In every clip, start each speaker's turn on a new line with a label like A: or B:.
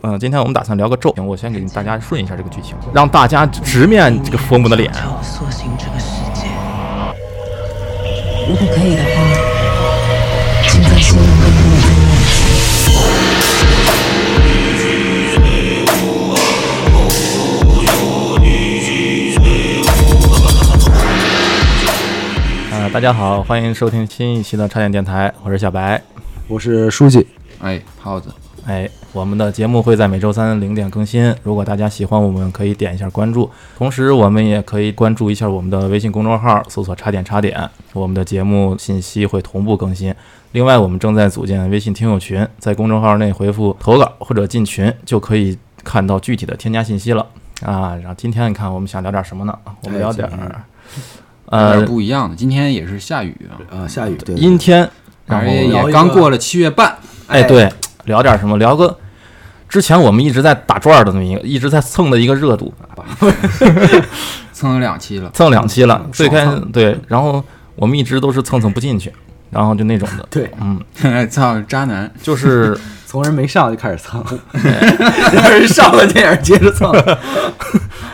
A: 嗯、呃，今天我们打算聊个咒，我先给大家顺一下这个剧情，让大家直面这个佛母的脸。啊
B: 塑形这个世界，如果可以的话，请在心灵更多的温暖。
A: 啊、大家好，欢迎收听新一期的插电电台，我是小白。
C: 我是书记，
D: 哎，耗子，
A: 哎，我们的节目会在每周三零点更新。如果大家喜欢我们，可以点一下关注。同时，我们也可以关注一下我们的微信公众号，搜索“插点插点”，我们的节目信息会同步更新。另外，我们正在组建微信听友群，在公众号内回复“投稿”或者“进群”，就可以看到具体的添加信息了。啊，然后今天你看我们想聊点什么呢？我们聊点
D: 哎今
A: 儿，
D: 有点
A: 呃，
D: 不一样的。今天也是下雨啊，
C: 啊，下雨，对，
A: 呃阴天，然
D: 而
A: 后
D: 且
C: 聊一
D: 也
C: 个
D: 刚过了七月半，
A: 哎，对，聊点什么？聊个之前我们一直在打转儿的那么一个，一直在蹭的一个热度，
D: 蹭了两期了。
A: 蹭两期了。最开
D: 少
A: 始对，然后我们一直都是蹭蹭不进去，然后就那种的，
C: 对，
D: 操，渣男！
A: 就是
C: 从人没上就开始 蹭，要是上了电影接着蹭，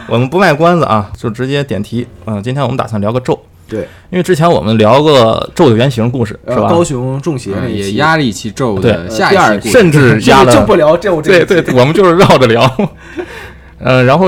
A: 我们不卖关子啊，就直接点题。嗯、今天我们打算聊个咒，
C: 对，
A: 因为之前我们聊过咒的原型故事，是
C: 呃，
A: 吧？
C: 高雄中邪
A: 哎
C: 那
D: 呃
C: 一
D: 也
C: 期
D: 压了一期咒
A: 对
D: 的
C: 呃
D: 下
C: 第二
D: 一期
C: 期
A: 甚
D: 故事，
A: 至
C: 这
A: 压了
C: 个就不聊这我这
A: 对
C: 一期
A: 对，对我们就是绕 着聊。呃，然后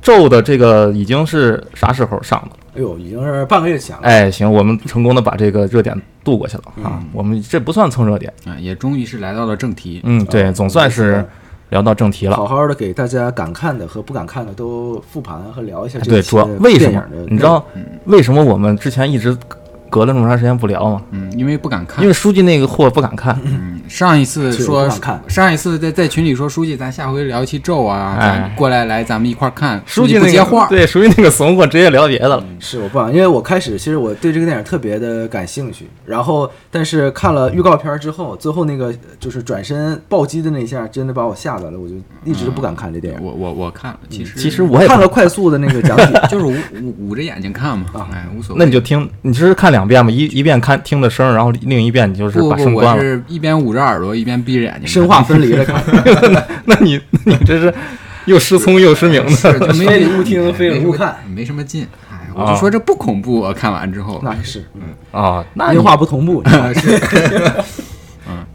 A: 咒的这个已经是啥时候上的？
C: 哎呦，已经是半个月前了，
A: 哎，行，我们成功的把这个热点度过去了啊！我们这不算蹭热点，
D: 啊，也终于是来到了正题。
A: 嗯，对，总算是聊到正题了。
C: 好好的给大家敢看的和不敢看的都复盘和聊一下这
A: 哎对，
C: 期
A: 主要
C: 的
A: 为什
C: 电
A: 么
C: 影的？
A: 你知道
D: 嗯
A: 为什么我们之前一直隔了那么长时间不聊吗？
D: 嗯，因为不敢看
A: 因为，书记那个货不敢看，
D: 嗯，上一次
C: 是
D: 说
C: 不敢看
D: 上一次在在群里说书记，咱下回聊一期咒啊，
A: 哎
D: 咱过来来，咱们一块儿看。
A: 书记
D: 不
A: 那
D: 接
A: 个
D: 话，嗯
A: 对，属于那个怂货，直接聊别的了。
C: 是我不敢，因为我开始其实我对这个电影特别的感兴趣，然后但是看了预告片之后，最后那个就是转身暴击的那一下，真的把我吓到了，我就一直都不敢看这电影。
D: 我我我看了，其实
A: 其实我也
C: 看了快速的那个讲解，
D: 就是捂捂捂着眼睛看嘛，哎，无所
A: 啊
D: 谓。
A: 那你就听，你是看两遍吧，一一遍看听的声儿，然后另一遍你就是
D: 不
A: 把
D: 不，
A: 声
D: 我
A: 关了。
D: 是一边捂着耳朵一边闭着眼睛看，
C: 深化分离了看。
A: 那 你那你这是又失聪又失明
D: 是
A: 的。
D: 就没
C: 非 礼勿听非礼勿看，
D: 没什么劲。哎，我就说这不恐怖，我看完之后，
C: 那是，
A: 啊，那你
C: 音画不 同步，你知道吗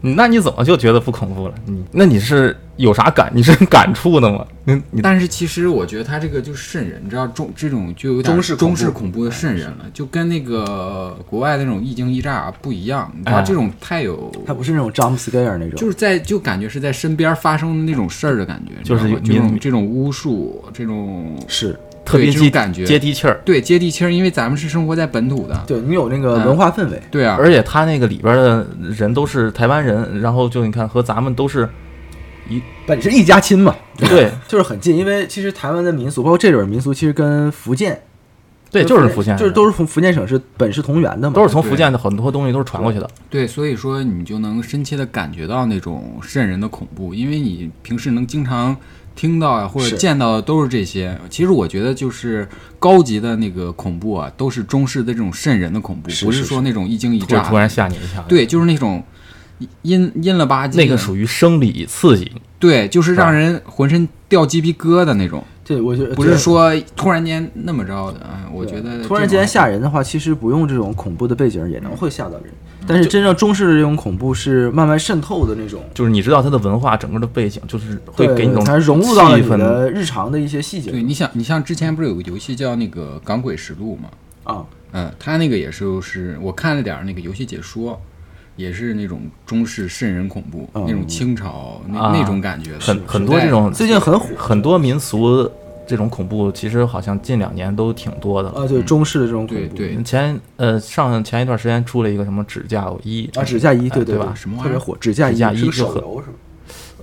A: 你那你怎么就觉得不恐怖了？你那你是有啥感？你是感触的吗？你你
D: 但是其实我觉得他这个就瘆人，你知道中这种就有点
C: 中式恐怖哎
D: 中式恐怖的瘆人了，就跟那个国外那种一惊一乍不一样，你知
A: 哎
D: 道这种太有，
C: 它不是那种 jump scare 那
D: 就
C: 种，
D: 是在就感觉是在身边发生的那种事儿的感觉，你知
A: 就
D: 道
A: 是有
D: 吗这
A: 你
D: 种这种巫术，这种
C: 是
A: 特别
D: 对这
A: 接
D: 种感觉
A: 接地气儿，
D: 对接地气儿，因为咱们是生活在本土的，
C: 对你有那个文化氛围，
D: 对啊，
A: 而且他那个里边的人都是台湾人，然后就你看和咱们都是
C: 本身一家亲嘛，
A: 对
C: 就是很近。因为其实台湾的民俗，包括这种民俗，其实跟福建
A: 对，就是福建人，
C: 就是都是从福建省是本是同源的嘛，
A: 都是从福建的很多东西都是传过去的。
D: 对，所以说你就能深切的感觉到那种瘆人的恐怖，因为你平时能经常听到啊或者
C: 是
D: 见到的都是这些。其实我觉得就是高级的那个恐怖啊，都是中式的这种瘆人的恐怖，
C: 是
D: 不
C: 是
D: 是说那种一惊一
A: 突
D: 乍。
A: 突然吓你一下，，
D: 对，就是那种阴阴了吧唧的，
A: 那个属于生理刺激，
D: 对，就是让人浑身掉鸡皮疙瘩那种，
C: 这我觉得
D: 不是。说突然间那么着的。哎，我觉得
C: 突然
D: 这种
C: 间吓人的话，其实不用这种恐怖的背景也能会吓到人。
A: 嗯
C: 但是真正中式的这种恐怖是慢慢渗透的那种，
A: 就是你知道他的文化整个的背景，就是会
C: 对
A: 给你一种
C: 才融入到了
A: 气
C: 你
A: 氛
C: 的日常的一些细
D: 对，
C: 节
D: 你想，你像之前不是有个游戏叫那个《港鬼实录》吗？
C: 啊。
D: 嗯，他那个也是，就是我看了点儿那个游戏解说，也是那种中式瘆人恐怖，那种清朝那、
A: 啊
D: 那种感觉的，
A: 很
D: 是
A: 很多这。种
C: 最近很火，
A: 很多民俗这种恐怖，其实好像近两年都挺多的。
C: 啊，对中式的这种恐
D: 对
C: 怖，
D: 对，
A: 前呃上前一段时间出了一个什么指甲一
C: 啊，指甲衣，
A: 哎
C: 对
A: 对
C: 对
A: 吧
D: 什么玩
C: 特
D: 意
C: 别
D: 儿
C: 火，指甲
A: 指
C: 衣
A: 甲衣
C: 是个
A: 就
C: 手
A: 很
C: 游是吗？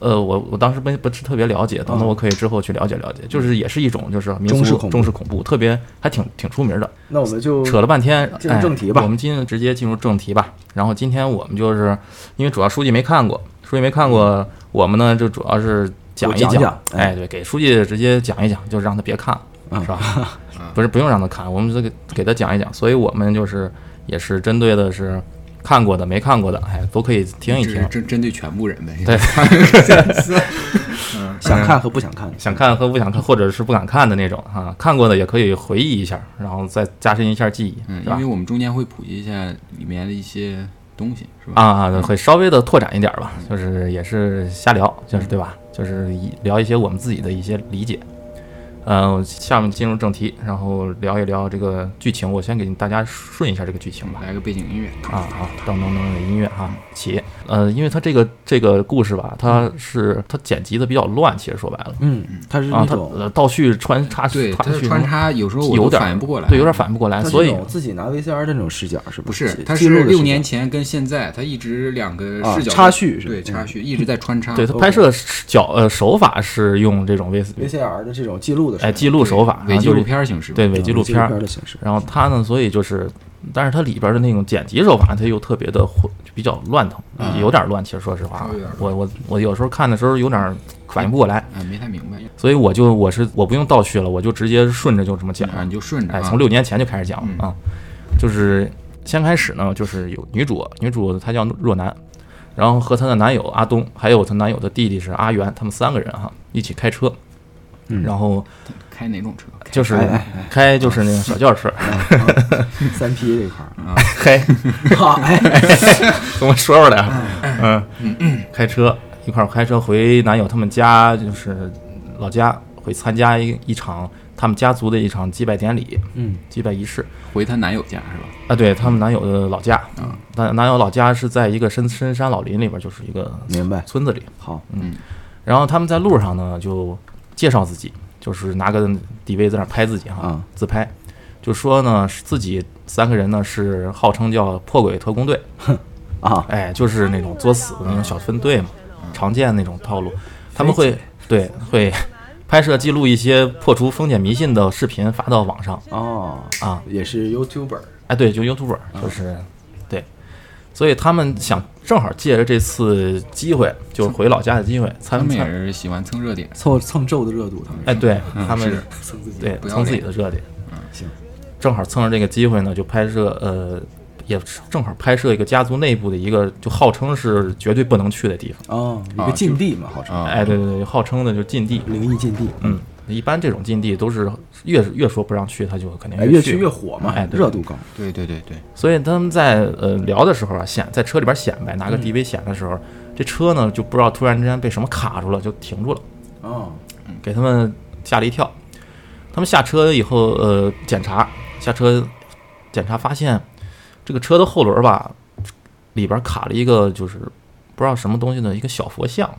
A: 呃我我当时不不是特别了解，等等我可以之后去了解了解，就是也是一种就是民
C: 嗯中式
A: 俗
C: 恐怖
A: 中式恐怖，特别还挺挺出名的。
C: 那我们就
A: 扯了半天，
C: 进入
A: 哎
C: 正题吧
A: 我们今天直接进入正题吧。然后今天我们就是因为主要书记没看过，书记没看过，我们呢就主要是讲一
C: 嗯我讲讲哎
A: 哎，对，给书记直接讲一讲，就让他别看了，
C: 嗯
A: 是吧？ 不是不用让他看，我们这个给他讲一讲。所以我们就是也是针对的是看过的、没看过的，哎，都可以听一
D: 这是
A: 听。
D: 针针对全部人呗。
A: 对，
D: 嗯，
C: 想看和不想看，
A: 想看和不想看，或者是不敢看的那种啊。看过的也可以回忆一下，然后再加深一下记忆，
D: 嗯，
A: 是
D: 因
A: 吧
D: 为？我们中间会普及一下里面的一些东西，是吧？
A: 啊啊，对会稍微的拓展一点吧，就是也是瞎聊，就是对吧？就是以聊一些我们自己的一些理解。嗯，下面进入正题，然后聊一聊这个剧情。我先给大家顺一下这个剧情吧。
D: 来个背景音乐，
A: 啊，好，当当当的音乐啊，起。呃，因为它这个这个故事吧，它是它剪辑的比较乱，其实说白了
C: 嗯，它是
A: 啊
C: 一，
A: 它
C: 种，
A: 呃倒叙穿插
D: 对，它
A: 叙
D: 是穿插，有时候我
A: 有
D: 都
A: 点
D: 反应不过来，嗯
A: 对，有点反应不过来，
C: 它是
A: 所
C: 一
A: 以
C: 种自己拿 VCR 的那种视角，是吧？
D: 不
C: 记
D: 是，它
C: 记录
D: 是
C: 的
D: 六
C: 视
D: 年
C: 角
D: 前跟现在，它一直两个
C: 啊
D: 视角
C: 插叙是吧
D: 对插
C: 嗯
D: 叙一直在穿插，
A: 对它拍摄视角呃手法是用这种 V
C: VCR 的这种记录的视
A: 哎
C: 角
A: 记录手法，
D: 伪
A: 然后
D: 纪
A: 就是
D: 录片儿形式，
A: 对伪
C: 嗯对
A: 纪录
C: 片
A: 片儿。
C: 的形 式，
A: 然后它呢，所以就是，但是它里边的那种剪辑手法，它又特别的混比较乱腾，有点乱。其实说实话啊
D: 稍微有点，
A: 我我我有时候看的时候有点反应不过来，
D: 啊，没太明白，
A: 所以我就我是我不用倒叙了，我就直接顺着就这么讲。
D: 啊，你就顺着
A: 哎，
D: 啊，
A: 从六年前就开始讲了、
D: 嗯
A: 啊，就是先开始呢，就是有女主，女主她叫若男，然后和她的男友阿东，还有她男友的弟弟是阿元，他们三个人哈、一起开车，
C: 嗯
A: 然后
D: 开哪种车？开
A: 就是
C: 哎哎
A: 开就是那个小轿车，
C: 三 P 这块儿，
A: 嘿，
C: 好，哎，
A: 怎么说出来啊？嗯，开车一块儿开车回男友他们家，就是老家，会参加一一场他们家族的一场祭拜典礼，
C: 嗯，
A: 祭拜仪式。
D: 回她男友家是吧？
A: 啊，对他们男友的老家，男男友老家是在一个深深山老林里边，就是一个
C: 明白，
A: 村子里。嗯
C: 好，
A: 然后他们在路上呢，就介绍自己，就是拿个 DV 在那儿拍自己哈，
C: 啊
A: 自拍，就说呢是自己三个人呢是号称叫破鬼特工队，
C: 啊，
A: 哎，就是那种作死的那种小分队嘛，常见那种套路。他们会对会拍摄记录一些破除封建迷信的视频发到网上
C: 哦，
A: 啊，
C: 也是 YouTuber，
A: 哎，对，就 YouTuber，就是
D: 嗯
A: 对，所以他们想正好借着这次机会，就是回老家的机会
D: 他
A: 参
D: 们也
A: 参，
D: 是喜欢蹭热点，
C: 凑蹭咒的热度，他们
A: 哎，对
D: 嗯
A: 他们
D: 是
C: 蹭自己，
A: 对
D: 不要
A: 蹭自己
D: 脸嗯
A: 的热点，
C: 行，
A: 正好蹭着这个机会呢，就拍摄呃。也是正好拍摄一个家族内部的一个，就号称是绝对不能去的地方。
C: 哦，一
D: 啊
C: 个禁地嘛，好像
D: 啊
A: 哎，对对对，号称的就禁地。
C: 灵异禁地，
A: 嗯，一般这种禁地都是越越说不让去，他就肯定
C: 哎，越
A: 去
C: 去越火嘛
A: 嗯哎，，对
C: 热度高，
D: 对对对对，
A: 所以他们在呃聊的时候啊，显在车里边显摆，拿
D: 嗯
A: 个 DV 显的时候，这车呢就不知道突然之间被什么卡住了，就停住了，
C: 哦，
A: 给他们吓了一跳。他们下车以后，呃，检查下车检查发现这个车的后轮吧里边卡了一个就是不知道什么东西的一个小佛像，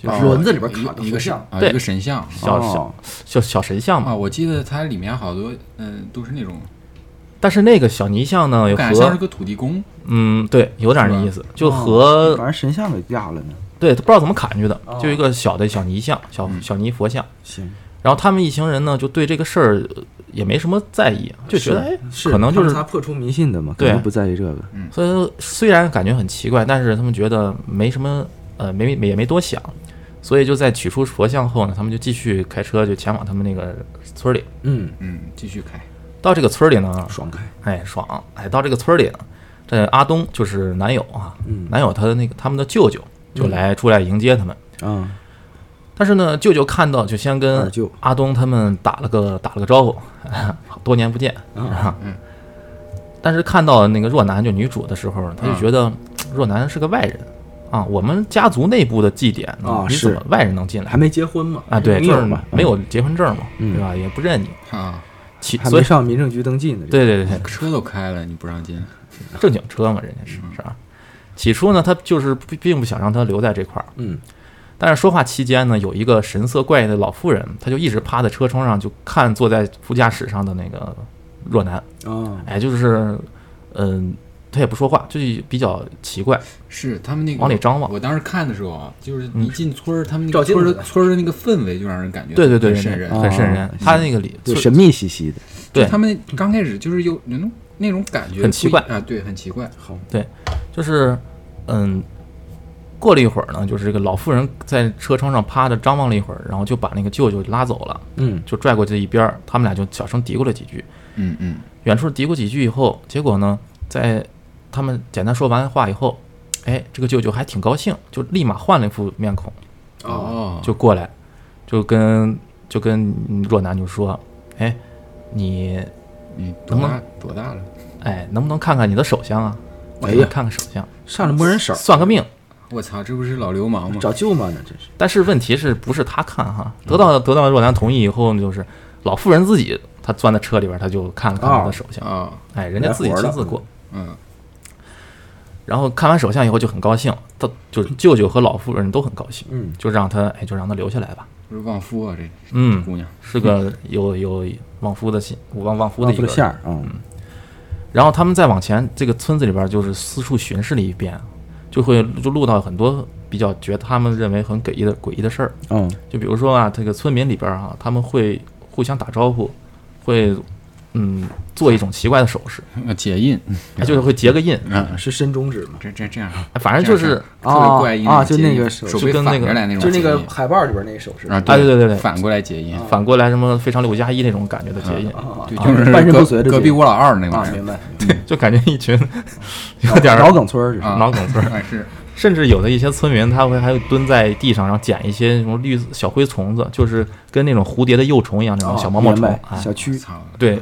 A: 就是
C: 轮子里边卡
D: 一
C: 哦个
D: 一
C: 佛
D: 个神
C: 像
D: 哦啊，
A: 对
D: 一个神像
A: 小小
C: 哦
A: 小小神像嘛。
D: 啊，我记得它里面好多嗯、呃都是那种，
A: 但是那个小泥像呢，
D: 我
A: 又
D: 感觉像
A: 和
D: 是个土地公，
A: 嗯对，有点那
D: 是吧
A: 意思，就
C: 哦
A: 和
C: 把人神像给压了呢，
A: 对他不知道怎么砍进去的
C: 哦，
A: 就一个小的小泥像，小
D: 嗯
A: 小泥佛像。
C: 行，
A: 然后他们一行人呢，就对这个事儿呃也没什么在意，就觉得哎，
C: 是啊
A: 可能
C: 他
A: 就
C: 们
A: 是
C: 仨，破除迷信的嘛，
A: 对
C: 可能不在意这个，
A: 所以说虽然感觉很奇怪，但是他们觉得没什么，呃，没没也没多想，所以就在取出佛像后呢，他们就继续开车就前往他们那个村儿里。
C: 嗯，
D: 嗯，继续开，
A: 到这个村儿里呢，
C: 爽快，
A: 哎，爽！哎，到这个村儿里呢，这阿东就是男友啊，
C: 嗯
A: 男友他的那个他们的舅舅就
C: 嗯
A: 来出来迎接他们。
C: 嗯，
A: 但是呢，舅舅看到就先跟
C: 二舅
A: 阿东他们打了个打了个招呼， 多年不见啊。但是看到那个若男就女主的时候，他
C: 嗯
A: 就觉得若男是个外人啊。我们家族内部的祭典呢
C: 啊
A: 你
C: 是
A: 怎么外人能进来
C: 还没结婚嘛，
A: 啊？对，
C: 没
A: 就是
C: 有嘛，
A: 没有结婚证嘛，
C: 嗯
A: 对吧？也不认你，
D: 啊，
A: 其
C: 还
A: 所
C: 没
A: 以
C: 上民政局登记呢，，
A: 对对对，
D: 车都开了，你不让进，
A: 正经车嘛，人家是
C: 嗯
A: 是吧？起初呢，他就是并并不想让他留在这块儿，
C: 嗯，
A: 但是说话期间呢，有一个神色怪异的老妇人，她就一直趴在车窗上，就看坐在副驾驶上的那个若男，
C: 哦，
A: 哎，就是，嗯、她也不说话，就是比较奇怪，
D: 是他们那个
A: 往里张望
D: 我当时看的时候啊，就是一进村儿，他们那
C: 照
D: 个
C: 镜
D: 村儿
C: 子
D: 的村儿的那个氛围就让人感觉
A: 对对对，对
D: 很瘆
A: 对
D: 人。
A: 很瘆人
C: 哦。
A: 她那个里
C: 就
A: 村
C: 神秘兮兮的，
A: 对
D: 他们刚开始就是有那种那种感觉不一，
A: 很奇怪
D: 啊，对，很奇怪。
C: 好，
A: 对，就是，嗯，过了一会儿呢，就是这个老妇人在车窗上趴着张望了一会儿，然后就把那个舅舅拉走了，
C: 嗯，
A: 就拽过去一边儿，他们俩就小声嘀咕了几句，
D: 嗯嗯，
A: 远处嘀咕几句以后，结果呢，在他们简单说完话以后，哎，这个舅舅还挺高兴，就立马换了一副面孔
D: 哦，
A: 就过来，就跟就跟若男就说，哎，你
D: 你多大多大了？
A: 哎，能不能看看你的手相啊？
C: 哎呀
A: 看看手相，
C: 上来摸人手，
A: 算个命。
D: 我操，这不是老流氓吗？
C: 找舅妈呢，这是。
A: 但是问题是不是他看哈？得到得到若男同意以后呢，就是老妇人自己，她钻到车里边，她就看了看他的手相，
D: 啊，
A: 哎，人家自己亲自过。
D: 嗯，
A: 然后看完手相以后就很高兴，他就是舅舅和老妇人都很高兴，
C: 嗯，
A: 就让他哎就让他留下来吧。
D: 不是旺夫啊，这
A: 嗯
D: 姑娘
A: 是个有有旺夫的心，旺旺夫的
C: 忘
A: 一
C: 不
A: 个
C: 了馅儿啊。嗯
A: 然后他们再往前，这个村子里边就是四处巡视了一遍，就会就录到很多比较觉得他们认为很诡异的诡异的事儿。
C: 嗯
A: 就比如说啊，这个村民里边啊，他们会互相打招呼，会嗯做一种奇怪的手势，
D: 啊解印，
A: 哎就是会结个印，
D: 嗯，
C: 是伸中指吗？
D: 这这这样，
A: 哎反正就
D: 这
A: 是
D: 样看特别怪异
C: 啊
D: 种
C: 就那
D: 结印
C: 个手
D: 手
A: 就
D: 背
A: 跟
D: 反
A: 那个
D: 着来那种
C: 就
D: 结
C: 那
D: 印，
C: 个海报里边那个手势
D: 啊，
A: 哎对对对啊对
D: 反过来结印，
A: 反过来什么非常六加一那种感觉的结印，
C: 啊
D: 对，
C: 啊
D: 就是
C: 半身
D: 隔
C: 不遂的
D: 隔壁吴老二那个
C: 啊，
D: 玩意
C: 明
D: 儿，
C: 白，
A: 就感觉一群有点儿
C: 老嗯梗村儿就是
D: 啊
A: 脑梗村儿，
D: 哎是，
A: 甚至有的一些村民他会还会蹲在地上，然后捡一些什么绿小灰虫子，就是跟那种蝴蝶的幼虫一样那种
C: 啊
A: 小毛毛
C: 明
A: 虫，
C: 白
A: 哎
C: 小蛆
D: 操，
A: 对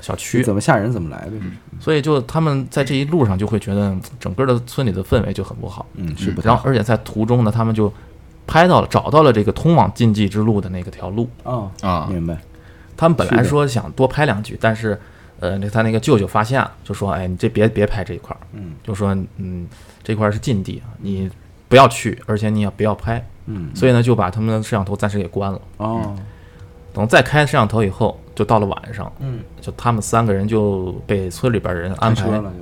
A: 小蛆
C: 怎，么吓人怎么来呗，
A: 所以就他们在这一路上就会觉得整个的村里的氛围就很不好。
C: 嗯，是不太
A: 然后而且在途中呢，他们就拍到了找到了这个通往禁忌之路的那个条路。
C: 啊
D: 啊
C: 明白，
A: 他们本来
C: 是的
A: 说想多拍两句，但是呃，那他那个舅舅发现了，就说：“哎，你这别别拍这一块儿，
C: 嗯
A: 就说嗯，这块儿是禁地啊，你不要去，而且你也不要拍。”
C: 嗯，
A: 所以呢，就把他们的摄像头暂时给关了。
C: 哦，
A: 等再开摄像头以后，就到了晚上，
C: 嗯，
A: 就他们三个人就被村里边人安
C: 开车
A: 排，
C: 了啊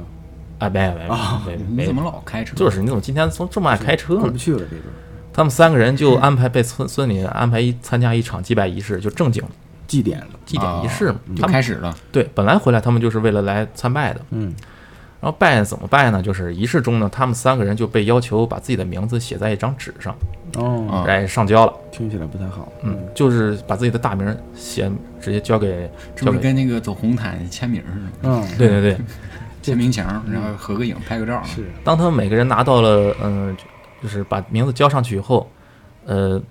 C: 就
A: 哎，没没 没
D: 你
A: 没
D: 怎
A: 没
D: 么，老开车？
A: 就是你怎么今天从这么爱开车
C: 过
A: 呢
C: 不？去了，这边
A: 他们三个人就安排被村村里安排一参加一场祭拜仪式，就正经
C: 祭奠了，
A: 祭奠仪式嘛。
D: 嗯就
A: 他
D: 开
A: 们
D: 始了，
A: 对本来回来他们就是为了来参拜的，
C: 嗯
A: 然后拜怎么拜呢？就是仪式中呢，他们三个人就被要求把自己的名字写在一张纸上，
C: 哦，
D: 啊，
A: 哎，上交了。
C: 听起来不太好，
A: 嗯，就是把自己的大名写直接交给
D: 这
A: 交
D: 不是
A: 给，
D: 跟那个走红毯签名似的吗，
C: 嗯，
A: 对对对。
D: 签名墙，然后合个影，拍个照，
C: 是
A: 当他们每个人拿到了，嗯、就是把名字交上去以后，呃，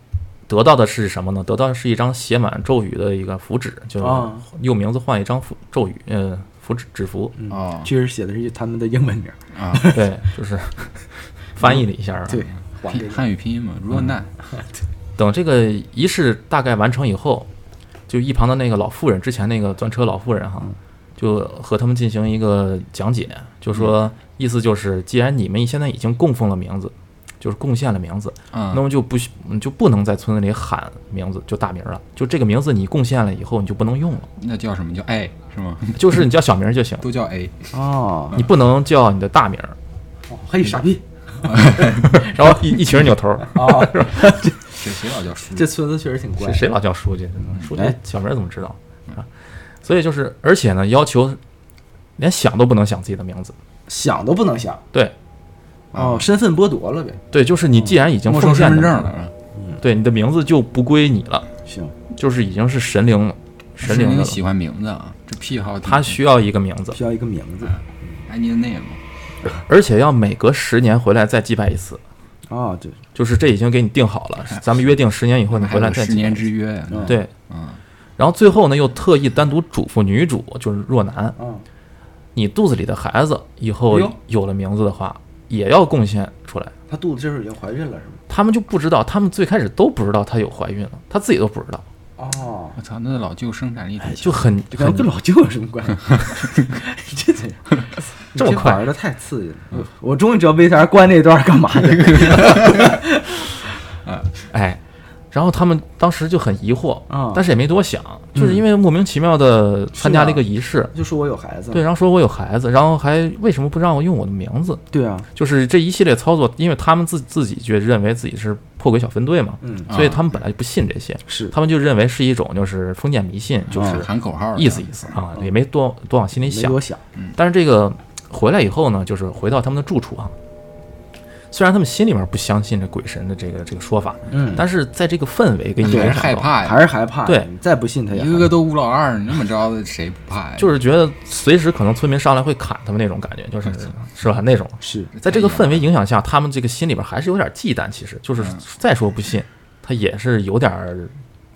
A: 得到的是什么呢？得到的是一张写满咒语的一个符纸，就是
C: 啊
A: 用名字换一张符咒语，呃，符纸纸 符。
D: 哦
C: 确实写的是他们的英文名儿，
D: 啊，
A: 对，就是 翻译了一下啊。
C: 对，还给
D: 拼汉语拼音嘛，如果那
A: 等这个仪式大概完成以后，就一旁的那个老妇人，之前那个钻车老妇人
C: 嗯
A: 哈，就和他们进行一个讲解，就说
C: 嗯
A: 意思就是，既然你们现在已经供奉了名字，就是贡献了名字，
D: 啊
A: 那么就不许嗯就不能在村子里喊名字，就大名了。就这个名字你贡献了以后，你就不能用 了，
D: 那叫什么叫 A 是吗？
A: 就是你叫小名儿就行，
D: 都叫 A，
C: 哦，
A: 你不能叫你的大 名儿。
C: 嘿，傻 逼，
A: 然后一一群人扭头儿，
C: 哦，
D: 这谁老叫叔？
C: 这村子确实挺怪
A: 谁，谁老叫书记？书记
C: 哎
A: 小名儿怎么知道啊？所以就是，而且呢，要求连想都不能想自己的名字。
C: 想都不能想，
A: 对啊
C: 哦，身份剥夺了呗，
A: 对，就是你既然已经
D: 没
A: 奉
D: 哦收身
A: 献
D: 份
A: 你
D: 证
A: 的
D: 了，
A: 对你的名字就不归你了，
C: 行，
A: 就是已经是神灵了神灵
D: 灵
A: 的了。
D: 喜欢名字啊，这癖好挺
A: 他需要一个名字，
C: 需要一个名字，
A: 嗯
D: I need a name，
A: 而且要每隔十年回来再祭拜一次。
C: 哦，这
A: 就是这已经给你定好了，咱们约定十年以后你
D: 还
A: 回来
D: 有
A: 再
D: 十
A: 祭拜
D: 年之约呀，
C: 嗯
A: 对，
D: 啊，
A: 然后最后呢又特意单独嘱咐女主，就是若男，
C: 嗯，
A: 你肚子里的孩子以后
D: 哟
A: 有了名字的话，也要贡献出来。
C: 他肚子这时候已经怀孕了是吗？
A: 他们就不知道，他们最开始都不知道她有怀孕了，她自己都不知道，
C: 哦，
D: 我操，那老舅生产力挺强
A: 哎就很
C: 这
A: 很
C: 跟跟老舅有什么关系？这怎样？
A: 这么快
C: 玩的太刺激了！我我终于知道 VCR 关那段干嘛的
A: 哎，然后他们当时就很疑惑
C: 啊，
A: 但是也没多想，就是因为莫名其妙的参加了一个仪式，
C: 就说我有孩子。
A: 对，啊然后说我有孩子，然后还为什么不让我用我的名字？
C: 对啊，
A: 就是这一系列操作，因为他们自自己觉认为自己是破鬼小分队嘛，
C: 嗯
A: 所以他们本来就不信这些，
C: 是
A: 他们就认为是一种就是封建迷信，就是
D: 嗯喊口号的
A: 意思意思啊，也没多多往心里
C: 没
A: 想
C: 多。想，
A: 但是这个回来以后呢，就是回到他们的住处啊，虽然他们心里面不相信这鬼神的这个这个说法，
C: 嗯
A: 但是在这个氛围给你
D: 对，
A: 影
D: 害
A: 响到，
D: 怕呀，
C: 还是害怕。
A: 对
C: 你再不信他也
D: 哎
C: 害
D: 一个
C: 怕
D: 个都吴老二，你那么着的谁不怕呀？
A: 就是觉得随时可能村民上来会砍他们那种感觉，就是是吧那种。
C: 是
A: 在这个氛围影响下，
C: 嗯
A: 他们这个心里边还是有点忌惮。其实就是再说不信，他也是有点儿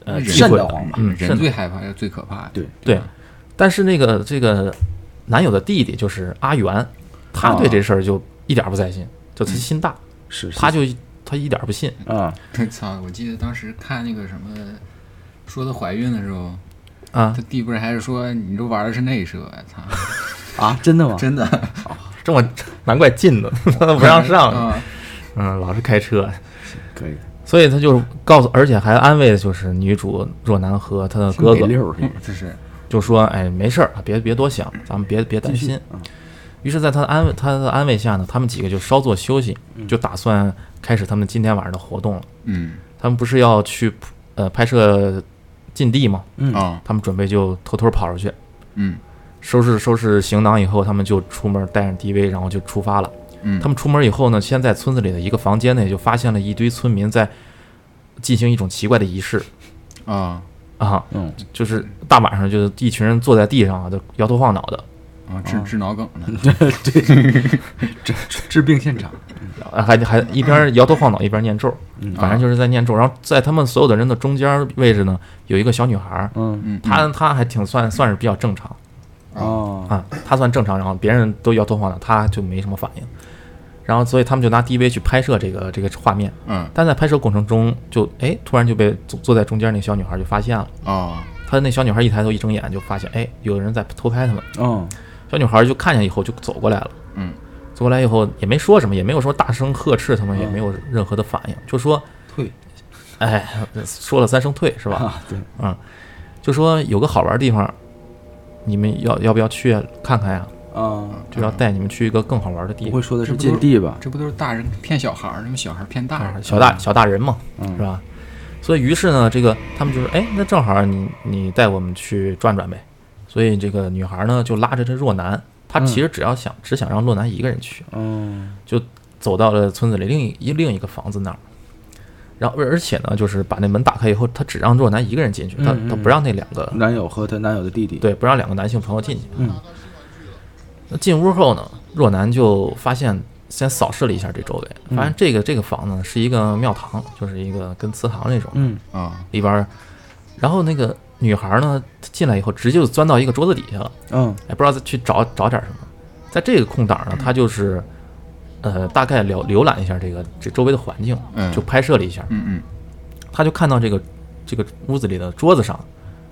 A: 呃
D: 人
A: 忌
C: 瘆
A: 讳
C: 得
A: 的
C: 慌嘛嗯
A: 嗯，
D: 人
A: 瘆
D: 最害怕、最可怕。
C: 对
A: 对
D: 对吧，
A: 但是那个这个男友的弟弟就是阿元，他对这事儿就一点儿不在心，就他心大，
C: 是啊嗯是
A: 他就他一点儿不信。
C: 啊，
D: 操！我记得当时看那个什么，说她怀孕的时候，
A: 啊
C: 嗯
D: 她，弟不是还是说你这玩的是内射？操，
C: 啊，真的吗？
D: 真的
A: 这么难怪禁的，不让上，
D: 啊
A: 嗯，老是开车，
C: 可以，
A: 所以他就是告诉，而且还安慰的就是女主若男和他的哥
C: 挺
A: 哥
C: 给，溜儿是吗
D: 这是
A: 就说：“哎，没事儿，别别多想，咱们别别担心。”于是，在他的安慰他的安慰下呢，他们几个就稍作休息，就打算开始他们今天晚上的活动了。
D: 嗯
A: 他们不是要去呃拍摄禁地吗？
C: 嗯
D: 啊
A: 他们准备就偷偷跑出去，
D: 嗯
A: 收拾收拾行囊以后，他们就出门带上 DV，然后就出发了。
D: 嗯，
A: 他们出门以后呢，先在村子里的一个房间内就发现了一堆村民在进行一种奇怪的仪式
D: 啊
A: 啊，
C: 嗯，
A: 就是大晚上就是一群人坐在地上啊，就摇头晃脑的。
D: 啊
A: 哦
D: 治治脑梗
A: 嗯
D: 的，
C: 治治病现场，
A: 啊还还一边摇头晃脑一边念咒，
C: 嗯
A: 反
C: 啊
A: 正就是在念咒。然后在他们所有的人的中间位置呢，有一个小女孩儿，
C: 嗯
D: 嗯
A: 她她还挺算算是比较正常
C: 哦，
A: 啊，她算正常，然后别人都摇头晃脑，她就没什么反应。然后所以他们就拿 DV 去拍摄这个这个画面，
D: 嗯
A: 但在拍摄过程中就哎突然就被坐坐在中间那小女孩就发现了，
D: 啊
A: 她那小女孩一抬头一睁眼就发现哎有人在偷拍他们，
C: 嗯
A: 小女孩就看见以后就走过来了。
D: 嗯
A: 走过来以后也没说什么，也没有说大声呵斥他们，也没有任何的反
C: 嗯
A: 应，就说
C: 退
A: 哎，说了三声退是吧？
C: 啊，对，
A: 嗯，就说有个好玩的地方，你们要要不要去看看呀？
C: 啊，
A: 就要带你们去一个更好玩的地
C: 不
A: 方
C: 会。说的是
D: 这不
C: 禁
D: 都
C: 地吧？
D: 啊这不都是大人骗小孩儿，那么小孩儿骗大
A: 啊
D: 人，
A: 小大小大人嘛，
C: 嗯
A: 是吧？所以于是呢，这个他们就说，哎，那正好你你带我们去转转呗。所以这个女孩呢就拉着这若男，她其实只要想、只想让若男一个人去，啊
C: 嗯
A: 就走到了村子里另一另一个房子那儿。然后，而而且呢，就是把那门打开以后，她只让若男一个人进去，她
C: 嗯嗯
A: 她
C: 嗯
A: 不让那两个
C: 男友和她男友的弟弟，
A: 对，不让两个男性朋友进去。
C: 嗯，
A: 那进屋后呢，若男就发现，先扫视了一下这周围，发现这个这个房呢是一个庙堂，就是一个跟祠堂那种
C: 嗯
D: 啊
A: 里边儿。然后那个女孩呢进来以后，直接就钻到一个桌子底下了，
C: 嗯
A: 哎也不知道去找找点什么。在这个空
D: 嗯
A: 档呢，她就是，呃，大概了浏览一下这个这周围的环境，
D: 嗯
A: 就拍摄了一下。
D: 嗯嗯
A: 他就看到这个这个屋子里的桌子上，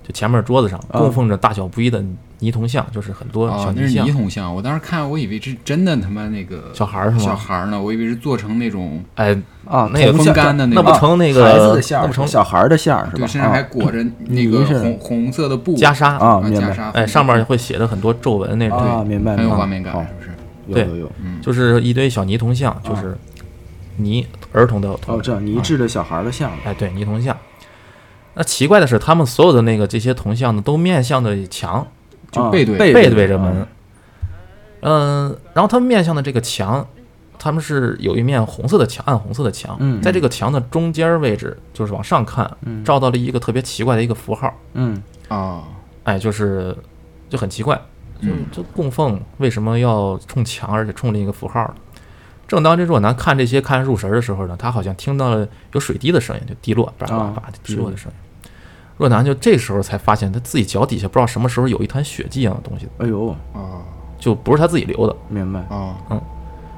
A: 就前面桌子上供奉着大小不一的泥童像，就是很多小
D: 啊啊，那
A: 泥
D: 是
A: 像
D: 泥，桶像，我当时看我以为是真的他妈那个
A: 小孩儿是吗
D: 小孩儿呢，我以为是做成那种
A: 哎，
C: 啊，
A: 那也
C: 铜
D: 风
C: 像
D: 干的那
A: 那
D: 种
A: 不成那个
C: 孩子的馅
A: 那
C: 儿
A: 不成
C: 小孩儿的馅儿是吧？啊
D: 对，身上还裹着那个
C: 泥似的
D: 红红色的布
A: 袈裟，
C: 啊，
D: 啊
C: 明
D: 袈
C: 白
D: 裟，
A: 哎，上面会写着很多皱纹那种，
C: 啊，明白，
D: 很
C: 明
D: 有
C: 白
D: 画面感，
C: 好
D: 是不是？嗯
C: 有有有，
A: 就是一堆小泥童像，
D: 啊
A: 就是泥儿童的童
C: 哦，，这样泥制的小孩儿的像儿，
A: 哎，对，泥童像。那奇怪的是，他们所有的那个这些铜像呢，都面向着墙，
D: 就
C: 啊
D: 背对
C: 背啊
A: 背对着门。嗯，然后他们面向的这个墙，他们是有一面红色的墙，暗红色的墙。
C: 嗯
A: 在这个墙的中间位置，就是往上看，照到了一个特别奇怪的一个符号。
C: 嗯
D: 啊，
A: 哎，就是就很奇怪，就就供奉为什么要冲墙，而且冲另一个符号呢？正当这若男看这些看入神儿的时候呢，他好像听到了有水滴的声音，就滴落，叭叭
C: 啊
A: 叭叭滴落的声音。若男就这时候才发现，他自己脚底下不知道什么时候有一滩血迹一样的东西，
C: 哎呦，
D: 哦
A: 就不是他自己留的，
C: 明白，
D: 哦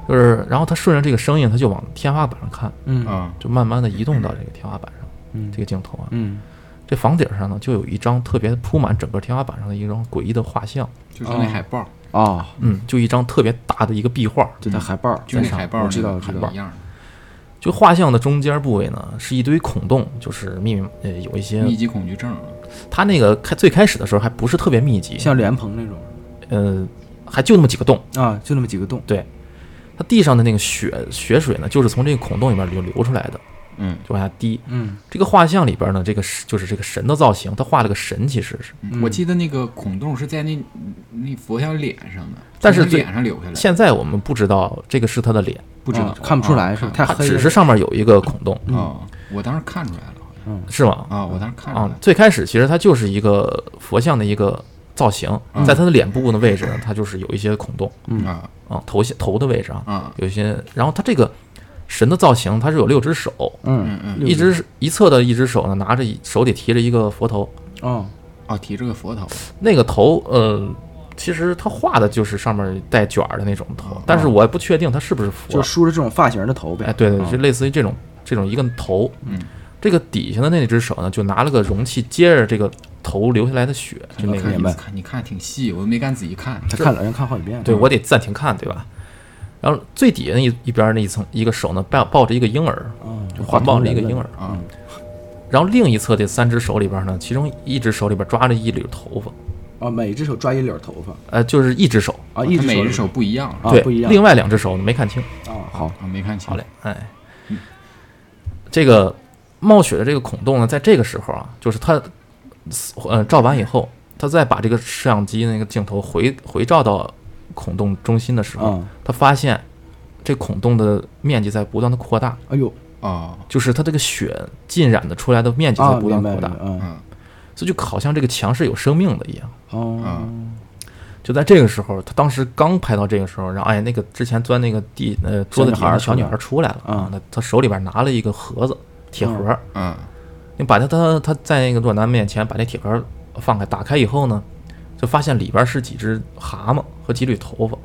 A: 就是，然后他顺着这个声音，他就往天花板上看，
C: 嗯
D: 啊
A: 就慢慢的移动到这个天花板上。
C: 嗯
A: 这个镜头啊，
C: 嗯，
A: 这房顶上呢，就有一张特别铺满整个天花板上的一张诡异的画像，
D: 就是那海报，
C: 哦，
A: 嗯，就一张特别大的一个壁画。
C: 就他海报儿，
D: 嗯就那海报，
C: 我知道
D: 那个
C: 知道
D: 一样
A: 就画像的中间部位呢，是一堆孔洞，就是密密呃有一
D: 的
A: 些
D: 密，集恐惧症，
A: 它那个开最开始的时候还不是特别密集，
C: 像莲蓬那种
A: 呃还就那么几个洞，
C: 啊，就那么几个洞，
A: 对。它地上的那个血血水呢，就是从这个孔洞里面流流出来的，
D: 嗯
A: 就往下滴。
C: 嗯
A: 这个画像里边呢，这个是就是这个神的造型，他画了个神，其实是
D: 嗯我记得那个孔洞是在那那佛像脸上的，
A: 但是
D: 从他
A: 最
D: 脸上留下来的，
A: 现在我们不知道这个是他的脸，
D: 不知道
C: 啊看不出来是吧太
A: 它
C: 黑
A: 只
C: 了
A: 是上面有一个孔洞，
D: 啊，我当时看出来了，好像
A: 是吗？
D: 啊，我当时看出
A: 啊
D: 来
C: 哦
D: 了，，
A: 最开始其实它就是一个佛像的一个造型，在他的脸部的位置呢，它就是有一些孔洞
D: 啊
A: 啊，头像头的位置啊，
D: 啊
A: 有一些。然后它这个神的造型，它是有六只手，
C: 嗯，
D: 嗯
A: 一只一侧的一只手呢拿着一手里提着一个佛头，
C: 哦，
D: 哦，提着个佛头，
A: 那个头，呃，其实他画的就是上面带卷儿的那种头，但是我也不确定它是不哦是佛
C: 就，梳着这种发型的头
A: 哎，
C: 呗，啊
A: 对对，就类似于这种这种一个头，
D: 嗯，
A: 这个底下的那只手呢，就拿了个容器接着这个头流下来的血，就那
D: 看
A: 个，
D: 你
C: 明白
D: 看你看挺细，我都没敢仔细看。
C: 他看了人看好几遍了，
A: 对我得暂停看，对吧？然后最底下那一一边那一层一个手呢，抱抱着一个婴儿，
C: 嗯，
A: 就环抱着一个婴儿，
D: 啊，
A: 然后另一侧这三只手里边呢，其中一只手里边抓着一绺头发，
C: 啊，每只手抓一绺头发
A: 呃，就是一只手，
C: 啊，
D: 它
C: 一只
D: 哦每只
C: 手
D: 手不一样
C: 啊
A: 对，
C: 不一样
A: 另外两只手呢没看清。
C: 啊，好，
D: 啊，没看清。
A: 好嘞，，
C: 嗯
A: 哎，这个冒雪的这个孔洞呢，在这个时候啊，就是他，呃，照完以后，他再把这个摄像机那个镜头回回照到孔洞中心的时候，
C: 嗯
A: 他发现这孔洞的面积在不断的扩大，
C: 哎呦，
D: 哦，
A: 就是它这个血浸染的出来的面积在
C: 啊，
A: 不
C: 明
A: 断地扩
C: 白了
A: 大，，
C: 嗯，
D: 嗯，
A: 所以就好像这个墙是有生命的一样。
C: 哦，
A: 就在这个时候，他当时刚拍到这个时候，然后哎，那个之前钻那个地呃桌子底下的小
C: 小
A: 女
C: 女孩
A: 孩出来了啊
C: 嗯，
A: 她她手里边拿了一个盒子，铁盒，
D: 嗯，
A: 你把它它它在那个暖男面前把那铁盒放开，打开以后呢，就发现里边是几只蛤蟆和几缕头发，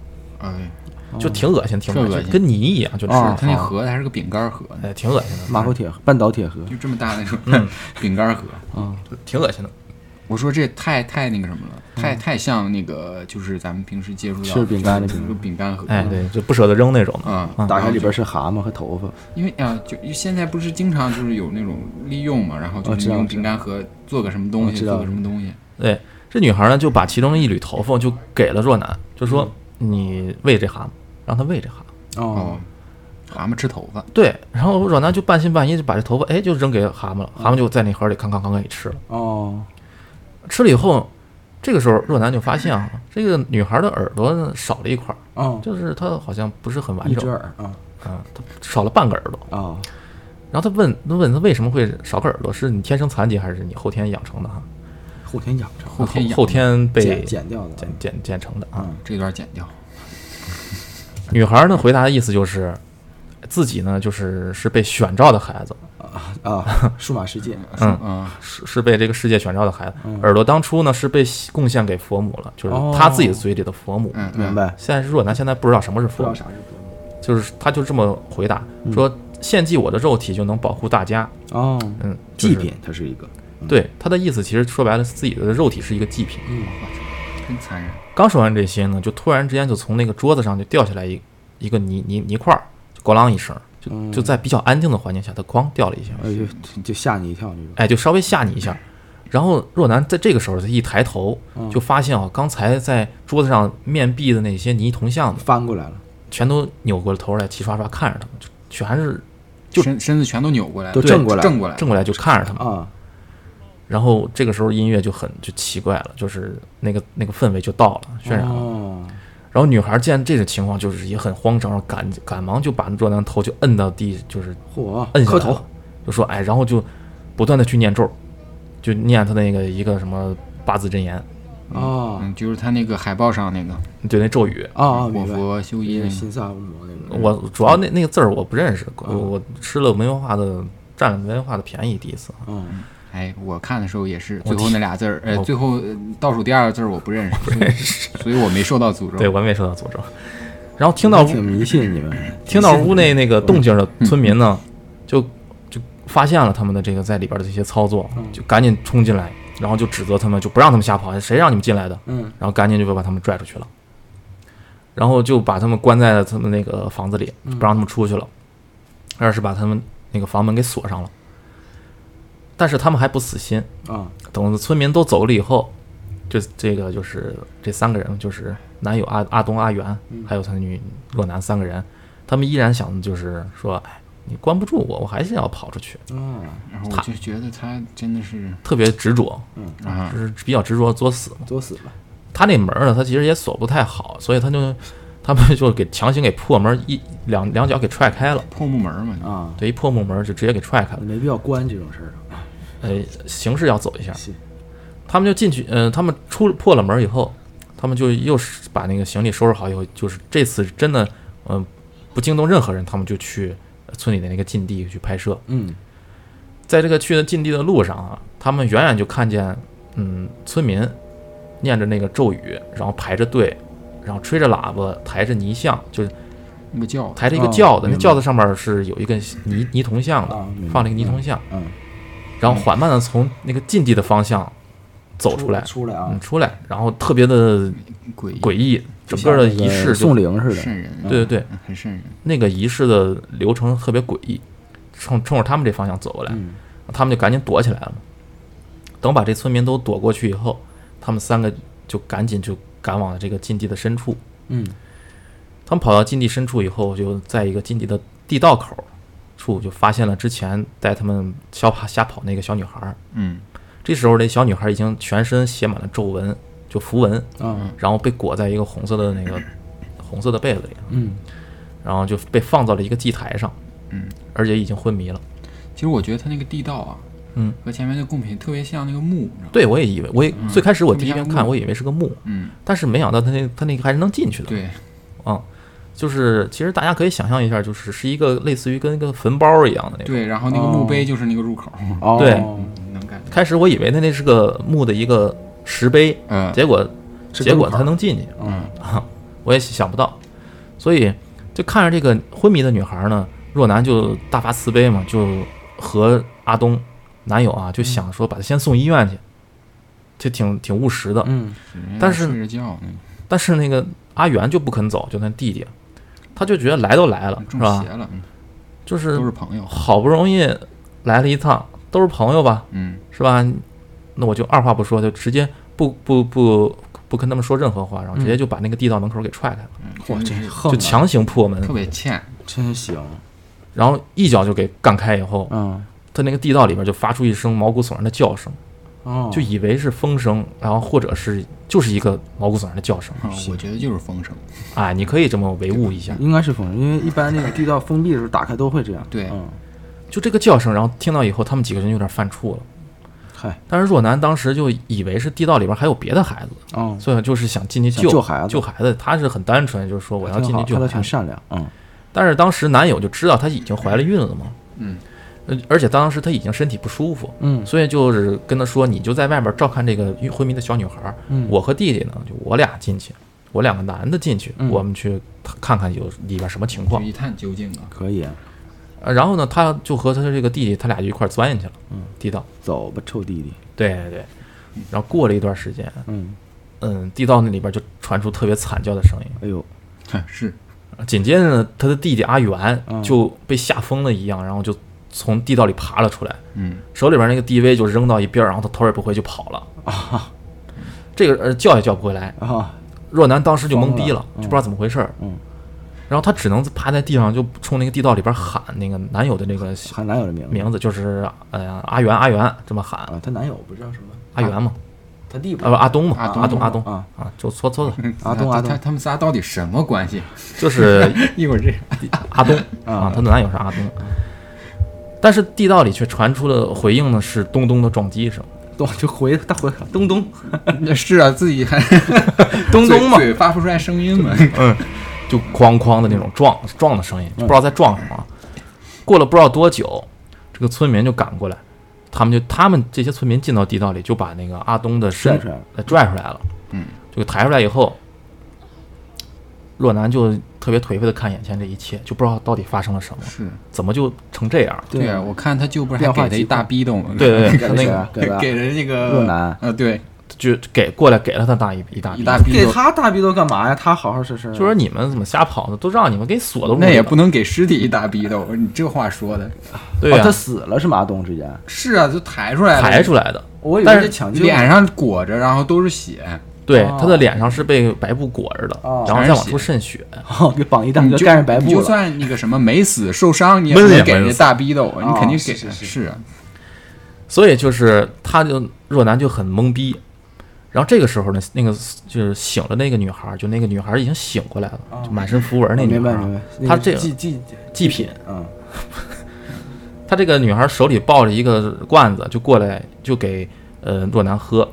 D: 哎，
A: 就挺恶心，挺
D: 特
A: 恶
D: 恶
A: 心，
D: 心
A: 就跟泥一样，就是、
C: 啊
D: 它那盒子还是个饼干盒呢，
A: 哎，挺恶心的，
C: 马口铁盒半岛铁盒，啊
D: 就这么大那种
C: 嗯
D: 饼干盒。
A: 挺恶心的。
D: 我说这太太那个什么了，太太像那个就是咱们平时接触到
C: 嗯吃饼干那
D: 就是
C: 种
D: 就是饼干盒。
A: 哎，对，就不舍得扔那种的。
D: 啊，
A: 嗯
C: 打开里边是蛤蟆和头发，
D: 因为啊，就现在不是经常就是有那种利用嘛，然后就
C: 哦
D: 是
C: 知道
D: 用
C: 知
D: 饼干盒做个什么东
C: 我
D: 西，
C: 知道
D: 做个什么东西。
A: 对，这女孩呢就把其中一缕头发就给了若男，就说、你喂这蛤蟆，让他喂这蛤蟆。
C: 哦
D: 哦，，蛤蟆吃头发，
A: 对，然后阮南就半信半疑，就把这头发哎就扔给蛤蟆了，蛤蟆就在那盒里吭吭吭给吃了。
C: 哦，
A: 吃了以后，这个时候若男就发现啊，这个女孩的耳朵呢少了一块儿，
C: 哦，
A: 就是她好像不是很完
C: 一只
A: 整，
C: 耳啊，
A: 啊，她少了半个耳朵。
C: 啊，
A: 然后他问，他问她为什么会少个耳朵，是你天生残疾还是你后天养成的哈？
C: 后天养着，
D: 后天养
A: 后天被
C: 剪
A: 剪
C: 剪掉的，
A: 剪剪成的啊。
C: 嗯
D: 这段剪掉。
A: 女孩呢回答的意思就是，自己呢就是是被选召的孩子，
C: 啊，数码世界，
A: 嗯
D: 嗯，
A: 是是被这个世界选召的孩子。
C: 嗯
A: 耳朵当初呢是被贡献给佛母了，
C: 哦
A: 就是他自己嘴里的佛母。
D: 嗯，
C: 明白，
A: 现在是若男现在不知道什么是
C: 不知
A: 佛
C: 道嗯
A: 母，
C: 啥是波
A: 就是他就这么回答说：“献祭我的肉体就能保护大家。
C: 哦，”
A: 嗯，就
C: 祭
A: 是
C: 品它是嗯一个，
A: 对他的意思，其实说白了，自己的肉体是一个祭品。
D: 嗯，真残忍。
A: 刚说完这些呢，就突然之间就从那个桌子上就掉下来一一个泥泥泥块儿，就咣啷一声，就
D: 嗯
A: 就在比较安静的环境下，它咣掉了一下。
C: 哎呦，就就吓你一跳那种，
A: 哎，就稍微吓你一下。然后若男在这个时候，他一抬头，
D: 嗯
A: 就发现啊，刚才在桌子上面壁的那些泥铜像子，
C: 翻过来了，
A: 全都扭过了头来，齐刷刷看着他们，就全是就
D: 身身子全都扭过来了，
C: 都
D: 对
C: 正过来了
D: 正过来了，哦
A: 正过来就看着他们。
C: 啊，
A: 然后这个时候音乐就很就奇怪了，就是那个那个氛围就到了，渲染了。
C: 哦，
A: 然后女孩见这种情况，就是也很慌张，赶赶忙就把若男头就摁到地，就是
C: 嚯，
A: 摁下
C: 磕
A: 来
C: 头
A: 了，就说哎，然后就不断的去念咒，就念他那个一个什么八字真言，
C: 啊
D: 嗯，就是他那个海报上那个
A: 对那咒语。
C: 啊啊，
D: 我
C: 明白，
D: 佛修一
C: 一个，新萨摩那种，
A: 我主要那那个字儿我不认识，我我吃了没文化的占了没文化的便宜第一次。
C: 嗯，
D: 哎，我看的时候也是
A: 我
D: 最后那俩字儿，呃，
A: 我
D: 最后呃倒数第二个字儿我不认识，所以我没受到诅咒。
A: 对，我也没受到诅咒。然后听到
C: 挺迷信你们，
A: 听到屋内那个动静的村民呢，就就发现了他们的这个在里边的这些操作，就赶紧冲进来，然后就指责他们，就不让他们瞎跑，谁让你们进来的？
C: 嗯，
A: 然后赶紧就把他们拽出去了，然后就把他们关在了他们那个房子里，不让他们出去了，二是把他们那个房门给锁上了。但是他们还不死心，
C: 啊，
A: 等村民都走了以后，这这个就是这三个人，就是男友阿阿东、阿元，还有他女若男三个人，他们依然想就是说，哎，你关不住我，我还是要跑出去，
C: 哦，
D: 然后我就觉得他真的是
A: 特别执着，
D: 啊，
A: 就是比较执着作死嘛。
C: 作死吧，
A: 他那门儿呢，他其实也锁不太好，所以他就他们就给强行给破门一两两脚给踹开了，
D: 破木门儿嘛，
C: 啊，
A: 对，一破木门就直接给踹开了，
C: 没必要关这种事儿啊，
A: 呃，形势要走一下。
C: 是
A: 他们就进去，嗯、他们出了破了门以后，他们就又是呃把那个行李收拾好以后，就是这次真的，嗯、不惊动任何人，他们就去村里的那个禁地去拍摄。
C: 嗯
A: 在这个去的禁地的路上啊，他们远远就看见，嗯，村民念着那个咒语，然后排着队，然后吹着喇叭，抬着泥像，就是
D: 那个轿子，
A: 抬着一个
C: 哦
A: 轿子，
D: 明
A: 那
D: 白
A: 轿子上面是有一个泥泥铜像的
C: 啊，明白
A: 放了一个泥铜像，
C: 嗯，
A: 然后缓慢的从那个禁地的方向走出来，
C: 出来啊
A: 嗯，，出来，然后特别的
D: 诡异
A: 诡异，
C: 就
A: 整个的
C: 像那
A: 仪式就
C: 送灵似的，
D: 瘆人，
A: 对对对，
D: 嗯很瘆人。
A: 那个仪式的流程特别诡异，冲冲着他们这方向走过来，
C: 嗯
A: 他们就赶紧躲起来了嘛。等把这村民都躲过去以后，他们三个就赶紧就赶往了这个禁地的深处。
C: 嗯
A: 他们跑到禁地深处以后，就在一个禁地的地道口处就发现了之前带他们瞎跑瞎跑那个小女孩儿。
D: 嗯，
A: 这时候，这小女孩已经全身写满了皱纹，就符文，
C: 啊
A: 然后被裹在一个红色的那个红色的被子里，
C: 嗯
A: 然后就被放到了一个祭台上，
D: 嗯，
A: 而且已经昏迷了。
D: 其实我觉得他那个地道啊，
A: 嗯，
D: 和前面那个贡品特别像那个墓，你知道吗？
A: 对，我也以为，我也、最开始我第一
D: 它
A: 遍
D: 不像
A: 看，
D: 墓
A: 我以为是个墓，
D: 嗯，
A: 但是没想到他那他那个还是能进去的。，
D: 对，
A: 嗯，就是其实大家可以想象一下，就是是一个类似于跟一个坟包一样的那种。
D: 对，然后那个墓碑就是那个入口，
C: 哦
A: 嗯对
D: 能感觉。
A: 开始我以为他那是个墓的一个石碑，
D: 嗯，
A: 结果
C: 是
A: 结果
C: 灯牌
A: 他能进去，
C: 嗯
A: 啊， 我也想不到，所以就看着这个昏迷的女孩呢，若男就大发慈悲嘛，就和阿东男友啊，就想说把她先送医院去，就挺挺务实的。
C: 嗯
A: 但是
D: 睡着觉那
A: 但是那个阿元就不肯走，就他弟弟，他就觉得来都来了
D: 个，
A: 是
D: 中
A: 吧
D: 邪？了，嗯
A: 就是
D: 都是朋友。
A: 好不容易来了一趟，都是朋友吧，
D: 嗯，
A: 是吧？那我就二话不说，就直接不不不不跟他们说任何话，然后直接就把那个地道门口给踹开了，
C: 哇，
D: 真
C: 真
D: 是
C: 横啊，
A: 就强行破门
D: 特，别欠。
C: 真行，
A: 然后一脚就给干开以后，
C: 嗯
A: 他那个地道里边就发出一声毛骨悚然的叫声，
C: 哦，
A: 就以为是风声，然后或者是就是一个毛骨悚然的叫声，
C: 嗯
D: 啊我觉得就是风声，
A: 哎，你可以这么唯物一下，
C: 应该是封，因为一般那个地道封闭的时候打开都会这样，
D: 对
C: 嗯，
A: 就这个叫声，然后听到以后，他们几个人有点犯怵了。
C: 嗨，
A: 但是若男当时就以为是地道里边还有别的孩子，
C: 哦，
A: 所以就是想进去
C: 想
A: 救
C: 救孩子
A: 救孩子，他是很单纯，就是说我要
C: 挺
A: 进去
C: 好
A: 救
C: 他倒
A: 孩
C: 挺
A: 子。
C: 善良，嗯
A: 但是当时男友就知道她已经怀了孕了嘛，
D: 嗯
A: 呃，而且当时她已经身体不舒服，
C: 嗯
A: 所以就是跟她说，你就在外边照看这个晕昏迷的小女孩，
C: 嗯，
A: 我和弟弟呢，就我俩进去，我两个男的进去，
C: 嗯
A: 我们去看看有里边什么情
D: 就
A: 况。
D: 一探究竟 啊。
C: 可以
A: 呃然后呢，他就和他这个弟弟，他俩就一块儿钻进去了，
C: 嗯，
A: 地道。
C: 走吧，臭弟弟，
A: 对对对，然后过了一段时间，
C: 嗯，
A: 嗯，地道那里边就传出特别惨叫的声音。
C: 哎呦，
D: 是，
A: 紧接着呢，他的弟弟阿元
C: 嗯
A: 就被吓疯了一样，然后就从地道里爬了出来，
D: 嗯，
A: 手里边那个 DV 就扔到一边儿，然后他头也不回就跑了。
C: 啊
A: 这个呃叫也叫不回来，
C: 啊，
A: 若男当时就懵逼
C: 疯
A: 了
C: 了，
A: 就不知道怎么回事儿。
C: 嗯，
A: 然后他只能趴在地上，就冲那个地道里边喊那个男友的那个
C: 喊男友的名字
A: 名字，就是呃阿元阿元这么喊
C: 啊，她男友不知道什么，
A: 阿元嘛，
C: 她弟不
A: 啊不阿东嘛，
D: 阿
A: 阿东阿东
C: 啊
A: 啊，就搓搓的，
C: 阿东阿
D: 嗯他
C: 东
D: 他们仨到底什么关系？
A: 就是
D: 一会儿这样，
A: 阿东啊，她的男友是阿东。但是地道里却传出了回应呢是咚咚的撞击声，
C: 咚就回他回咚咚
D: 那是啊，自己还
C: 咚咚嘛，
D: 嘴嘴发不出来声音嘛。
A: 就哐哐的那种撞撞的声音，就不知道在撞什么。过了不知道多久，这个村民就赶过来，他们就他们这些村民进到地道里，就把那个阿东的身
C: 拽出来了
A: 呃拽出来了，
D: 嗯，
A: 就抬出来以后，若男就特别颓废的看眼前这一切，就不知道到底发生了什么，
D: 是
A: 怎么就成这样了？
D: 对啊，
C: 啊，
D: 我看他舅不是
C: 变化
D: 还给他一
C: 极大
D: 大逼斗吗？
A: 对对对，他
C: 给
A: 那
C: 谁
A: 个
C: 啊给他
D: 给人那个
C: 若男
D: 呃，对，
A: 就给过来给了他大一一大笔
D: 一大逼
C: 给
D: 斗，
C: 他大逼斗干嘛呀？他好好生生，
A: 就说你们怎么瞎跑的，都让你们给锁到屋里了。
D: 那也不能给尸体一大逼斗。你这话说的，
A: 对
C: 哦
A: 啊
C: 他，死了是吗？阿东之前，
D: 是啊，就抬出来了，
A: 抬出来的。
C: 我以为
A: 但是
C: 是抢救
D: 脸上裹着，然后都是血，
A: 对
C: 哦，
A: 他的脸上是被白布裹着的，
C: 哦
A: 然后再往出渗血。
C: 哦给榜一大
D: 你
C: 哥
D: 就
C: 盖上白
D: 你
C: 布
D: 就
C: 了，
D: 算那个什么没死受伤，你也
A: 闷
D: 不
A: 也
D: 能给
A: 闷
D: 人家
A: 死
D: 大逼斗，你肯
C: 哦
D: 定给
C: 是是
D: 是啊，
A: 所以就是他就若男就很懵逼。然后这个时候呢，那个就是醒了那个女孩儿，就那个女孩儿已经醒过来了，
C: 哦
A: 就满身符文那
C: 哦
A: 女
C: 明
A: 孩
C: 白
A: 儿
C: 明白
A: 啊。，
C: 那
A: 他
C: 个
A: 这个
C: 祭祭
A: 祭品，
C: 嗯
A: 她这个女孩儿手里抱着一个呃罐子，就过来就给呃若男喝。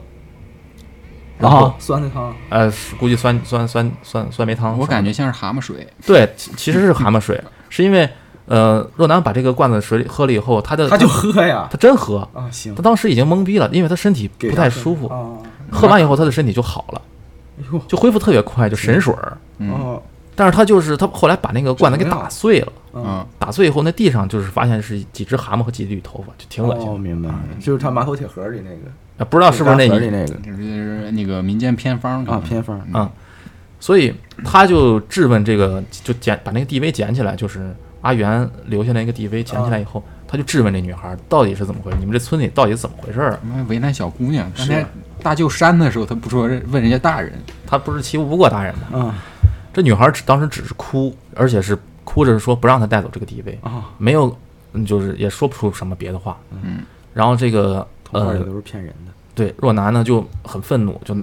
A: 然后
C: 啊酸菜汤，
A: 呃，估计酸酸酸酸酸梅汤什么的，
D: 我感觉像是蛤蟆水，
A: 对，其其实是蛤蟆水，是因为呃，若男把这个罐子水里喝了以后，他的
C: 他就喝呀，
A: 他真喝
C: 啊，行啊
A: 他当时已经懵逼了，因为他身体不太舒服，
C: 哦
A: 喝完以后他的身体就好了，
C: 哟
A: 就恢复特别快，就神水儿。
D: 嗯
C: 哦，
A: 但是他就是他后来把那个罐子给
C: 整没了
A: 打碎了，
C: 嗯，
D: 啊
A: 打碎以后那地上就是发现是几只蛤蟆和几缕头发，就挺恶心
C: 哦，
A: 的
C: 明白，就是他马头铁盒里那个，
A: 啊，不知道是不是那
C: 盒
A: 一
C: 里那个
D: 就是那个民间偏方
C: 啊偏方，
A: 啊，所以他就质问这个，就捡把那个 DV 捡起来，就是阿元留下那个 DV 捡起来以
C: 哦
A: 后，他就质问这女孩到底是怎么回事，你们这村里到底是怎么回事儿啊？
D: 他妈为难小姑娘。刚才
C: 啊
D: 大舅扇的时候，他不说问人家大人，
A: 他不是欺负不过大人吗？
C: 嗯
A: 这女孩只当时只是哭，而且是哭着说不让他带走这个 DV，
C: 啊，
A: 没有，嗯就是也说不出什么别的话。
D: 嗯，
A: 然后这个
C: 童话
A: 呃
C: 里，都是骗人的，
A: 对若男呢就很愤怒，就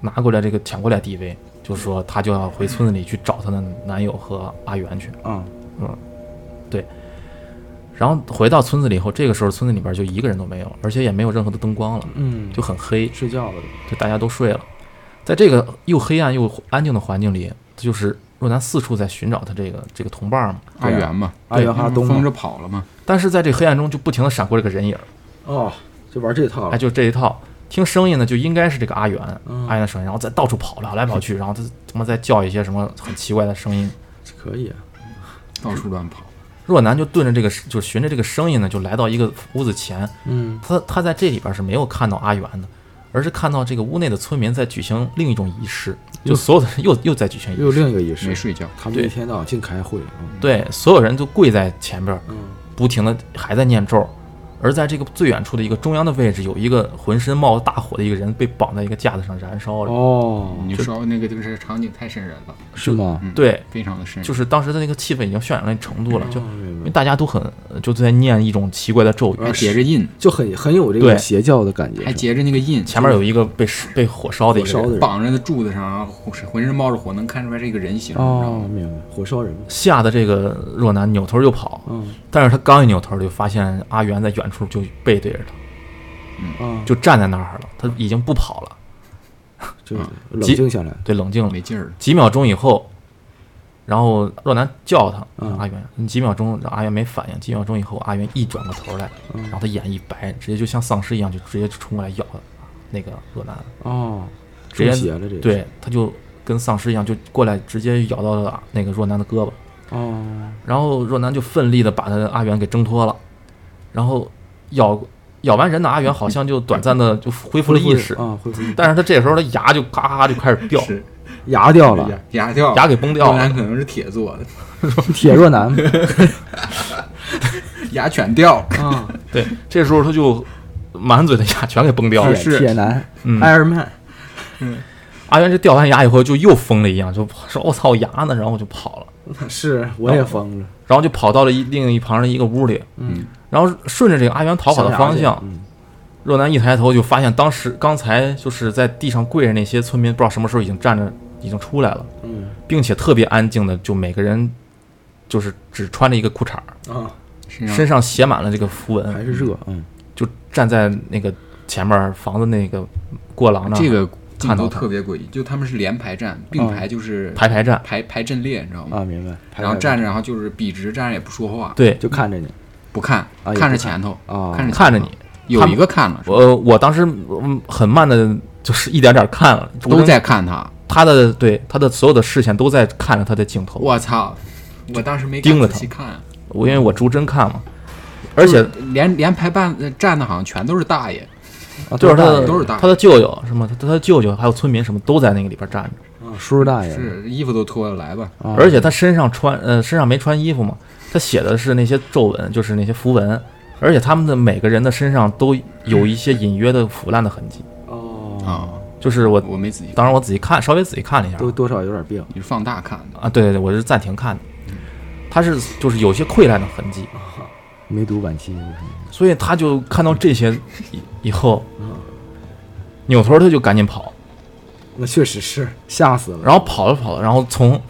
A: 拿过来这个抢过来 DV，就说他就要回村子里去找她的男友和阿元去。
C: 嗯
A: 然后回到村子里以后，这个时候村子里边就一个人都没有，而且也没有任何的灯光了，
C: 嗯，
A: 就很黑，
C: 睡觉了，
A: 就大家都睡了。在这个又黑暗又安静的环境里，就是若男四处在寻找他这个这个同伴嘛。
D: 阿元嘛，
C: 啊阿元哈东
D: 风
C: 嘛
D: 嗯着跑了嘛，
A: 但是在这黑暗中就不停的闪过这个人影儿，
C: 哦，就玩这套
A: 哎，
C: 了，
A: 就这一套。听声音呢，就应该是这个阿元，
C: 嗯
A: 阿元的声音，然后再到处跑了，来跑去，然后他他妈再叫一些什么很奇怪的声音。
C: 可以啊，
D: 到处乱跑。
A: 若男就对着这个，就循着这个声音呢，就来到一个屋子前，
C: 嗯
A: 他他在这里边是没有看到阿元的，而是看到这个屋内的村民在举行另一种仪式，就所有的人又 又在举行
C: 又
A: 仪式，
C: 另一个仪
D: 没
C: 式，
D: 睡觉，
C: 他们一天到晚净开会，嗯
A: 对，所有人都跪在前边，
C: 嗯
A: 不停的还在念咒。而在这个最远处的一个中央的位置，有一个浑身冒着大火的一个人被绑在一个架子上燃烧着。
C: 哦，
D: 你就说那个这个场景太瘆人了，
C: 是吗？
D: 嗯，
A: 对，
D: 非常的瘆人。
A: 就是当时的那个气氛已经渲染到那程度了，就
C: 哦明
A: 因
C: 白
A: 为大家都很呃就在念一种奇怪的咒语，
D: 还结着印，
C: 就很很有这
A: 对
C: 个邪教的感觉，
D: 还结着那个印，
A: 前面有一个被被火烧的一
C: 火
A: 个
C: 烧的
A: 人，
C: 人，
D: 绑着的柱子上，然后浑身冒着火，能看出来是一个人形。你知道
C: 哦，
D: 吗
C: 明白，火烧人嘛，
A: 吓得这个若男扭头就跑，
C: 嗯
A: 但是他刚一扭头，就发现阿元在远处就背对着他，
C: 啊，
A: 就站在那儿了，他已经不跑了，
C: 就
D: 啊
C: 冷
A: 急
C: 静下来，
A: 对，冷静了
D: 没劲儿了，
A: 几秒钟以后，然后若男叫他、
C: 嗯
A: 阿元，你几秒钟，阿元没反应，几秒钟以后，阿元一转过头来，
C: 嗯
A: 然后他眼一白，直接就像丧尸一样，就直接就冲过来咬那个若男，
C: 哦，
A: 直
C: 中
A: 接
C: 邪了这，，
A: 对，他就跟丧尸一样，就过来直接咬到了那个若男的胳膊，
C: 哦，
A: 然后若男就奋力的把他阿元给挣脱了，然后咬咬完人的阿元好像就短暂的就恢复了意识，嗯
C: 啊，恢复意识
A: 但是他这时候他牙就咔咔就开始掉，
D: 是
C: 牙掉了，
D: 牙掉，
A: 牙给崩掉
D: 当然
A: 了，
D: 可能是铁做的，
C: 铁若男
D: 牙全掉了。
C: 啊，
A: 对，这时候他就满嘴的牙全给崩掉了。
C: 铁铁男，
A: 嗯
C: 艾尔曼，
A: 阿元这掉完牙以后就又疯了一样，就说“我、操牙呢”，然后就跑了，
C: 是我也疯了，
A: 然后就跑到了一另一旁的一个屋里，
C: 嗯，
A: 然后顺着这个阿元逃跑的方向
C: 想想，嗯
A: 若男一抬头就发现当时刚才就是在地上跪着那些村民，不知道什么时候已经站着已经出来了。
C: 嗯
A: 并且特别安静的，就每个人就是只穿着一个裤衩儿，
C: 啊，
D: 身上
A: 身上写满了这个符
C: 还
A: 文，
C: 是热，嗯，
A: 就站在那个前面儿房子那个过廊那儿
D: 这个啊镜
A: 看到
D: 头
A: 他
D: 特别诡异，就他们是连排站，并排就是
A: 排排站。
D: 排排阵列，你知道
C: 啊，
D: 吗？
C: 明白，拍
D: 然后
C: 拍
D: 站着，然后就是笔直站着也不说话，
A: 对，
C: 就看着你，
D: 不看，
C: 啊也不
D: 看着前头，
C: 啊
D: 看着
A: 看着
D: 前头
A: 你，
D: 有一个看了，是吧
A: 我我当时嗯很慢的，就是一点点儿看了，
D: 都在看他。
A: 他的对他的所有的视线都在看着他的镜头，
D: 我操！我当时没
A: 盯着
D: 敢仔
A: 他
D: 细看，
A: 我因为我逐帧看嘛，而且
D: 就是连连排半呃站的好像全都是大爷，
C: 啊
A: 就是他
C: 大
A: 的
C: 爷
D: 都是大爷
A: 他的舅舅什么，他他的舅舅还有村民什么都在那个里边儿站着。
C: 啊叔叔大
A: 哎
C: 爷，
D: 是衣服都脱了来吧？
C: 啊
A: 而且他身上穿呃身上没穿衣服嘛，他写的是那些皱纹，就是那些符文，而且他们的每个人的身上都有一些隐约的腐烂的痕迹。
C: 哦，
D: 啊，
A: 就是我，
D: 我没仔细，
A: 当然我仔细看，稍微仔细看了一下
C: 都多少有点病，
D: 你是放大看的，
A: 啊，对对对，我是暂停看的，他是就是有些溃烂的痕迹，
C: 梅毒晚期，
A: 所以他就看到这些以以后，扭头他就赶紧跑，
C: 那确实是吓死了，
A: 然后跑着跑着，然后从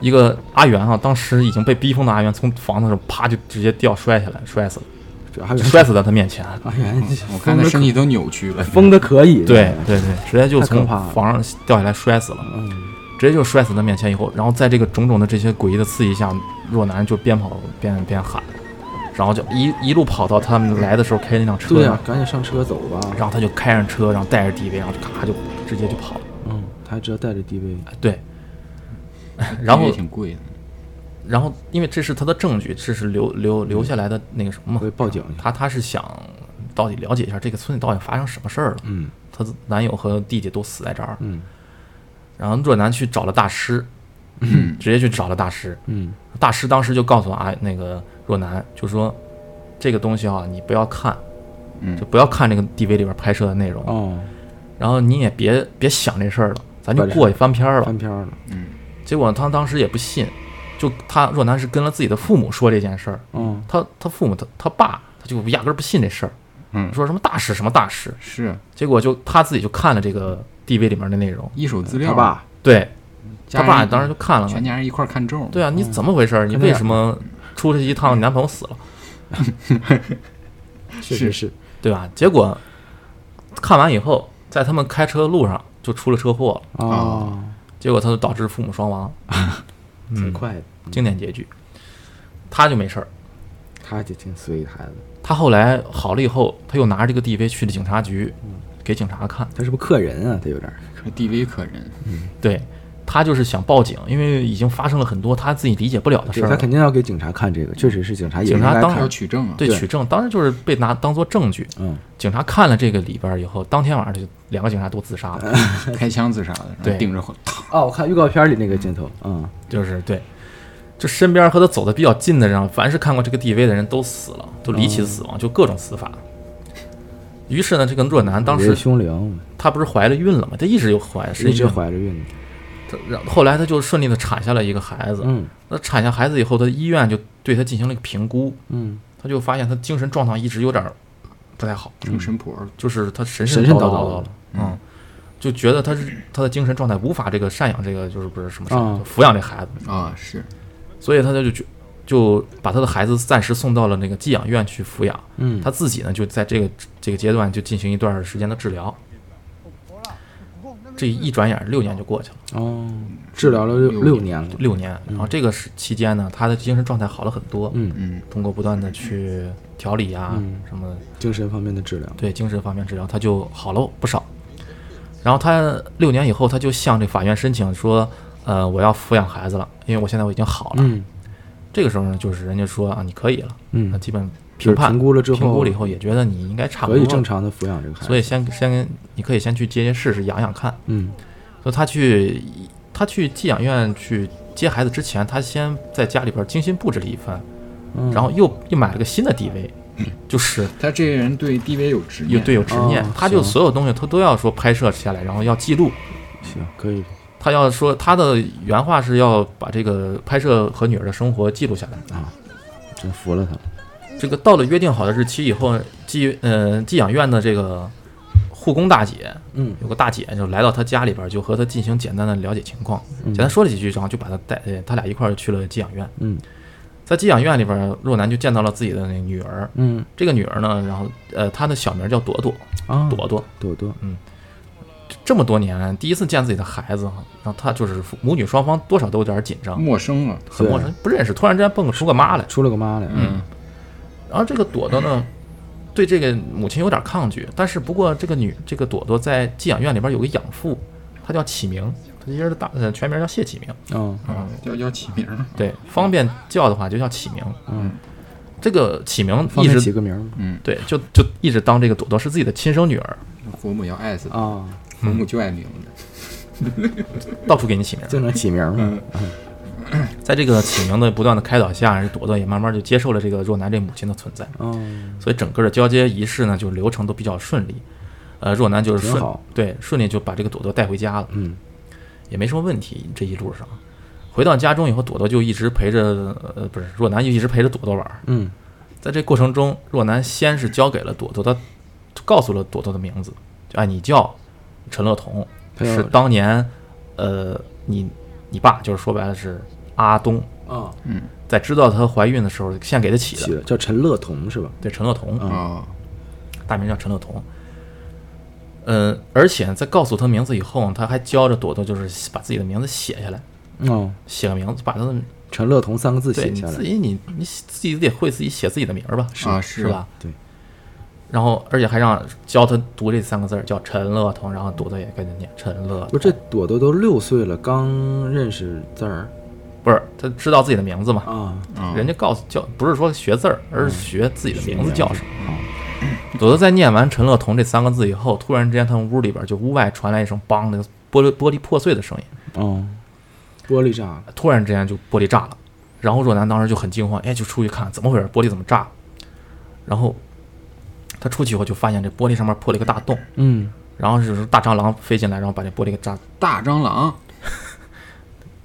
A: 一个阿元啊，当时已经被逼疯的阿元从房子上啪就直接掉摔下来，摔死了，
C: 这还有
A: 就摔死在嗯他面前。
C: 阿元，
D: 我看他身体都扭曲了，
C: 疯的可以，
A: 对对对，直接就
C: 哎太可
A: 从
C: 怕了
A: 房上掉下来摔死了，
C: 嗯，
A: 直接就摔死他面前以后，然后在这个种种的这些诡异的刺激下，若男就边跑边边喊，然后就一一路跑到他们来的时候开那辆车，
C: 对啊，赶紧上车走吧。
A: 然后他就开上车，然后带着 DV，然后就咔就直接就跑了。
C: 嗯，他只要带着 DV，
A: 对，然后
D: 也挺 贵的。
A: 然后因为这是他的证据，这是留留留下来的那个什么嘛，
C: 会报警。
A: 嗯他他是想到底了解一下这个村里到底发生什么事儿了。
C: 嗯，
A: 她男友和弟弟都死在这儿。
C: 嗯，
A: 然后若男去找了大师，
D: 嗯
A: 直接去找了大师。
C: 嗯，
A: 大师当时就告诉啊那个若男，就说这个东西啊，你不要看，
D: 嗯
A: 就不要看这个 DV 里边拍摄的内容，
C: 哦，
A: 然后你也别别想这事儿了，咱就
C: 把这
A: 过去翻篇儿吧。
C: 翻篇了。
A: 结果他当时也不信，就他若男是跟了自己的父母说这件事儿，
C: 嗯，
A: 他他父母他他爸他就压根儿不信这事儿，
D: 嗯
A: 说什么大师什么大师，
D: 是
A: 结果就他自己就看了这个 DV 里面的内容，
D: 一手资料，
C: 他爸
A: 对他
D: 家人
A: 爸当时就看了嘛
D: 全，家人嗯一块儿看咒，
A: 对啊，你怎么回事儿？你
C: 看
A: 为
C: 电影
A: 什么出去一
D: 嗯
A: 趟，你男朋友死了，
C: 确
D: 是
C: 实是，
A: 对吧？结果看完以后，在他们开车的路上就出了车祸了，
C: 哦，
A: 结果他就导致父母双亡，嗯
C: 挺快的，
A: 经典结局。他就没事儿，
C: 他就挺随意的孩子，
A: 他后来好了以后，他又拿着这个 DV 去了警察局，给警察看。
C: 他是不是客人啊？他有点儿，
D: 可 DV 可人，
A: 对他就是想报警，因为已经发生了很多他自己理解不了的
C: 对
A: 事儿
C: 他
A: 了。
C: 肯定要给警察看这个，确实是警察也
A: 警察
C: 应该
A: 当
D: 还
C: 看
D: 要取证啊，
A: 对
C: 对
A: 取证，当时就是被拿当做证据。
C: 嗯，
A: 警察看了这个里边儿以后，当天晚上就两个警察都自杀
C: 哎
A: 了，
D: 开枪自杀的，然后
A: 对
D: 顶着火，啪
C: 哦，我看预告片里那个镜头，嗯，
A: 就是对，就身边和他走的比较近的人，啊凡是看过这个 DV 的人都死了，就离奇死
C: 嗯
A: 亡，就各种死法。于是呢，这个若男当
C: 人
A: 时
C: 凶灵
A: 他不是怀了孕了吗？他一直就怀，是
C: 一直
A: 孕
C: 怀着孕呢，
A: 他然后后来他就顺利的产下了一个孩子。
C: 嗯
A: 那产下孩子以后，他医院就对他进行了一个评估，
C: 嗯，
A: 他就发现他精神状态一直有点儿不太好，
D: 成神婆，
A: 就是他神
C: 神
A: 神
C: 神
A: 叨
C: 叨
A: 叨
C: 叨
A: 了
C: 的，
A: 嗯，就觉得他是他的精神状态无法这个赡养这个就是不是什么赡养
C: 啊
A: 就抚养这孩子，
D: 啊，是
A: 所以他就就就把他的孩子暂时送到了那个寄养院去抚养，
C: 嗯
A: 他自己呢就在这个这个阶段就进行一段时间的治疗，这一转眼六年就过去了，
C: 哦，治疗了六
D: 六
C: 六年了，
A: 六年，然后这个时期间呢，他的精神状态好了很多，
C: 嗯，
D: 嗯，
A: 通过不断的去调理啊、
C: 嗯
A: 什么的。
C: 精神方面的治疗，
A: 对精神方面治疗，他就好了不少。然后他六年以后，他就向这法院申请说，呃，我要抚养孩子了，因为我现在我已经好了。
C: 嗯
A: 这个时候呢，就是人家说啊，你可以了，那
C: 嗯，
A: 基本
C: 就
A: 评
C: 是
A: 判
C: 评估了之后
A: 评估了以后也觉得你应该差不
C: 可
A: 多
C: 以
A: 了，
C: 正常的抚养这个孩子，
A: 所以先先你可以先去接接试试养养看。
C: 嗯
A: 所以他去他去寄养院去接孩子之前，他先在家里边精心布置了一番，
C: 嗯，
A: 然后又又买了个新的 DV，就是
D: 他这个人对 DV 有执
A: 有
D: 念，
A: 对有执念
C: 哦，
A: 他就
C: 行
A: 所有东西他都要说拍摄下来，然后要记录。
C: 行可以，
A: 他要说他的原话是要把这个拍摄和女儿的生活记录下来。
C: 真服了他了，
A: 这个到了约定好的日期以后，寄呃寄养院的这个护工大姐
C: 嗯
A: 有个大姐就来到他家里边儿，就和他进行简单的了解情况，
C: 嗯
A: 简单说了几句，然后就把他带呃他俩一块儿去了寄养院。
C: 嗯
A: 在寄养院里边儿，若男就见到了自己的那个女儿。
C: 嗯
A: 这个女儿呢，然后呃她的小名叫朵朵，
C: 啊，
A: 朵朵。
C: 朵朵，
A: 这么多年第一次见自己的孩子哈，然后他就是父母女双方多少都有点紧张，
D: 陌生啊了，
A: 很陌生，不认识，突然之间蹦出个妈来。
C: 出了个妈来，
D: 嗯，
A: 然后这个朵朵 呢，对这个母亲有点抗拒，但是不过这个女这个朵朵在寄养院里边有个养父，她叫启明，她其实大呃全名叫谢启明，
C: 嗯
A: 嗯，
D: 要要起名儿，
A: 对，方便叫的话就叫启明。
C: 嗯，
A: 这个启明
C: 方
A: 一
C: 便起
A: 直
C: 个名儿吗
D: 嗯，
A: 对，就就一直当这个朵朵是自己的亲生女儿，
D: 佛母要爱死他，
C: 啊，
A: 嗯
D: 佛母就爱名字，
A: 到处给你起名。
C: 就能起名儿嘛，
A: 在这个启明的不断的开导下，这朵朵也慢慢就接受了这个若男这母亲的存在。
C: 嗯，
A: 所以整个的交接仪式呢，就流程都比较顺利。呃，若男就是
C: 挺
A: 顺
C: 好
A: 对顺利就把这个朵朵带回家了，
C: 嗯，
A: 也没什么问题。这一路上，回到家中以后，朵朵就一直陪着呃，不是若男就一直陪着朵朵玩儿。
C: 嗯
A: 在这过程中，若男先是交给了朵朵，他告诉了朵朵的名字，就哎你叫陈乐彤，
C: 他要
A: 是当年呃你你爸就是说白了是阿东，
C: 啊，
A: 在知道她怀孕的时候先给她起
C: 起
A: 的，
C: 了叫陈乐彤是吧？
A: 对陈乐彤。
D: 啊，
A: 大名叫陈乐彤。嗯，而且在告诉他名字以后，他还教着朵朵，就是把自己的名字写下来，
C: 哦，
A: 写个名字，把他的
C: 陈乐同三个字
A: 对
C: 写
A: 你
C: 下来
A: 自。己你你自己得会自己写自己的名儿吧？
D: 啊
A: 是
D: 是
A: 吧？
C: 对。
A: 然后，而且还让教他读这三个字儿，叫陈乐同，然后朵朵也跟着念陈乐同。
C: 不是这朵朵都六岁了，刚认识字儿
A: 不是他知道自己的名字嘛？
C: 啊，
D: 啊，
A: 人家告诉教不是说学字儿，而是嗯学自己的名字叫什么。
D: 嗯
A: 朵朵在念完“陈乐同”这三个字以后，突然之间，他们屋里边就屋外传来一声“梆”的玻璃玻璃破碎的声音，
C: 嗯，玻璃渣，
A: 突然之间就玻璃炸了。然后若男当时就很惊慌，哎，就出去看怎么回事，玻璃怎么炸了？然后他出去以后就发现这玻璃上面破了一个大洞，
C: 嗯，
A: 然后就是大蟑螂飞进来，然后把这玻璃给炸
D: 大蟑螂，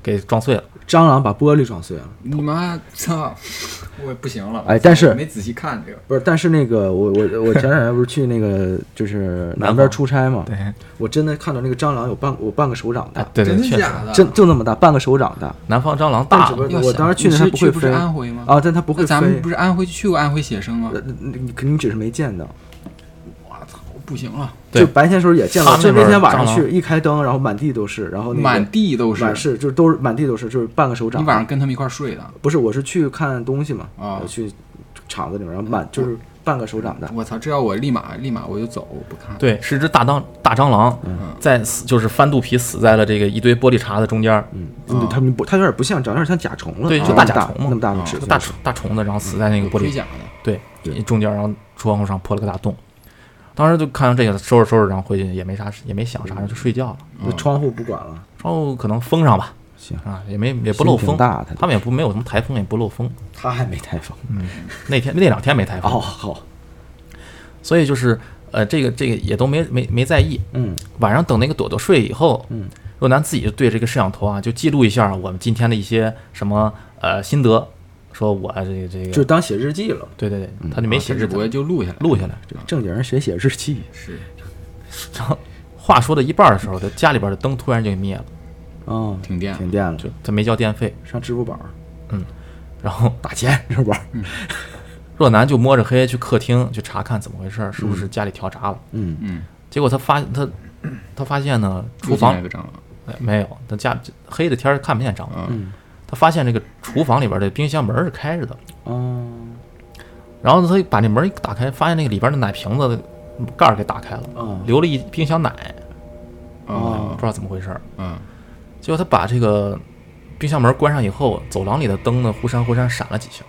A: 给撞碎了。
C: 蟑螂把玻璃撞碎了。
D: 你妈操， 我不行了。
C: 哎但是
D: 我没仔细看这个，
C: 不是，但是那个我我我前两天不是去那个就是南边出差嘛，
A: 对，
C: 我真的看到那个蟑螂有半我半个手掌大
A: 哎，，对对，
D: 真的
A: 确实，
D: 假的？
C: 真就那么大，半个手掌大。
A: 南方蟑螂
C: 但
A: 大
C: 只不
A: 了，
C: 过
D: 要
C: 我
D: 想
C: 当时去
D: 你
C: 那
D: 是
C: 还不
D: 去
C: 会
D: 不是
C: 飞
D: 安徽吗
C: 啊，但它不
D: 那
C: 会飞。
D: 咱们不是安徽去过安徽写生吗
C: 呃，？你你肯定只是没见到，
D: 我操，我不行了，
A: 对
C: 就白天时候也见
A: 他
C: 到，
A: 那
C: 就那
A: 边
C: 天晚上
A: 蟑螂
C: 去一开灯，然后满地都是，然后那个
D: 满地都是。
C: 满是就是都是满地都是，就是半个手掌。
D: 你晚上跟他们一块儿睡的？
C: 不是，我是去看东西嘛，
D: 啊
C: 我去厂子里面，然后满就是半个手掌大。
D: 我操，这要我立马立马我就走，我不看。
A: 对，
C: 嗯
A: 是只大当大蟑螂，在死就是翻肚皮死在了这个一堆玻璃碴子中间儿，
C: 嗯，它们不，它有点不像，长得有点像甲虫了，
A: 对，就
C: 那么
A: 甲虫嘛，
C: 那么大的
A: 嗯
C: 翅
A: 是
C: 膀
A: 个大虫大虫子，然后死在那个玻
D: 盔
A: 璃
D: 甲的，
A: 对中间，然后窗户上破了个大洞。当时就看到这个，收拾收拾，然后回去也没啥事，也没想啥，然后就睡觉了。
C: 那窗户不管了，
A: 窗户可能封上吧，
C: 行
A: 啊，也没也不漏
C: 挺
A: 风，
C: 大它
A: 他们也不没有什么台风，也不漏风。
C: 它还没台风。
A: 那天那两天没台风，
C: 哦，好，
A: 所以就是呃，这个这个也都没没没在意。
C: 嗯，
A: 晚上等那个朵朵睡以后，嗯，若男自己就对这个摄像头啊，就记录一下我们今天的一些什么呃心得，说我这个这
C: 就
A: 个，
C: 当写日记了。
A: 对对对，
D: 嗯
A: 他就没写
D: 他
A: 日
D: 只
A: 记
D: 啊不，过就录下来。
A: 录下来。
C: 正经人谁写日记
D: 是
A: 然后话说到一半的时候，他家里边的灯突然就给灭了，
C: 啊？
D: 停电了
C: 停电了，
A: 就他没交电费，
C: 上支付宝嗯
A: 然后
C: 打钱，支付宝。
A: 若男就摸着黑去客厅去查看怎么回事儿，是不是家里调闸了？
C: 嗯，
A: 结果他发他他发现呢，厨
D: 又进来
A: 房
D: 一个蟑螂，
A: 哎没有，他家黑着天儿看不见蟑螂。
D: 嗯
A: 他发现这个厨房里边的冰箱门是开着的，
C: 哦，
A: 然后他把那门一打开，发现那个里边的奶瓶子的盖儿给打开了，
C: 嗯哦
A: 留了一冰箱奶，嗯
D: 啊
A: 不知道怎么回事儿。
D: 啊
A: 结果他把这个冰箱门关上以后，走廊里的灯呢忽闪忽闪闪了几下，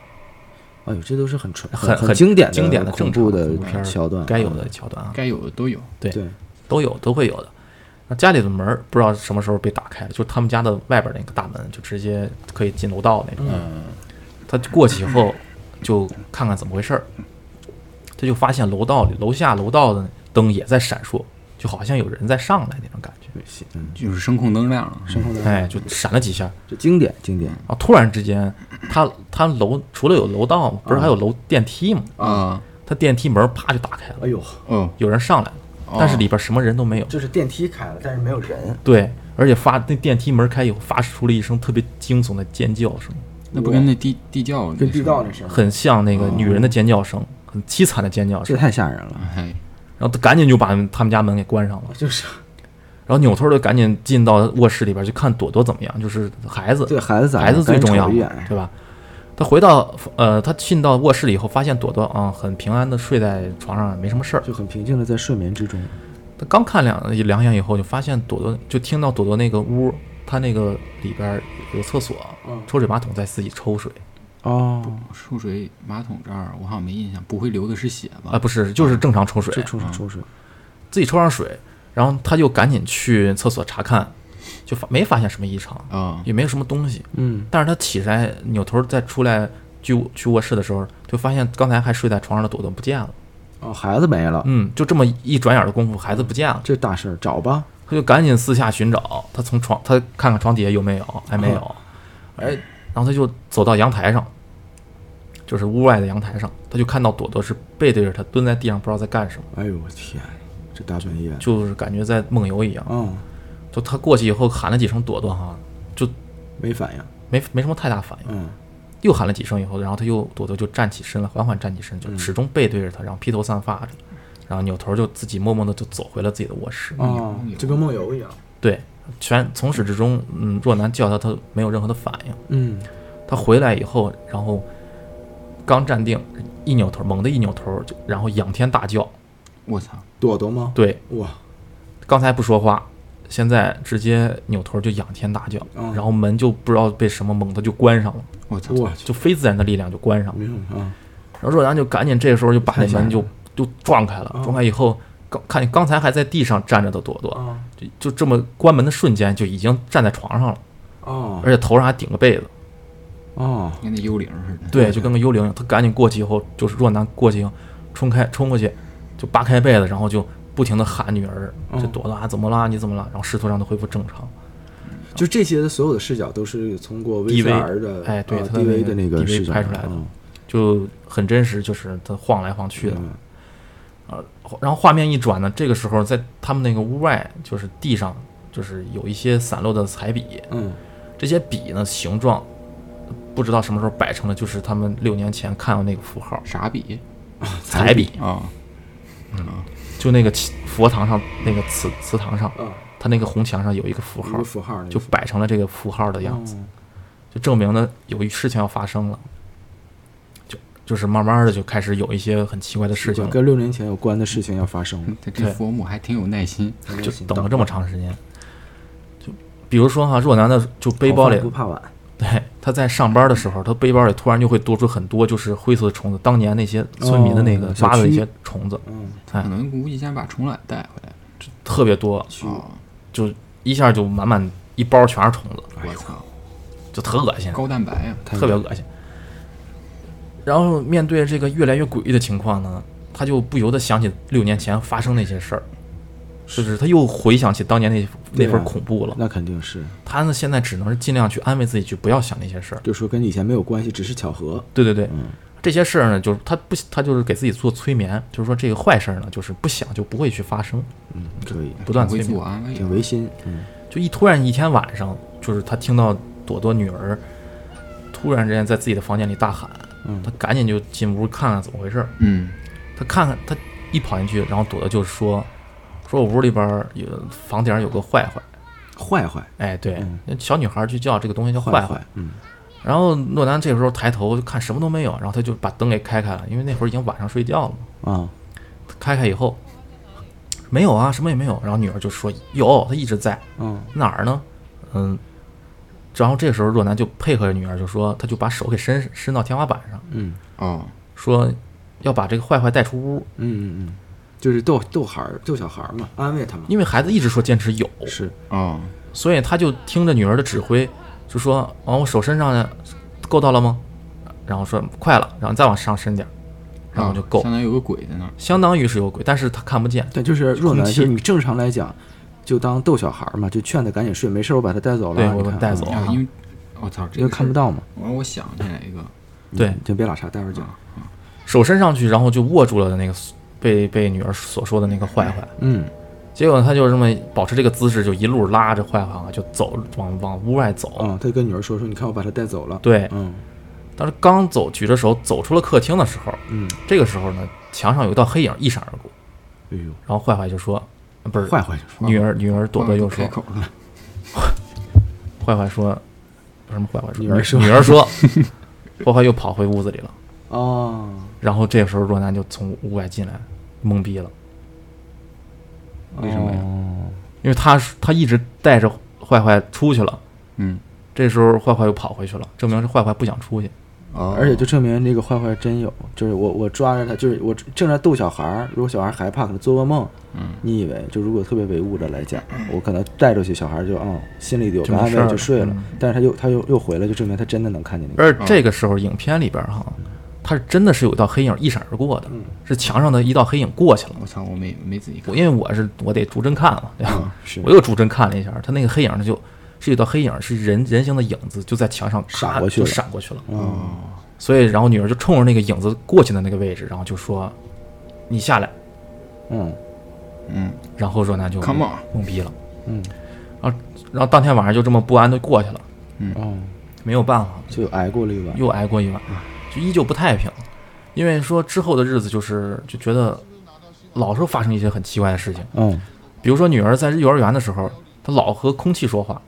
C: 哎呦，这都是很传
A: 很
C: 很经典
A: 经典
C: 的
A: 的
C: 恐
A: 正
C: 怖
A: 常
C: 的
A: 恐怖片儿
C: 桥段，
A: 该有的桥段啊，
D: 该有的都有。
C: 对。
A: 都有都会有的。那家里的门儿不知道什么时候被打开了，就是他们家的外边那个大门，就直接可以进楼道那种。
D: 嗯，
A: 他过去以后，就看看怎么回事儿。他就发现楼道里楼下楼道的灯也在闪烁，就好像有人在上来那种感觉。
C: 嗯，
D: 就是声控灯亮了。
C: 生活的
A: 哎，就闪了几下，
C: 这经典经典
A: 然后突然之间，他他楼除了有楼道嘛，不是还有楼电梯嘛？
D: 啊
A: 他电梯门啪就打开了
C: 哎，呦，
D: 哦，
A: 有人上来了，但是里边什么人都没有。
C: 就是电梯开了，但是没有人，
A: 对，而且发那电梯门开以后，发出了一声特别惊悚的尖叫声，
D: 那不跟那地地窖那
C: 跟地道
D: 似
C: 那声儿，
A: 很像那个女
C: 哦
A: 人的尖叫声，很凄惨的尖叫
C: 这
A: 声。
C: 太吓人了，
D: 的？哎，
A: 然后他赶紧就把他们家门给关上了，
C: 就是
A: 然后扭头就赶紧进到卧室里边去看朵朵怎么样，就是孩子，
C: 对孩子咋样
A: 孩子最重要
C: 赶
A: 嘛
C: 紧瞅一眼，
A: 对吧？他回到呃，他进到卧室里以后，发现朵朵啊、很平安的睡在床上，没什么事儿。
C: 就很平静的在睡眠之中，
A: 他刚看两两眼以后，就发现朵朵就听到朵朵那个屋，他那个里边有厕所，
C: 嗯
A: 抽水马桶在自己抽水
C: 哦，
D: 抽水马桶这儿我好像没印象，不会流的是血
A: 啊、
D: 吧？
A: 不啊是，就是正常抽水，
C: 就抽水抽水，
A: 自己抽上水，然后他就赶紧去厕所查看，就发没发现什么异常，
D: 啊
A: 也没有什么东西。
C: 嗯，
A: 但是他起来扭头再出来去去卧室的时候，就发现刚才还睡在床上的朵朵不见了。
C: 哦，孩子没了，
A: 嗯，就这么一转眼的功夫，孩子不见了，
C: 这大事儿找吧，
A: 他就赶紧四下寻找。他从床，他看看床底下有没有，还没有。哎，然后他就走到阳台上，就是屋外的阳台上，他就看到朵朵是背对着他蹲在地上，不知道在干什么，
C: 哎呦我天，这大半夜的，
A: 就是感觉在梦游一样。
C: 嗯，
A: 就他过去以后喊了几声朵朵哈，就
C: 没反应，
A: 没没什么太大反应。
C: 嗯，
A: 又喊了几声以后，然后他又朵朵就站起身了，缓缓站起身，就始终背对着他，然后披头散发着，然后扭头就自己默默的就走回了自己的卧室。
C: 哦
D: 梦游
C: 就跟梦游一样，
A: 对，全从始至终，嗯，若男叫他，他没有任何的反应。
C: 嗯，
A: 他他回来以后，然后刚站定，一扭头，猛地一扭头，就然后仰天大叫。
D: 我操！
C: 躲的吗？
A: 对，
C: 哇，
A: 刚才不说话，现在直接扭头就仰天大叫，
C: 嗯
A: 然后门就不知道被什么猛地就关上了，
D: 我操！
C: 我去，
A: 就非自然的力量就关上了。
C: 没有啊，
A: 然后若然就赶紧这个时候就把那
D: 太吓
A: 门
D: 人
A: 就就撞开了，
C: 嗯
A: 撞开以后。刚看见刚才还在地上站着的朵朵，
C: 啊
A: 就就这么关门的瞬间就已经站在床上了，
C: 哦
A: 而且头上还顶个被子，
C: 哦，
D: 跟那幽灵似的。
A: 对，就跟个幽灵一样。他赶紧过去以后，就是若男过去以后，冲开冲过去，就扒开被子，然后就不停的喊女儿，就
C: 嗯
A: 朵朵啊怎么啦？你怎么啦？然后试图让她恢复正常。
C: 就这些的所有的视角都是通过
A: DV
C: VCR 的
A: 哎对
C: 啊
A: 它的那个
C: DV 的那个
A: DV
C: 视角
A: 拍出来的
C: 嗯
A: 就很真实，就是他晃来晃去的
C: 明白。
A: 呃，然后画面一转呢，这个时候在他们那个屋外，就是地上就是有一些散落的彩笔，
C: 嗯
A: 这些笔呢形状不知道什么时候摆成了，就是他们六年前看到那个符号
D: 傻笔
A: 彩笔，
D: 啊，
A: 就那个祈佛堂上那个祠祠堂上，
C: 啊，
A: 它那个红墙上有一个符
C: 一
A: 号
C: 个，符号那个
A: 就摆成了这个符号的样子，
C: 哦
A: 就证明呢有一事情要发生了。就就是慢慢的就开始有一些很奇怪的事情了，
C: 跟六年前有关的事情要发生了
D: 嗯，这这
A: 对
D: 佛母还挺有耐心。
A: 就等了这么长时间。就比如说哈，若男的就背包里
C: 哦好饭，不怕晚，
A: 对， 他在上班的时候，他背包里突然就会多出很多就是灰色的虫子，当年那些村民的那个
C: 哦小
A: 挖的一
C: 区
A: 些虫子，
C: 嗯，
A: 哎
D: 可能无意间把虫卵带回来。
A: 特别多，
C: 去
D: 哦，
A: 就一下就满满一包全是虫子，
D: 我操，
A: 就特恶心，
D: 高蛋白啊！
A: 特别恶心。然后面对这个越来越诡异的情况呢，他就不由得想起六年前发生那些事儿，就是他又回想起当年那那
C: 对
A: 份
C: 啊
A: 恐怖了。
C: 那肯定是，
A: 他呢现在只能是尽量去安慰自己，去不要想那些事儿。
C: 就说跟以前没有关系，只是巧合，
A: 对对对，
C: 嗯
A: 这些事儿呢，就是他不，他就是给自己做催眠，就是说这个坏事儿呢，就是不想就不会去发生，
C: 嗯，可以，
A: 不断
D: 会
A: 催
D: 自
A: 眠
D: 我。安慰啊
C: 挺。违心，嗯，
A: 就一突然一天晚上，就是他听到朵朵女儿突然之间在自己的房间里大喊，
C: 嗯
A: 他赶紧就进屋看看怎么回事儿。
D: 嗯，
A: 他看看他一跑进去，然后朵朵就说：“说我屋里边儿有房顶儿有个坏坏。
C: 坏坏”
A: 哎，对
C: 嗯，
A: 那小女孩儿就叫这个东西叫坏
C: 坏
A: 坏。
C: 坏，嗯，
A: 然后诺南这时候抬头就看什么都没有，然后他就把灯给开开了，因为那会儿已经晚上睡觉了嘛。
C: 啊，
A: 开开以后，没有啊，什么也没有。然后女儿就说有，他一直在
C: 嗯，
A: 哪儿呢？嗯，然后这个时候若男就配合着女儿，就说他就把手给伸伸到天花板上，
C: 嗯
D: 哦，
A: 说要把这个坏坏带出屋，
C: 嗯嗯嗯，就是逗逗孩儿，逗小孩儿嘛，安慰他嘛，
A: 因为孩子一直说坚持有，
C: 是，
D: 哦，
A: 所以他就听着女儿的指挥，就说往我手伸上呢，够到了吗？然后说快了，然后再往上伸点儿，然后就够，
D: 啊相当于有个鬼在那儿。
A: 相当于是有鬼，但是他看不见。
C: 但就是若男，
A: 空气
C: 就是你正常来讲，就当逗小孩儿嘛，就劝他赶紧睡，没事儿我把他带走了啊，
A: 对
C: 你
A: 我把
C: 看
A: 带
C: 啊
A: 走
D: 啊，因为我操，这
C: 因为
D: 个
C: 看不
D: 事儿。
C: 到嘛，
D: 我说我想起来一个，
A: 对，
C: 先别拉碴，待会儿讲，
A: 手伸上去，然后就握住了那个被被女儿所说的那个坏坏。
C: 嗯，
A: 结果他就这么保持这个姿势，就一路拉着坏坏啊，就走往往屋外走。
C: 啊，他就跟女儿说说，你看我把他带走了，
A: 哦对，
C: 嗯
A: 当时刚走举着手走出了客厅的时候，
C: 嗯，
A: 这个时候呢，墙上有一道黑影一闪而过，
C: 哎呦，
A: 然后坏坏就说：“呃不是，
C: 坏嗯坏就说
A: 女儿女儿朵朵又说
D: 开，口了，
A: 坏坏说什么坏坏说
C: 女儿说
A: 女儿说， 坏坏又跑回屋子里了。
C: 哦，
A: 然后这个时候若男就从屋外进来，懵逼了，
D: 为什么呀
C: 呀？
A: 因为他他一直带着坏坏出去了。”
D: 嗯，
A: 这时候坏坏又跑回去了，证明是坏坏不想出去。
D: 哦，
C: 而且就证明这个坏坏真有，就是我我抓着他，就是我正在逗小孩儿。如果小孩害怕，可能做噩梦，
D: 嗯，
C: 你以为就如果特别唯物的来讲，我可能带出去，小孩儿就嗯心里有
A: 就没
C: 个安
A: 事儿
C: 慰就
A: 了
C: 睡了。
A: 嗯
C: 但是他又他又又回来，就证明他真的能看见那个。
A: 而这个时候，影片里边哈，它是真的是有一道黑影一闪而过的，
C: 嗯
A: 是墙上的一道黑影过去了。
D: 我操，我没没仔细
A: 我
D: 看。
A: 因为我是我得逐帧看嘛，对吧？
C: 是
A: 嗯我又逐帧看了一下，它那个黑影它就是有道黑影，是人人形的影子，就在墙上
C: 闪
A: 咔
C: 过去
A: 就
C: 了
A: 闪过去了。
D: 哦，
A: 所以，然后女儿就冲着那个影子过去的那个位置，然后就说：“你下来。
C: 嗯
D: 嗯”
A: 然后若男就
D: ，Come
A: 懵
D: on，
A: 逼了，
C: 嗯
A: 然后当天晚上就这么不安的过去了，
C: 哦，
A: 没有办法，
C: 就挨过了一晚。
A: 又挨过一晚，
C: 嗯
A: 就依旧不太平。因为说之后的日子就是就觉得老是发生一些很奇怪的事情，
C: 嗯，
A: 比如说女儿在幼儿园的时候，她老和空气说话，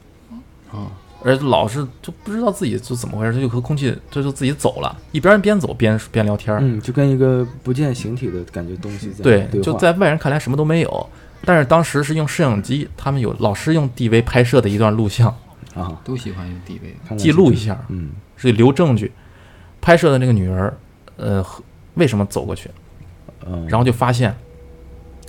D: 哦，
A: 而老是就不知道自己就怎么回事，他就和空气他就自己走了，一边边走边边聊天儿。
C: 嗯，就跟一个不见形体的感觉东西在
A: 对，
C: 对
A: 就
C: 话
A: 在外人看来什么都没有，但是当时是用摄影机，他们有老师用 DV 拍摄的一段录像
C: 啊，
D: 都喜欢用地位。
C: 看来
A: 记
C: 是
A: 录
C: 这
A: 一
C: 样，
A: 下，
C: 嗯，
A: 是留证据。拍摄的那个女人，呃，和为什么走过去？
C: 嗯，
A: 然后就发现，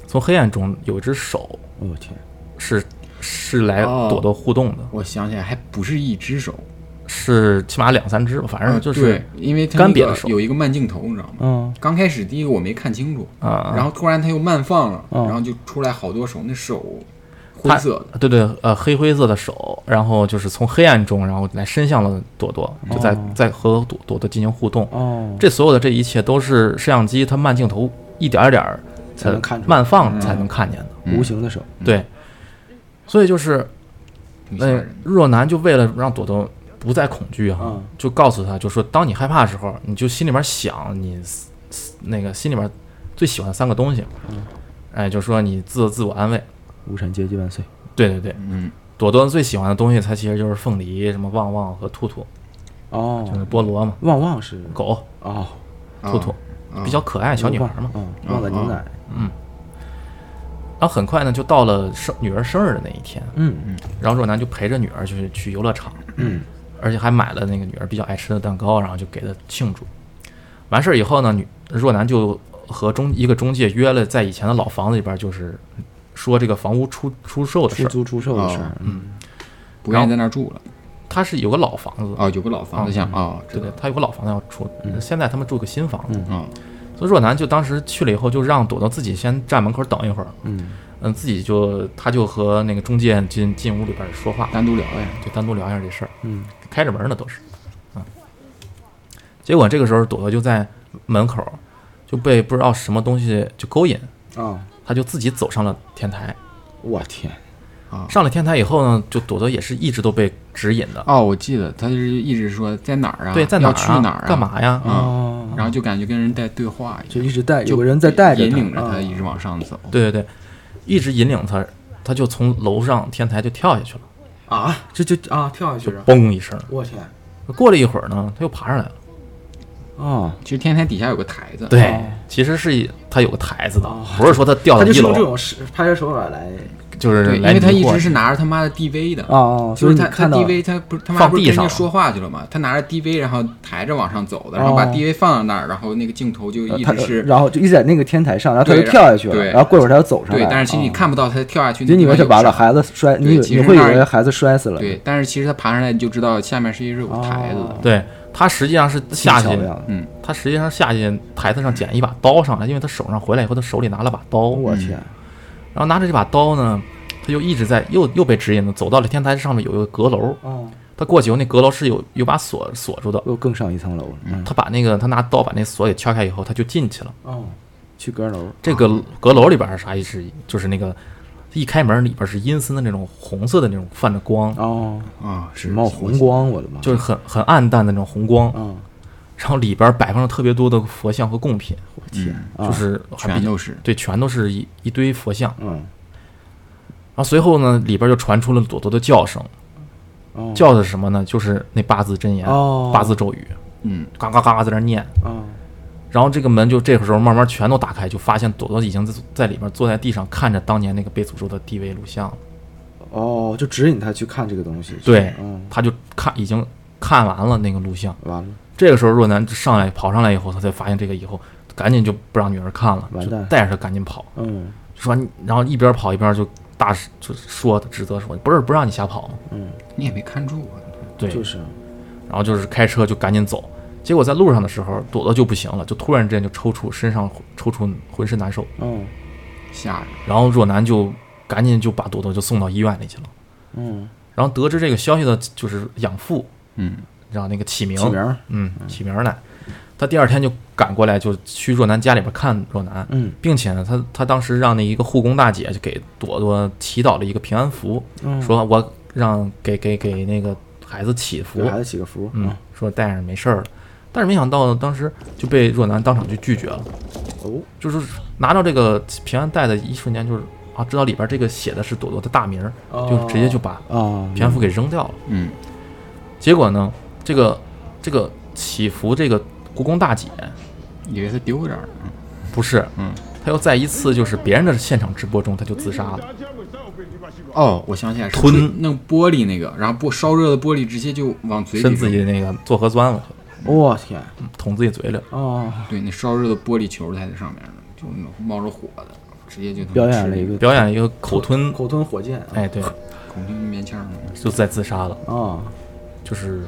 A: 从黑暗中有一只手
C: 哦我、天，
A: 是是来
D: 哦
A: 朵朵互动的，
D: 我想起来，还不是一只手，
A: 是起码两三只吧，反正
D: 啊
A: 就是
D: 对因为它
A: 干
D: 那
A: 瘪
D: 个
A: 的手
D: 有一个慢镜头，你知道吗？
C: 嗯
D: 刚开始第一个我没看清楚，
A: 啊，
D: 然后突然它又慢放了，
C: 嗯
D: 然后就出来好多手，那手灰
A: 它
D: 色的，
A: 对对，呃，黑灰色的手，然后就是从黑暗中，然后来伸向了朵朵，就在、在和朵朵朵进行互动。
C: 哦，
A: 这所有的这一切都是摄像机它慢镜头一点儿一点儿
C: 才能看出来
A: 慢放才能看见的。
C: 无形的手，
A: 对，所以就是
D: 挺吓
A: 呃
D: 人，的。
A: 若男就为了让朵朵不再恐惧哈、
C: 嗯
A: 就告诉她，就说当你害怕的时候，你就心里面想你嘶嘶那个心里面最喜欢的三个东西，
C: 嗯
A: 哎，就说你自自我安慰。
C: 无产阶级万岁，
A: 对对对，
D: 嗯，
A: 朵朵最喜欢的东西，它其实就是凤梨、什么旺旺和兔兔，就是
C: 哦，
A: 菠萝嘛，
C: 旺旺是
A: 狗、
C: 哦，
D: 啊
A: 兔兔，
D: 啊
A: 比较可爱小女孩嘛。
C: 嗯，
D: 哦
C: 旺仔牛奶，
A: 然后很快呢，就到了生女儿生日的那一天，
C: 嗯
A: 然后若男就陪着女儿去去游乐场，
C: 嗯
A: 而且还买了那个女儿比较爱吃的蛋糕，然后就给她庆祝。完事儿以后呢，女若男就和中一个中介约了，在以前的老房子里边，就是说这个房屋出出售的事
C: 出
A: 儿。
C: 租出售的事
D: 哦
C: 儿，嗯
D: 不愿意在那儿住了。
A: 他是有个老房
C: 啊
A: 子，
D: 哦，有个老房子像哦，
A: 对
D: 知道
A: 对，他有个老房子要出，
C: 嗯
A: 现在他们住个新房子。
D: 啊，
A: 所以若男就当时去了以后，就让朵朵自己先站门口等一会儿，
C: 嗯
A: 嗯，自己就他就和那个中介进进屋里边说话，
D: 单独聊呀。
A: 就单独聊一下这事儿，
C: 嗯，
A: 开着门呢都是，啊。结果这个时候朵朵就在门口就被不知道什么东西就勾引，
C: 啊，
A: 她就自己走上了天台。
C: 我天，
A: 上了天台以后呢，就朵朵也是一直都被指引的，
D: 哦，我记得他就是一直说在哪儿啊，
A: 对，在哪儿
D: 要去
A: 啊？
D: 哪儿啊，
A: 干嘛呀？
D: 啊？然后就感觉跟人在对话一
C: 就
D: 样，
C: 一直带，
D: 就
C: 有个人在带着
D: 引领着他
C: 啊
D: 一直往上走。
A: 对对对，一直引领她，她就从楼上天台就跳下去了，
C: 啊，这就啊跳下去
A: 就
C: 了，
A: 嘣一声。
C: 我天，
A: 过了一会儿呢，她又爬上来了。
C: 啊，
D: 其实天台底下有个台子，
A: 对
C: 哦，
A: 啊其实是它有个台子的
C: 哦，
A: 不是说它掉
C: 他
A: 到
C: 就
A: 一
C: 是用这
A: 楼，
C: 种是拍摄手法来
A: 就是
D: 对，因
A: 来
D: 为他
A: 迷
D: 一
A: 惑
D: 直
A: 你
D: 是拿着他妈的 DV 的
C: 哦
D: 嗯就
C: 所
D: 是
C: 以
D: 他
C: 你
D: 他
C: 看到
D: DV 他不是他妈
A: 放
D: 不是
A: 地
D: 跟人
A: 上
D: 家
A: 了
D: 说话去了吗？他拿着 DV 然后抬着往上走的，然后把
C: 哦
D: DV 放在那儿，然后那个镜头就
C: 呃
D: 一
C: 他
D: 直是
C: 然后就一直在那个天台上，然后他
D: 对
C: 就跳下去了，
D: 对
C: 然后过一会儿他又走上来
D: 对
C: 了，，
D: 但是其实你
C: 啊，
D: 看不到他跳下去那
C: 就
D: 地方
C: 你以为
D: 有啥，
C: 这完了，孩子摔，
D: 对
C: 你以为
D: 其实
C: 你会以
D: 那儿
C: 为孩子摔死了，
D: 对，但是其实他爬上来你就知道下面是一是有台子
C: 哦
D: 的，
A: 对他实际上是
C: 挺
A: 下去
C: 巧，妙的，
D: 嗯，
A: 他实际上下去台子上捡一把刀上来，因为他手上回来以后，他手里拿了把刀，
D: 嗯
C: 我天，
A: 然后拿着这把刀呢，他就一直在又又被指引的走到了天台上面有一个阁楼，
D: 嗯
C: 哦，
A: 他过去以后那阁楼是有有把锁锁住的，
C: 又更上一层楼了，嗯，
A: 他把那个他拿刀把那锁给敲开以后，他就进去了。
C: 哦，去阁楼，
A: 这个
D: 啊
A: 阁楼里边是啥意思？就是那个一开门里边是阴森的那种红色的那种泛着光，
C: 哦，
D: 啊，是
C: 冒红光，我的妈，
A: 就是很很暗淡的那种红光，
C: 啊，
A: 然后里边摆放了特别多的佛像和贡品，
C: 我天，啊
A: 就是还比
D: 嗯全都是
A: 对，全都是一一堆佛像。
C: 嗯，
A: 然后随后呢，里边就传出了朵朵的叫声，
C: 哦
A: 叫的是什么呢？就是那八字真言、
C: 哦
A: 八字咒语，
D: 嗯，
A: 嘎嘎嘎在那念。
C: 啊，
A: 然后这个门就这个时候慢慢全都打开，就发现朵朵已经在在里面坐在地上看着当年那个被诅咒的 DV 录像了。
C: 哦，就指引他去看这个东西，
A: 对，
C: 嗯，
A: 他就看已经看完了那个录像。
C: 完了，
A: 这个时候若男就上来跑上来以后，他才发现这个以后，赶紧就不让女儿看了，
C: 完
A: 就
C: 蛋
A: 带着她赶紧跑。
C: 嗯
A: 说你，然后一边跑一边就大声就说指责说，不是不让你瞎跑吗？
C: 嗯，
D: 你也没看住啊，
A: 对，
C: 就是，
A: 然后就是开车就赶紧走。结果在路上的时候，朵朵就不行了，就突然之间就抽搐，身上抽搐，浑身难受。
C: 嗯
D: 吓人，
A: 然后若男就赶紧就把朵朵就送到医院里去了。
C: 嗯，
A: 然后得知这个消息的就是养父，
D: 嗯，
A: 让那个启明，
C: 起名儿，
A: 嗯，启明来。他第二天就赶过来，就去若男家里边看若男，
C: 嗯
A: 并且呢，他他当时让那一个护工大姐就给朵朵祈祷了一个平安符，
C: 嗯，
A: 说我让给给给那个孩子祈福
C: 给，孩子起个福，
A: 嗯，说带上没事儿了。但是没想到当时就被若男当场就拒绝了，
C: 哦，
A: 就是拿到这个平安带的一瞬间，就是啊，知道里边这个写的是朵朵的大名儿，
C: 哦
A: 就直接就把
C: 啊，
A: 平安符给扔掉了。
D: 嗯，
A: 结果呢，这个这个祈福这个故宫大姐嗯
D: 以为他丢这儿了，
A: 不是，
D: 嗯，
A: 她又在一次就是别人的现场直播中，她就自杀了。
D: 哦，我想起来是
A: 吞
D: 吹那个玻璃那个，然后玻烧热的玻璃直接就往嘴里
A: 伸自己那个做核酸，我觉得
C: 我天，
A: 捅自己嘴里了。
C: 哦，
D: 对，那烧热的玻璃球在上面呢，就那种冒着火的，直接就他妈
C: 表演
D: 吃
C: 了一个
A: 表演一个口吞，
C: 口吞火箭，
A: 哎，对，
D: 孔雀棉签儿呢。
A: 就在自杀了。
C: 啊，
A: 就是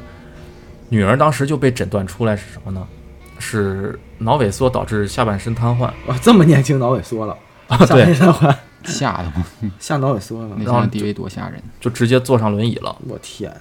A: 女儿当时就被诊断出来是什么呢？是脑萎缩导致下半身瘫 痪。
C: 哇，这么年轻脑萎缩了，
A: 啊
C: 下面
A: 对，
C: 三环
D: 吓 得吗？
C: 下脑萎缩了
D: 那，
A: 然后啊
D: 像 DV 多吓人！
A: 就直接坐上轮椅了。
C: 我天，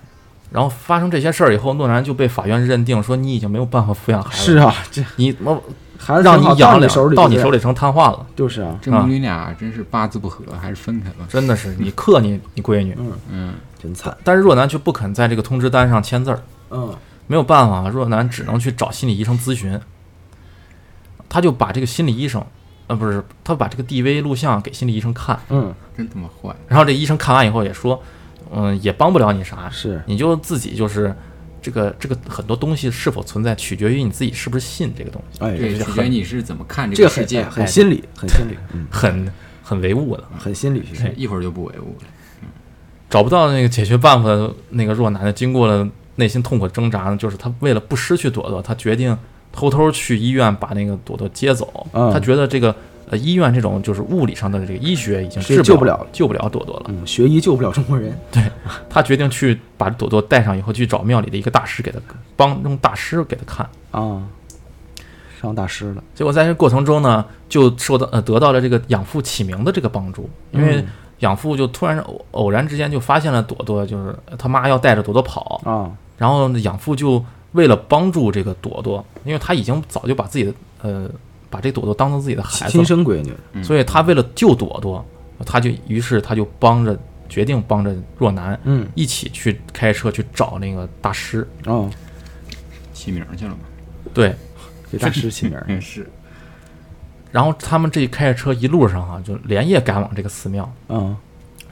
A: 然后发生这些事儿以后，诺然就被法院认定说你已经没有办法抚养孩子
C: 是
A: 了，
C: 啊，这
A: 你我
C: 孩子
A: 让
C: 挺好
A: 你养
C: 到你
A: 两
C: 手里，
A: 到你手，里成瘫痪了，
C: 就是啊，
D: 这母女俩真是八字不合，还是分开吧。
A: 真的是你克你你闺女。
D: 嗯，
C: 真惨，
A: 但是若男却不肯在这个通知单上签字儿，
C: 嗯，
A: 没有办法，若男只能去找心理医生咨询。他就把这个心理医生，呃，不是，他把这个 DV 录像给心理医生看，
C: 嗯，
D: 真他妈坏！
A: 然后这医生看完以后也说，嗯，也帮不了你啥，
C: 是
A: 你就自己就是这个这个很多东西是否存在，取决于你自己是不是信这个东西，
C: 哎，
D: 对，
A: 这
D: 取
A: 个
D: 决
A: 很
D: 你是怎么看
C: 这
D: 这
C: 个
D: 个
C: 很
D: 世界
C: 哎。很心理，很心理，嗯，
A: 很嗯很唯物的。
C: 很心理学，
D: 一会儿就不唯物了。
A: 找不到那个解决办法的那个若男的，经过了内心痛苦挣扎呢，就是他为了不失去朵朵，他决定偷偷去医院把那个朵朵接走。
C: 嗯
A: 他觉得这个呃医院这种就是物理上的这个医学已经
C: 是
A: 治
C: 救不
A: 了
C: 了
A: 救不了朵朵了。
C: 嗯，学医救不了中国人，
A: 他决定去把朵朵带上以后，去找庙里的一个大师给他帮用大师给他看。
C: 啊，上大师了，
A: 结果在这过程中呢，就受到呃得到了这个养父启明的这个帮助，因为
C: 嗯
A: 养父就突然偶偶然之间就发现了朵朵，就是他妈要带着朵朵跑，
C: 啊，
A: 然后呢养父就为了帮助这个朵朵，因为他已经早就把自己的呃把这朵朵当成自己的孩子
C: 亲
A: 了，
C: 生闺女，
A: 所以他为了救朵朵，他就于是他就帮着决定帮着若男
C: 嗯，
A: 一起去开车去找那个大师，
C: 哦，
D: 起名去了嘛？
A: 对，
C: 给大师起名儿，
D: 嗯， 是。
A: 然后他们这一开着车一路上啊就连夜赶往这个寺庙，
C: 嗯，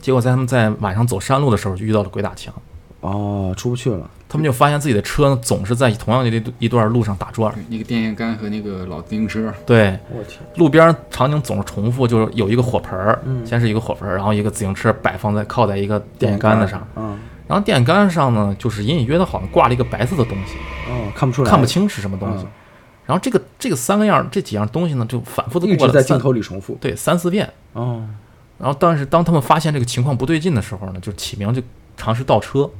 A: 结果在他们在晚上走山路的时候就遇到了鬼打墙。
C: 哦，出不去了，
A: 他们就发现自己的车呢总是在同样的一一段路上打转儿，
C: 嗯
D: 对那个电线杆和那个老自行车，
A: 对，
C: 我天，
A: 路边儿场景总是重复，就是有一个火盆儿，
C: 嗯
A: 先是一个火盆儿，然后一个自行车摆放在靠在一个电线杆子上，
C: 嗯，
A: 然后电线杆上呢，就是隐隐约的好像挂了一个白色的东西，
C: 哦，看不出来，
A: 看不，清是什么东西
C: 嗯。
A: 然后这个这个三个样儿这几样东西呢，就反复的
C: 一
A: 过
C: 直
A: 了
C: 在
A: 三
C: 镜头里重复，
A: 对三四遍。
C: 哦，
A: 然后但是当他们发现这个情况不对劲的时候呢，就启明就尝试倒车，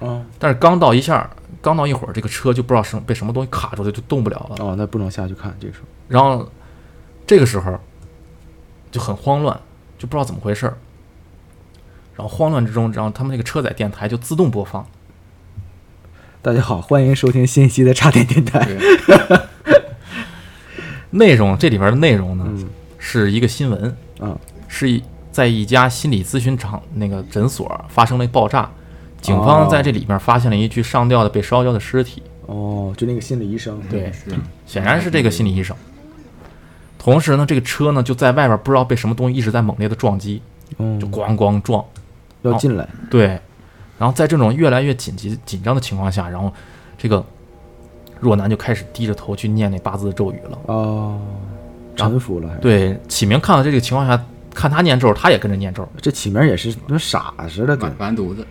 C: 哦，
A: 但是刚倒一下儿，刚倒一会儿，这个车就不知道什么被什么东西卡住了，就动不了了。
C: 哦，那不能下去看，这个时候，
A: 然后这个时候就很慌乱，就不知道怎么回事儿。然后慌乱之中，然后他们那个车载电台就自动播放，
C: 大家好，欢迎收听新一期的差点电台，
D: 对，
A: 内容这里边的内容呢、
C: 嗯
A: 是一个新闻，
C: 啊，
A: 是一在一家心理咨询场那个诊所发生了爆炸，警方
C: 哦
A: 在这里面发现了一具上吊的被烧焦的尸体，
C: 哦，就那个心理医生，
A: 对
D: 是。啊
A: 显然是这个心理医生。同时呢，这个车呢就在外边不知道被什么东西一直在猛烈的撞击，
C: 嗯
A: 就，咣咣撞，
C: 要进来，
A: 对，然后在这种越来越紧急紧张的情况下，然后这个若男就开始低着头去念那八字咒语了。
C: 哦，臣服了，还是，
A: 对，启明看到这个情况下，看他念咒，他也跟着念咒，
C: 这起名儿也是跟傻似的，
D: 完
C: 跟，
D: 完犊子，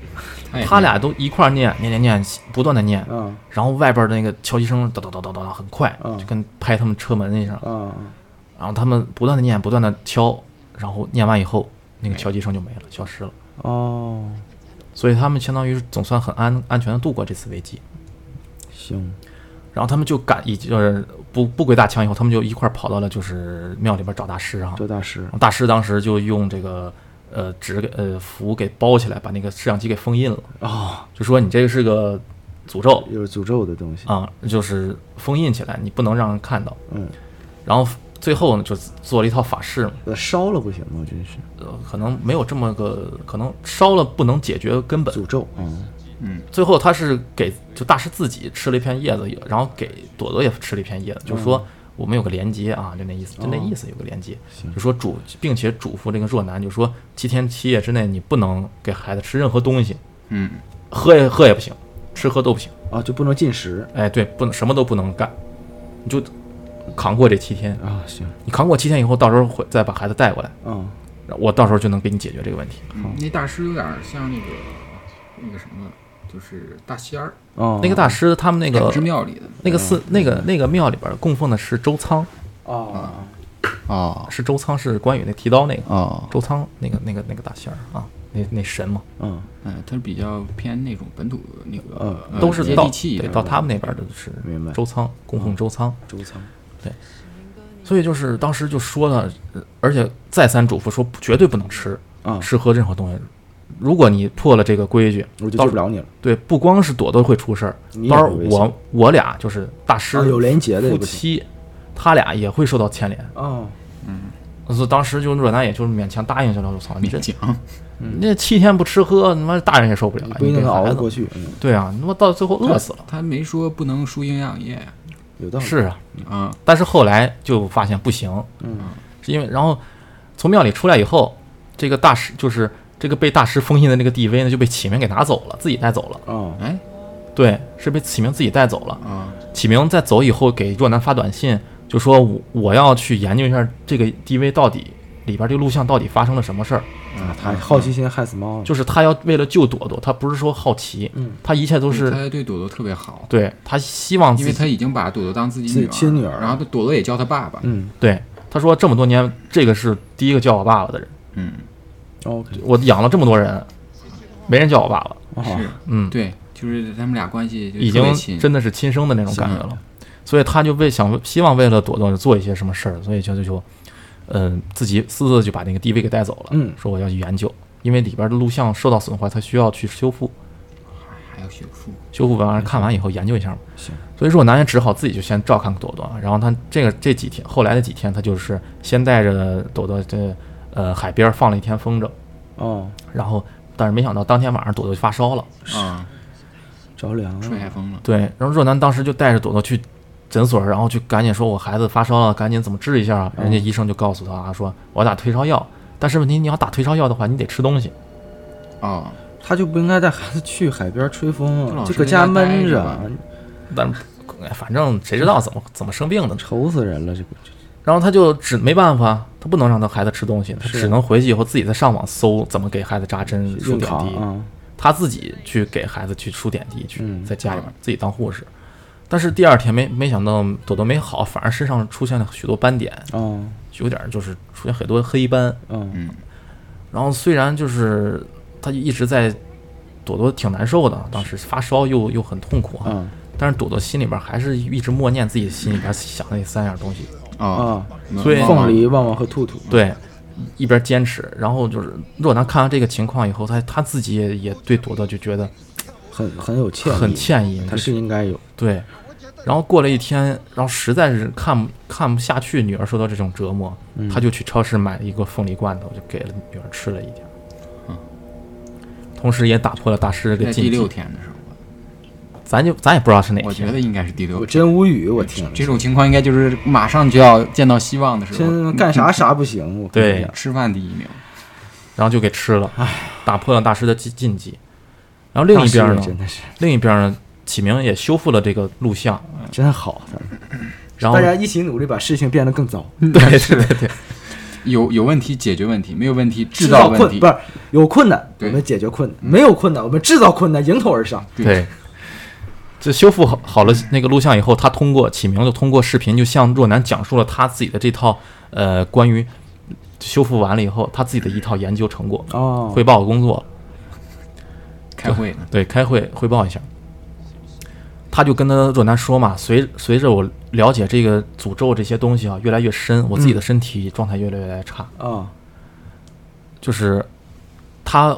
D: 也
A: 他俩都一块儿念念念念，不断的念，
C: 啊
A: 然后外边的那个敲击声哒哒哒哒哒哒很快，
C: 嗯
A: 就跟拍他们车门一样，
C: 啊，
A: 然后他们不断的念，不断的敲，然后念完以后，那个敲击声就没了，消失了。
C: 哦，
A: 所以他们相当于是总算很安安全的度过这次危机。
C: 行，
A: 然后他们就赶，以就是不不归大墙以后，他们就一块儿跑到了就是庙里边找大师啊。
C: 这大师
A: 然，后大师当时就用这个呃纸给呃符给包起来，把那个摄像机给封印了，
C: 哦，
A: 就说你这个是个诅咒
C: 有诅咒的东西，
A: 啊、就是封印起来，你不能让人看到。
C: 嗯，
A: 然后最后呢，就做了一套法事，
C: 呃，烧了不行吗？真是
A: 呃，可能没有这么个，可能烧了不能解决根本。
C: 诅咒，嗯，
A: 最后他是给就大师自己吃了一片叶子，然后给朵朵也吃了一片叶子，就是说我们有个连接啊，就那意思，就那意思有个连接，就说嘱，并且嘱咐这个若男，就说七天七夜之内你不能给孩子吃任何东西，
D: 嗯，
A: 喝也喝也不行，吃喝都不行。
C: 啊，就不能进食
A: 哎，对，不能什么都不能干，你就扛过这七天。
C: 啊，行，
A: 你扛过七天以后，到时候会再把孩子带过来，
C: 嗯，
A: 我到时候就能给你解决这个问题。
D: 嗯那大师有点像那个那个什么，就是大仙儿，
C: 哦，
A: 那个大师他们那
D: 两只
A: 个
D: 庙里的
C: 嗯
A: 那个寺那个那个庙里边供奉的是周仓，
C: 哦，
D: 啊
A: 是周仓，是关羽那提刀那个
D: 啊，
A: 周仓那个那个那个大仙儿啊，那那神嘛，
C: 嗯，
D: 嗯，他是比较偏那种本土的那个呃
A: 都是
D: 接
A: 到
D: 地气
A: 对
D: 的，
A: 到他们那边的是
C: 明白嗯
A: 周仓供奉周仓，
C: 周仓，
A: 所以就是当时就说了，呃而且再三嘱咐说不绝对不能吃
C: 啊
A: 吃喝任何东西，如果你破了这个规矩，
C: 我就
A: 到
C: 救不了你了。
A: 对，不光是朵朵会出事儿，
C: 你也
A: 到时候
C: 会危险
A: 我我俩就是大师、
C: 啊有连结的也
A: 夫
C: 不行
A: 妻，他俩也会受到牵连。
C: 哦，
A: 所以当时就是阮大爷就是勉强答应下来，我操，你这
D: 讲
A: 那七天不吃喝，他妈大人也受不了，
C: 不一定
A: 你
C: 能
A: 这孩
C: 熬得
A: 子
C: 过。去，嗯，
A: 对啊，他妈到最后饿死了。
D: 他没说不能输营养液呀
C: 嗯有道理。
A: 是啊，
D: 啊，
A: 但是后来就发现不行，
C: 嗯，
A: 是因为然后从庙里出来以后，这个大师就是这个被大师封印的那个 DV 呢就被启明给拿走了，自己带走了。
C: 哦，
D: 哎
A: 对，是被启明自己带走了。
D: 啊
A: 启明在走以后给若男发短信，就说我我要去研究一下这个 DV 到底里边这个录像到底发生了什么事儿。
D: 啊，
C: 哎，好奇心害死猫了。
A: 就是他要为了救朵朵，他不是说好奇，
C: 嗯
A: 他一切都是
D: 他对朵朵特别好，
A: 对他希望
D: 因
A: 自
D: 为
A: 己
D: 他已经把朵朵当自己
C: 自己
D: 儿，
C: 亲女儿
D: 然后朵朵也叫他爸爸，
C: 嗯
A: 对他说这么多年，这个是第一个叫我爸爸的人，
D: 嗯，
C: ，OK，
A: 我养了这么多人，没人叫我爸爸，
C: 哦，
D: 是，
A: 嗯，
D: 对，就是他们俩关系就
A: 已
D: 特别
A: 经
D: 亲
A: 真的是亲生的那种感觉了，所以他就为想希望为了朵朵做一些什么事儿，所以就就就，嗯、自己私自就把那个 DV 给带走了，
C: 嗯
A: 说我要去研究，因为里边的录像受到损坏，他需要去修复，
D: 还有学术，
A: 修复完看完以后研究一下嘛。
C: 行，
A: 所以若男也只好自己就先照看朵朵，啊然后他这个这几天后来的几天，他就是先带着朵朵这呃海边放了一天风筝，
C: 哦，
A: 然后但是没想到当天晚上朵朵就发烧了，
D: 啊，
C: 着凉
D: 吹
C: 了，
D: 海风了，
A: 对，然后若男当时就带着朵朵去诊所，然后去赶紧说我孩子发烧了，赶紧怎么治一下啊？人家医生就告诉他啊，说我要打退烧药，但是问题你要打退烧药的话，你得吃东西，
D: 哦，
C: 他就不应该带孩子去海边吹风
D: 就
A: 哦
C: 啊，
D: 老
C: 这
D: 是
C: 搁
D: 在家
C: 家闷
D: 呆着
C: 着
D: 吧，
A: 但哎反正谁知道怎么怎么生病的呢？
C: 愁死人了，这个
A: 然后他就只没办法，他不能让他孩子吃东西，他
C: 是
A: 只能回去以后自己再上网搜怎么给孩子扎针、
C: 这
A: 输
C: 硬
A: 点
C: 扛
A: 滴，
C: 啊，
A: 他自己去给孩子去输点滴，去
C: 嗯
A: 在家里面自己当护士。但是第二天没没想到朵朵没好，反而身上出现了许多斑点，
C: 哦，
A: 有点就是出现很多黑斑。
C: 嗯，
D: 嗯，
A: 然后虽然就是他一直在朵朵挺难受的，当时发烧又又很痛苦啊，
C: 嗯，
A: 但是朵朵心里边还是一直默念自己心里边想的那三样东西，
D: 啊，
C: 啊，
D: 那
A: 所以
C: 凤梨、旺旺和兔兔，
A: 对，一边坚持，然后就是若男看完这个情况以后，他他自己也也对朵朵就觉得
C: 很很有歉意，
A: 很歉意，
C: 他是应该有，
A: 对。然后过了一天，然后实在是看不看不下去女儿受到这种折磨，
D: 嗯
A: 他就去超市买了一个凤梨罐头，就给了女儿吃了一点。
D: 嗯
A: 同时也打破了大师的
D: 在
A: 禁
D: 第六
A: 忌，
D: 天的时候，
A: 咱就咱也不知道是哪
D: 我觉
A: 天。
D: 得应该是第六
C: 哎我
D: 天。
C: 真无语，我天，
D: 这种情况应该就是马上就要见到希望的时候，
C: 真干啥啥不行，我跟你
A: 对
C: 讲，
D: 吃饭第一名，
A: 然后就给吃了，打破了大师的禁禁忌。然后另一边
C: 大师也真
A: 呢，
C: 的是
A: 另一边呢，启明也修复了这个录像，
C: 真好，他们
A: 然后
C: 大家一起努力把事情变得更糟，
A: 对对对对，
D: 有有问题解决问题，没有问题制
C: 制
D: 造
C: 造
D: 问
C: 困
D: 题
C: 不。是有困难，我
D: 对
C: 们解决困难；
A: 嗯
C: 没有困难，我们制造困难，迎头而上。
A: 对，这修复好好了那个录像以后，他通过启明就通过视频，就向若男讲述了他自己的这套呃关于修复完了以后他自己的一套研究成果，
C: 哦
A: 汇报工作，
D: 开会呢，
A: 对，开会汇报一下。他就跟他若男说嘛，随随着我了解这个诅咒这些东西啊越来越
C: 嗯
A: 深，我自己的身体状态越来越差，
C: 啊，
A: 就是他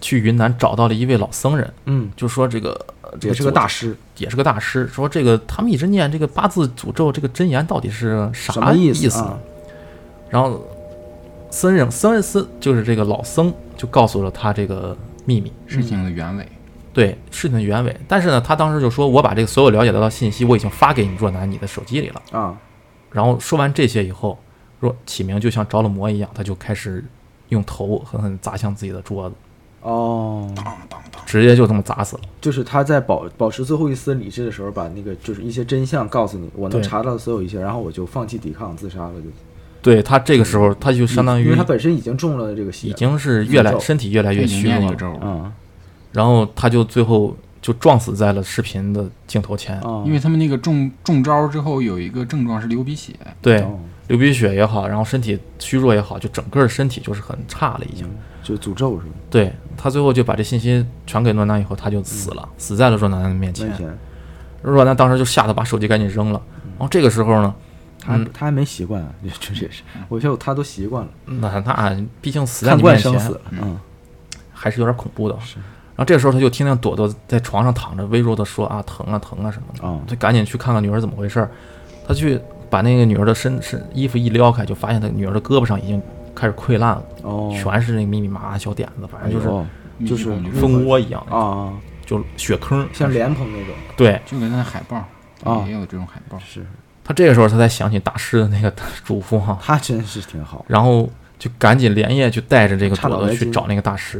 A: 去云南找到了一位老僧人，
C: 嗯，
A: 就说这个呃这
C: 也
A: 个
C: 是个
A: 诅
C: 大师，
A: 也是个大师，说这个他们一直念这个八字诅咒这个真言到底是啥
C: 什么意
A: 思？
C: 啊？
A: 然后僧人僧人僧就是这个老僧就告诉了他这个秘
C: 嗯
A: 密，
D: 事情的原委。
A: 对事情的原委。但是呢，他当时就说我把这个所有了解到的信息我已经发给你若男你的手机里了。
C: 啊，
A: 然后说完这些以后，若启明就像着了魔一样，他就开始用头狠狠砸向自己的桌子，
C: 哦，
A: 直接就这么砸死了。
C: 就是他在保保持最后一丝理智的时候，把那个就是一些真相告诉你，我能
A: 对
C: 查到的所有一切，然后我就放弃抵抗，自杀了就。
A: 对他这个时候，他就相当
C: 因
A: 于
C: 为他本身已经中了这个邪，
A: 已经是越来
C: 宇宙
A: 身体越来
D: 他
A: 越
D: 已经
A: 虚
D: 念
A: 弱
D: 这个
A: 了，
D: 咒儿了，
C: 嗯
A: 然后他就最后就撞死在了视频的镜头前。
C: 啊，
D: 因为他们那个中中招儿之后有一个症状是流鼻血，
A: 对
C: 哦，
A: 流鼻血也好，然后身体虚弱也好，就整个身体就是很差了已经。
C: 就诅咒是吧？
A: 对他最后就把这信息传给诺南以后，他就死
C: 嗯
A: 了，死在了若楠的面前
C: 那。前
A: 若楠当时就吓得把手机赶紧扔了。然后这个时候呢，
C: 嗯他、他还没习惯啊，这这也是，我觉得他都习惯了，
A: 嗯那那毕竟嗯死在
C: 看
A: 你面
C: 惯生
A: 前
C: 死，了，嗯，
A: 还是有点恐怖的。然后这时候他就听见朵朵在床上躺着，微弱的说啊疼啊疼啊什么的，
C: 哦
A: 就赶紧去看看女儿怎么回事儿。他去把那个女儿的身身衣服一撩开，就发现他女儿的胳膊上已经开始溃烂了，
C: 哦，
A: 全是那密密麻麻小点子，反正就是
C: 哦就是
D: 密集恐惧症
A: 蜂窝一样，
C: 啊，
A: 就血坑。
C: 像莲蓬那种，哦
A: 对
D: 就跟那海报
C: 啊
D: 儿也有这种海报儿，
C: 是
A: 他这个时候他才想起大师的那个嘱咐哈、
C: 他真是挺好，
A: 然后就赶紧连夜就带着这个
C: 差
A: 朵
C: 老
A: 朵
C: 白
A: 去
C: 金
A: 找那个大师。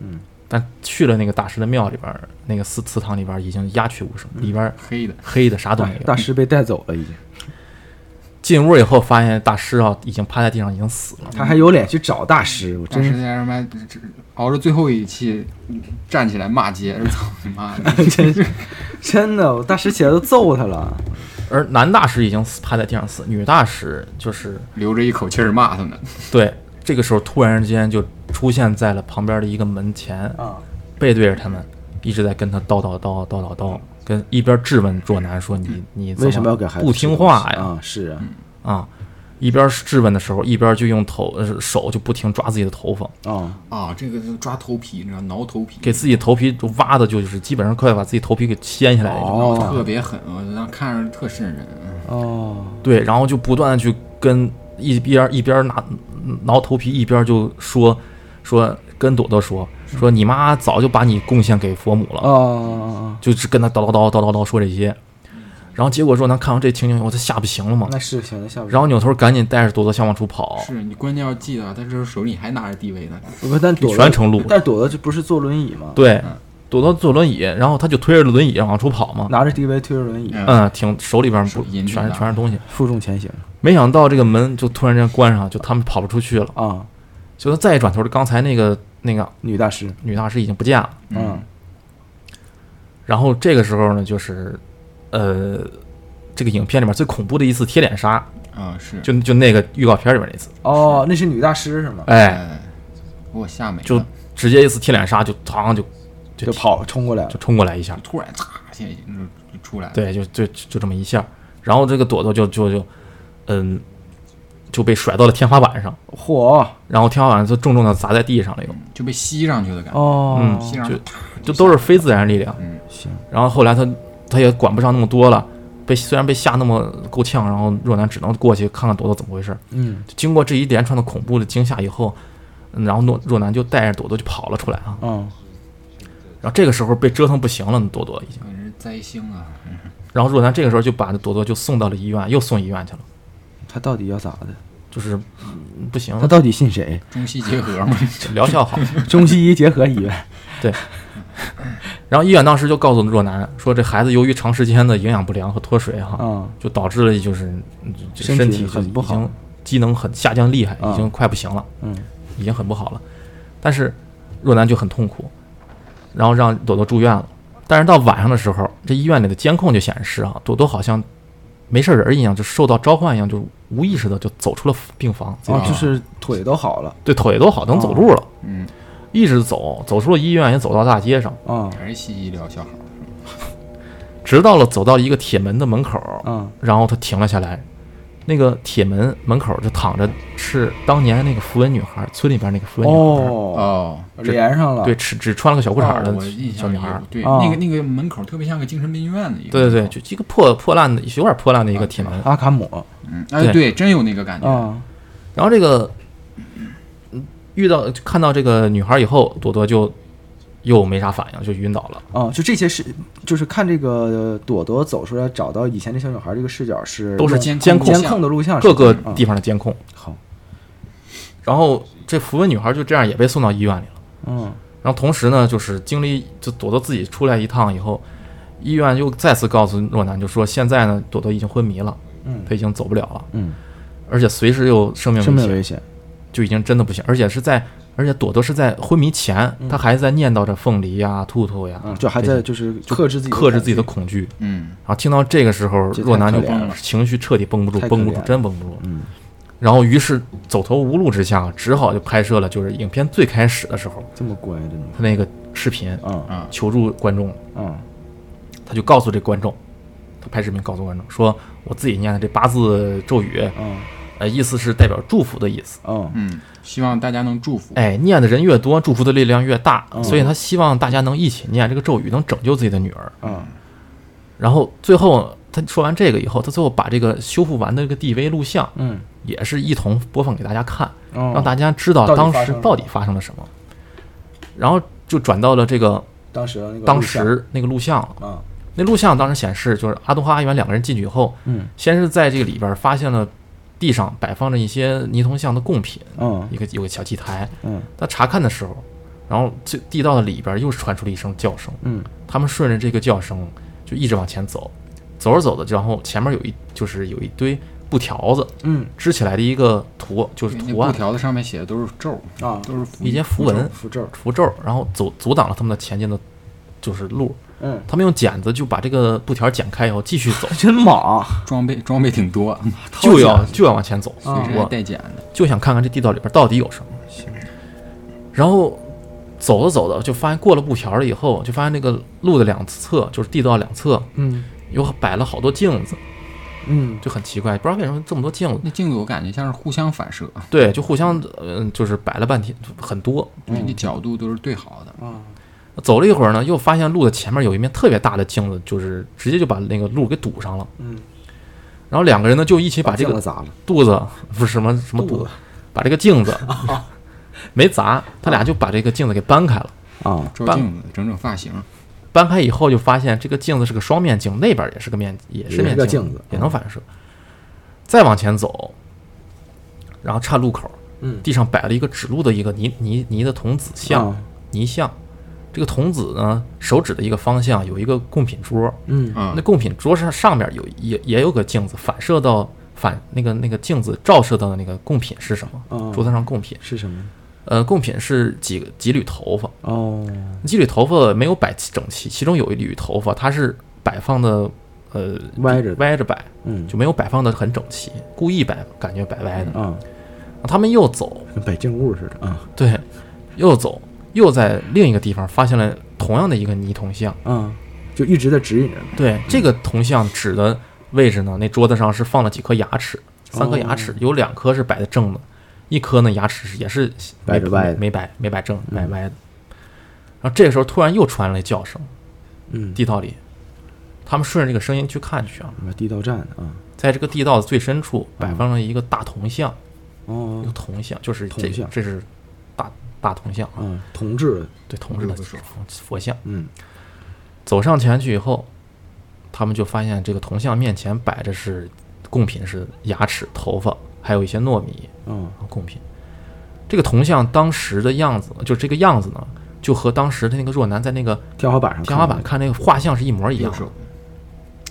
C: 嗯，
A: 但去了那个大师的庙里边儿，那个祠祠堂里边儿已经鸦雀无声，里边儿
D: 黑的，
A: 黑的啥都没有。
C: 嗯哎大师被带走了已经，
A: 进屋以后发现大师啊已经趴在地上已经死了，
C: 他还有脸去找大师，我
D: 当
C: 真是
D: 时在那儿妈啊这熬着最后一期站起来骂街，我操你 妈的！
C: 真是真的，我大师起来都揍他了，
A: 而男大师已经死趴在地上死，女大师就是
D: 留着一口气儿骂他们。
A: 对。这个时候突然之间就出现在了旁边的一个门前，
C: 啊，
A: 背对着他们，一直在跟他叨叨叨叨叨叨，跟一边质问若楠说你你怎
C: 嗯为什么要给孩子
A: 不
C: 吃
A: 听
C: 东西
A: 话呀？
C: 啊，是啊，
A: 啊，一边质问的时候，一边就用头呃手就不停抓自己的头发，
C: 啊，
D: 啊，这个抓头皮，你知道挠头皮，
A: 给自己头皮就挖的就就是基本上快把自己头皮给掀下来那种。
D: 挠得
C: 哦
D: 特别狠，我那看着特瘆人。
C: 哦，
A: 对，然后就不断的去跟一边一边拿挠头皮，一边就说说跟朵朵说说你妈早就把你贡献给佛母了，
C: 哦，
A: 就是跟他叨叨叨叨叨叨说这些。然后结果若楠看完这情景以后，他吓不行了嘛，
C: 那是行了，下不去
A: 然后扭头赶紧带着朵朵想往出跑，
D: 是你关键要记得，他这时候手里还拿着地位呢，
C: 不是，但朵
A: 全程录
C: 但朵朵就不是坐轮椅吗？，
A: 对，朵朵坐轮椅，然后他就推着轮椅往出跑嘛，
C: 拿着 DV 推着轮椅，
D: 嗯
A: 嗯，挺手里边不
D: 手淫
A: 全
D: 着
A: 是
D: 呢
A: 全是东西，
C: 负重前行
A: 没想到这个门就突然间关上，就他们跑不出去了，
C: 啊，
A: 就他再一转头，刚才那个那个
C: 女大师，
A: 女大师已经不见了。
C: 嗯，
A: 然后这个时候呢，就是，呃，这个影片里面最恐怖的一次贴脸杀，
D: 啊是，
A: 就就那个预告片里面那次，
C: 哦，那是女大师是吗？
A: 哎，
D: 哎，给我吓没了，
A: 就直接一次贴脸杀，就嘡就
C: 就跑冲过来
A: 就
C: 了，
A: 冲过来一下，
D: 突然嚓，现在就出来了。
A: 对，就就就这么一下，然后这个朵朵就就就，嗯，就被甩到了天花板上，
C: 嚯，
A: 然后天花板就重重的砸在地上了，又
D: 就被吸上去的
A: 嗯
D: 感觉，
C: 哦，
D: 吸上
A: 就
D: 去，啪
A: 就都是非自然力量。
C: 行，
A: 然后后来他他也管不上那么多了，被虽然被吓那么够呛，然后若男只能过去看看朵朵怎么回事。
C: 嗯，
A: 就经过这一连串的恐怖的惊吓以后，嗯然后诺若男就带着朵朵就跑了出来啊。
C: 嗯，
A: 然后这个时候被折腾不行了，朵朵已经。
D: 可是灾星啊！
A: 然后若男这个时候就把朵朵就送到了医院，又送医院去了，
C: 他到底要咋的？
A: 就是嗯不行
C: 他
A: 了，
C: 到底信 谁？
D: 中西结合嘛，
A: 疗效 好。
C: 中西医结合医院，
A: 然后医院当时就告诉若男说，这孩子由于长时间的营养不良和脱水哈，
C: 啊，
A: 就导致了就是嗯就
C: 身
A: 身
C: 体
A: 体就
C: 很不
A: 已
C: 好
A: 经机能很下降厉害，
C: 啊
A: 已经快不行了，
C: 嗯，
A: 已经很不好了。但是若男就很痛苦，然后让朵朵住院了。但是到晚上的时候，这医院里的监控就显示啊，朵朵好像没事人一样，就受到召唤一样，就无意识的就走出了病房，自己
C: 哦，就是腿都好了，
A: 对腿都好，能走路了，
D: 嗯，
A: 一直走，走出了医院，也走到大街上，
C: 啊，
D: 还是西医疗效好的是吧？
A: 直到了走到一个铁门的门口，
C: 啊，
A: 然后他停了下来。那个铁门门口就躺着是当年那个符文女孩，村里边那个符文女孩，
C: 哦，
D: 哦，
C: 连上了，
A: 啊对，，只只穿了个小裤衩
D: 哦我
A: 的
D: 印
A: 小
D: 象
A: 女
D: 里
A: 孩
D: 有
A: 儿，，
D: 对，
C: 啊
D: 那个那个门口特别像个精神病院的一个，
A: 对对对，，就一个破破烂的、有点破烂的一个铁门。
C: 阿卡姆，
D: 嗯，哎，
A: 对
D: 对，真有那个感觉，
C: 啊，
A: 然后这个嗯遇到看到这个女孩以后，朵朵就又没啥反应，就晕倒了。
C: 啊，就这些事，就是看这个朵朵走出来，找到以前那小女孩这个视角是
A: 都是
C: 用
D: 监
A: 监
D: 控
C: 监
D: 像
C: 控的录像，
A: 各个
C: 啊是吧嗯
A: 地方的监控。
C: 好，
A: 然后这符文女孩就这样也被送到医院里了。
C: 嗯，
A: 然然后同时呢，就是经历就朵朵自己出来一趟以后，医院又再次告诉若男，就说现在呢，朵朵已经昏迷了，
C: 嗯
A: 她已经走不了了，
C: 嗯，
A: 而且随时有生命
C: 生
A: 危
C: 命
A: 险，
C: 危险，
A: 就已经真的不行，而且是在，而且朵朵是在昏迷前，她还在念叨着凤梨呀、兔兔呀，
C: 嗯，就还在就是克制自己的
A: 克制自己的
C: 恐
A: 恐惧。
D: 嗯，
A: 然后听到这个时候，
C: 这太
A: 若男就
C: 可怜了
A: 情绪彻底绷不住，
C: 太可
A: 绷不住
C: 怜，了
A: 真绷不住。
C: 嗯
A: 然后于是走投无路之下，只好就拍摄了，就是影片最开始的时候
C: 惧，这么乖真的，
A: 他那个视频
C: 啊
D: 啊
A: 求助观众，
C: 啊
A: 他就告诉这观众，他拍视频告诉观众说，我自己念的这八字咒语，
C: 啊
A: 呃，意思是代表祝福的意思。
C: 啊，
D: 嗯，希望大家能祝福。
A: 哎，念的人越多，祝福的力量越大，
C: 嗯
A: 所以他希望大家能一起念这个咒语，能拯救自己的女儿。
C: 啊
A: 然后最后他说完这个以后，他最后把这个修复完的这个 DV 录像
C: 嗯，
A: 也是一同播放给大家看，让
C: 让
A: 大家知道
C: 哦到底
A: 当
C: 发
A: 时
C: 生了
A: 到底发生了什么。然后就转到了这个
C: 当时的那个
A: 当
C: 录像
A: 时那个录像了。
C: 啊
A: 那录像当时显示，就是阿东和阿元两个人进去以后，
C: 嗯
A: 先是在这个里边发现了地上摆放着一些泥铜像的贡品，
C: 嗯
A: 一个有个小祭台。
C: 嗯
A: 他查看的时候，然后这地道的里边又传出了一声叫声，
C: 嗯
A: 他们顺着这个叫声就一直往前走，走着走着，然后前面有一就是有一堆布条子
C: 嗯
A: 支起来的一个图，就是
D: 那
A: 图啊
D: 布
A: 案
D: 条子上面写的都是咒，
C: 啊，
D: 都是符
A: 一些符文
C: 符咒，
A: 符咒，然后阻阻挡了他们的前进的，就是路。
C: 嗯，
A: 他们用剪子就把这个布条剪开以后继续走，
C: 真
A: 啊
C: 猛，
D: 装备装备挺多，
A: 就要就要往前走。
C: 啊
D: 随时还
A: 我
D: 带剪的。
A: 就想看看这地道里边到底有什么。然后走着走着就发现过了布条了以后，就发现那个路的两侧，就是地道两侧
C: 嗯
A: 有摆了好多镜子，
C: 嗯
A: 就很奇怪，不知道为什么这么多镜子。
D: 那镜子我感觉像是互相反射，
A: 对，就互相嗯、就是摆了半天，很多。
D: 对，那角度都是对好的。
C: 啊
A: 走了一会儿呢，又发现路的前面有一面特别大的镜子，就是直接就把那个路给堵上了。
C: 嗯，啊
A: 然后两个人呢就一起把这
C: 镜
A: 个
C: 子砸了，
A: 肚子不是什么什么肚子，把这个镜子没砸，他俩就把这个镜子给搬开了。
C: 啊
D: 照
A: 半
D: 镜子，整整发型，
A: 搬开以后就发现这个镜子是个双面镜，那边也是个面，也是面
C: 也是个镜子
A: 也能反射。再往前走，然后岔路口，
C: 嗯
A: 地上摆了一个指路的一个泥泥泥的童子像、
C: 啊
A: 泥像。这个童子呢，手指的一个方向有一个贡品桌，
C: 嗯
D: 嗯
A: 那，贡品桌上上面有也也有个镜子，反射到反那个那个镜子照射到的那个贡品是什么？
C: 哦
A: 桌子上贡品，
C: 是什么？
A: 呃，贡品是几个几缕头发，
C: 哦
A: 几缕头发没有摆整齐，其中有一缕头发它是摆放的，呃，
C: 歪着的
A: 歪着摆，
C: 嗯
A: 就没有摆放的很整齐，故意摆，感觉摆歪的。
C: 啊，
A: 他们又走，
C: 跟摆静物似的啊
A: 对，又走，又在另一个地方发现了同样的一个泥铜像。
C: 啊，就一直在指引着呢
A: 对，这个铜像指的位置呢，那桌子上是放了几颗牙齿，
C: 哦
A: 三颗牙齿，有两颗是摆的正的，一颗呢牙齿是也是没
C: 摆着歪的嗯
A: 没摆没摆正，摆歪的。然后这个时候突然又传来叫声，
C: 嗯，
A: 地道里，他们顺着这个声音去看去啊，
C: 什么地道战啊，
A: 在这个地道的最深处
C: 嗯
A: 摆放了一个大铜像，一个
C: 哦
A: 铜像，就是这
C: 铜像
A: 这是大大铜像啊，
C: 啊，同志的，
A: 对，铜制的佛佛像。
C: 嗯
A: 走上前去以后，他们就发现这个铜像面前摆着是贡品，是牙齿、头发，还有一些糯米
C: 啊
A: 然后贡品。这个铜像当时的样子，就这个样子呢，就和当时的那个若男在那个
C: 天花板上看的，
A: 天花板看那个画像是一模一样
D: 右，手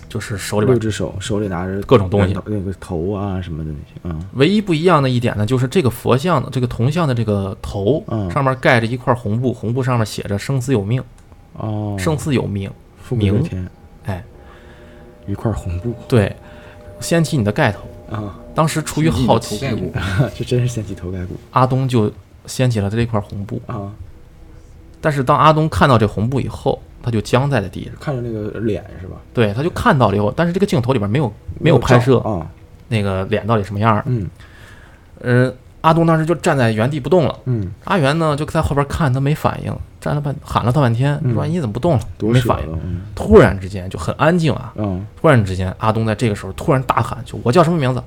A: 就是手里边
C: 六只手，手里拿着
A: 各种东西
C: 那个头啊什么的那些啊，
A: 唯一不一样的一点呢，就是这个佛像的这个铜像的这个头、
C: 嗯
A: 上面盖着一块红布，红布上面写着“生死有命，
C: 哦，
A: 生死有命
C: 父母
A: 明
C: 的天，”。
A: 哎，
C: 一块红布
A: 对，掀起你的盖头。
C: 啊，
A: 当时出于
D: 你的
A: 好
D: 头盖
A: 奇
C: 嗯
D: 骨，
C: 这真是掀起头盖骨
A: 阿东就掀起了这块红布。
C: 啊！
A: 但是当阿东看到这红布以后，他就僵在了地上。
C: 看着那个脸是吧？
A: 对，他就看到了以后，但是这个镜头里边没有没有拍摄
C: 照啊，
A: 那个脸到底什么样儿。
C: 嗯
A: 嗯，阿东当时就站在原地不动了。
C: 嗯，
A: 阿元呢就在后边看，他没反应，站了半喊了他半天，
C: 嗯
A: 说哎你怎么不动了？
C: 多
A: 没
C: 舍
A: 反
C: 得
A: 应。
C: 嗯
A: 突然之间就很安静啊！
C: 嗯
A: 突然之间，阿东在这个时候突然大喊：“就我叫什么名字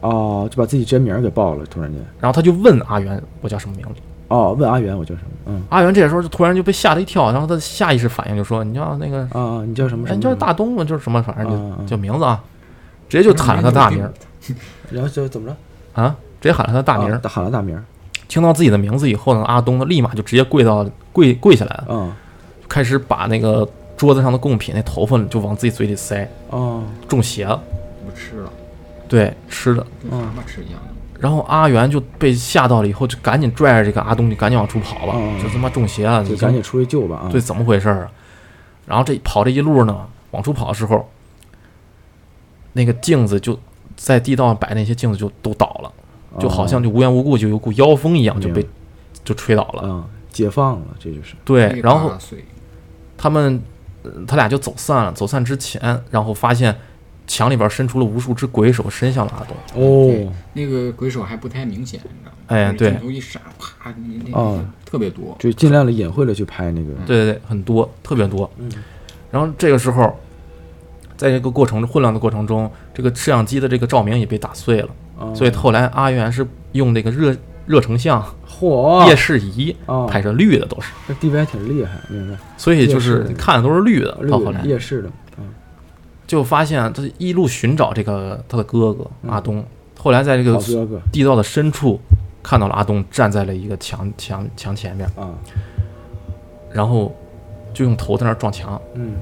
C: 哦，就把自己真名儿给报了，突然间？”
A: 然后他就问阿元：“我叫什么名字
C: 哦，问阿元我叫什么？嗯？”
A: 阿元这时候就突然就被吓了一跳，然后他下意识反应就说：“你叫那个，
C: 啊，你叫什么
A: 哎
C: 什么？
A: 你叫大东吗？就是什么，反
C: 嗯
A: 正就
C: 嗯
A: 叫名字啊。”直接就喊了他大名儿
C: 什么然后就怎么着？
A: 啊，直接喊了他大名
C: 啊
A: 儿。
C: 喊了大名儿
A: 听到自己的名字以后呢，阿东他立马就直接跪到跪跪下来了，
C: 嗯，
A: 开始把那个桌子上的贡品那头发就往自己嘴里塞，
C: 哦，
A: 中邪了，
D: 不吃了，
A: 对，吃的。
D: 跟蛤蟆吃一样的。
A: 然后阿元就被吓到了，以后就赶紧拽着这个阿东就赶紧往出跑吧，
C: 嗯
A: 这他妈中邪了，
C: 就
A: 你
C: 赶紧出去救吧啊！
A: 对，怎么回事儿啊？然后这跑这一路呢，往出跑的时候，那个镜子就在地道上摆那些镜子就都倒了，
C: 哦
A: 就好像就无缘无故就有股妖风一样就被
C: 明白
A: 就吹倒了。
C: 嗯，解放了，这就是
A: 对，然后
D: 八岁
A: 他们呃他俩就走散了。走散之前，然后发现墙里边伸出了无数只鬼手伸向了阿东。
C: 哦，
D: 那个鬼手还不太明显，你知道吗？
A: 哎
D: 就是
A: 对
D: 镜头一闪，啪，那那
C: 哦
D: 那特别多。
C: 就尽量的隐晦的去拍那个，
A: 对对对，很多，特别多。
C: 嗯，
A: 然后这个时候，在这个过程混乱的过程中，这个摄像机的这个照明也被打碎了。
C: 哦
A: 所以后来阿元是用那个热热成像、
C: 嚯，
A: 夜视仪
C: 哦
A: 拍摄绿的都是，
C: 这 DV 还挺厉害，明白？
A: 所以就
C: 夜
A: 是
C: 视
A: 看的都是绿的。到后来
C: 绿夜视的，嗯
A: 就发现他一路寻找这个他的哥哥
C: 嗯
A: 阿东，后来在这个
C: 好哥哥
A: 地道的深处看到了阿东站在了一个墙墙墙前面，
C: 啊，
A: 然后就用头在那儿撞墙，
C: 嗯，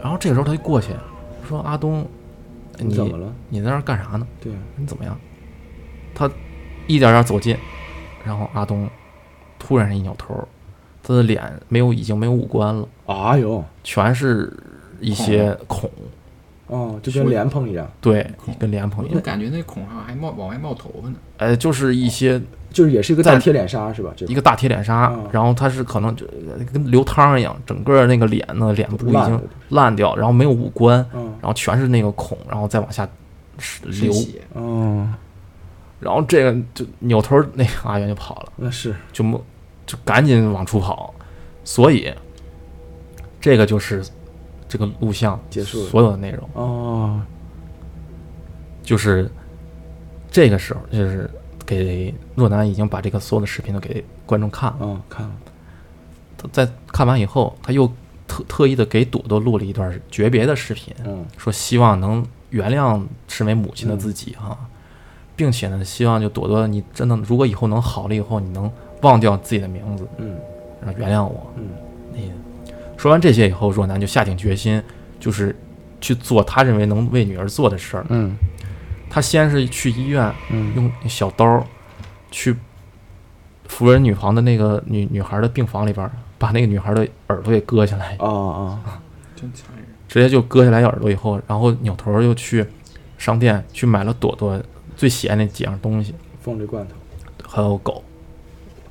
A: 然后这个时候他就过去说：“阿东，
C: 你
A: 你
C: 怎么了？
A: 你在那儿干啥呢？
C: 对啊，
A: 你怎么样？”他一点点走近，然后阿东突然一扭头，他的脸没有已经没有五官了，
C: 哎呦，
A: 全是一些孔，
C: 哦，就跟莲蓬一样，
A: 对，跟脸
D: 我
A: 盆一
D: 就
A: 样，
D: 感觉那孔上还冒往外冒头发呢。
A: 呃，就是一些
C: 就是也是一个大
A: 在
C: 贴脸杀是吧？这
A: 一个大铁脸杀
C: 嗯，
A: 然后他是可能就呃跟流汤一样，整个那个脸呢，脸部已
C: 烂了
A: 经烂掉，然后没有五官，
C: 嗯
A: 然后全是那个孔，然后再往下是
D: 流
A: 流，
D: 血，
C: 哦，
A: 然后这个就扭头，那个阿元就跑了，
C: 那是
A: 就摸就赶紧往出跑，所以这个就是这个录像
C: 结束了
A: 所有的内容，
C: 哦，
A: 就是这个时候就是给若男已经把这个所有的视频都给观众看了。
C: 哦，看了，
A: 他在看完以后，他又特特意的给朵朵录了一段诀别的视频，
C: 嗯
A: 说希望能原谅身为母亲的自己哈、并且呢，希望就朵朵你真的如果以后能好了以后，你能忘掉自己的名字，
C: 嗯
A: 然后原谅我。
C: 嗯，
A: 你说完这些以后，若男就下定决心，就是去做他认为能为女儿做的事儿。
C: 嗯
A: 他先是去医院
C: 嗯
A: 用小刀儿去扶人女房的那个女女孩的病房里边儿，把那个女孩的耳朵给割下来，
C: 哦哦，
D: 真残忍。
A: 直接就割下来耳朵以后，然后扭头又去商店去买了朵朵最喜爱那几样东西，
C: 凤梨罐头，
A: 还有狗，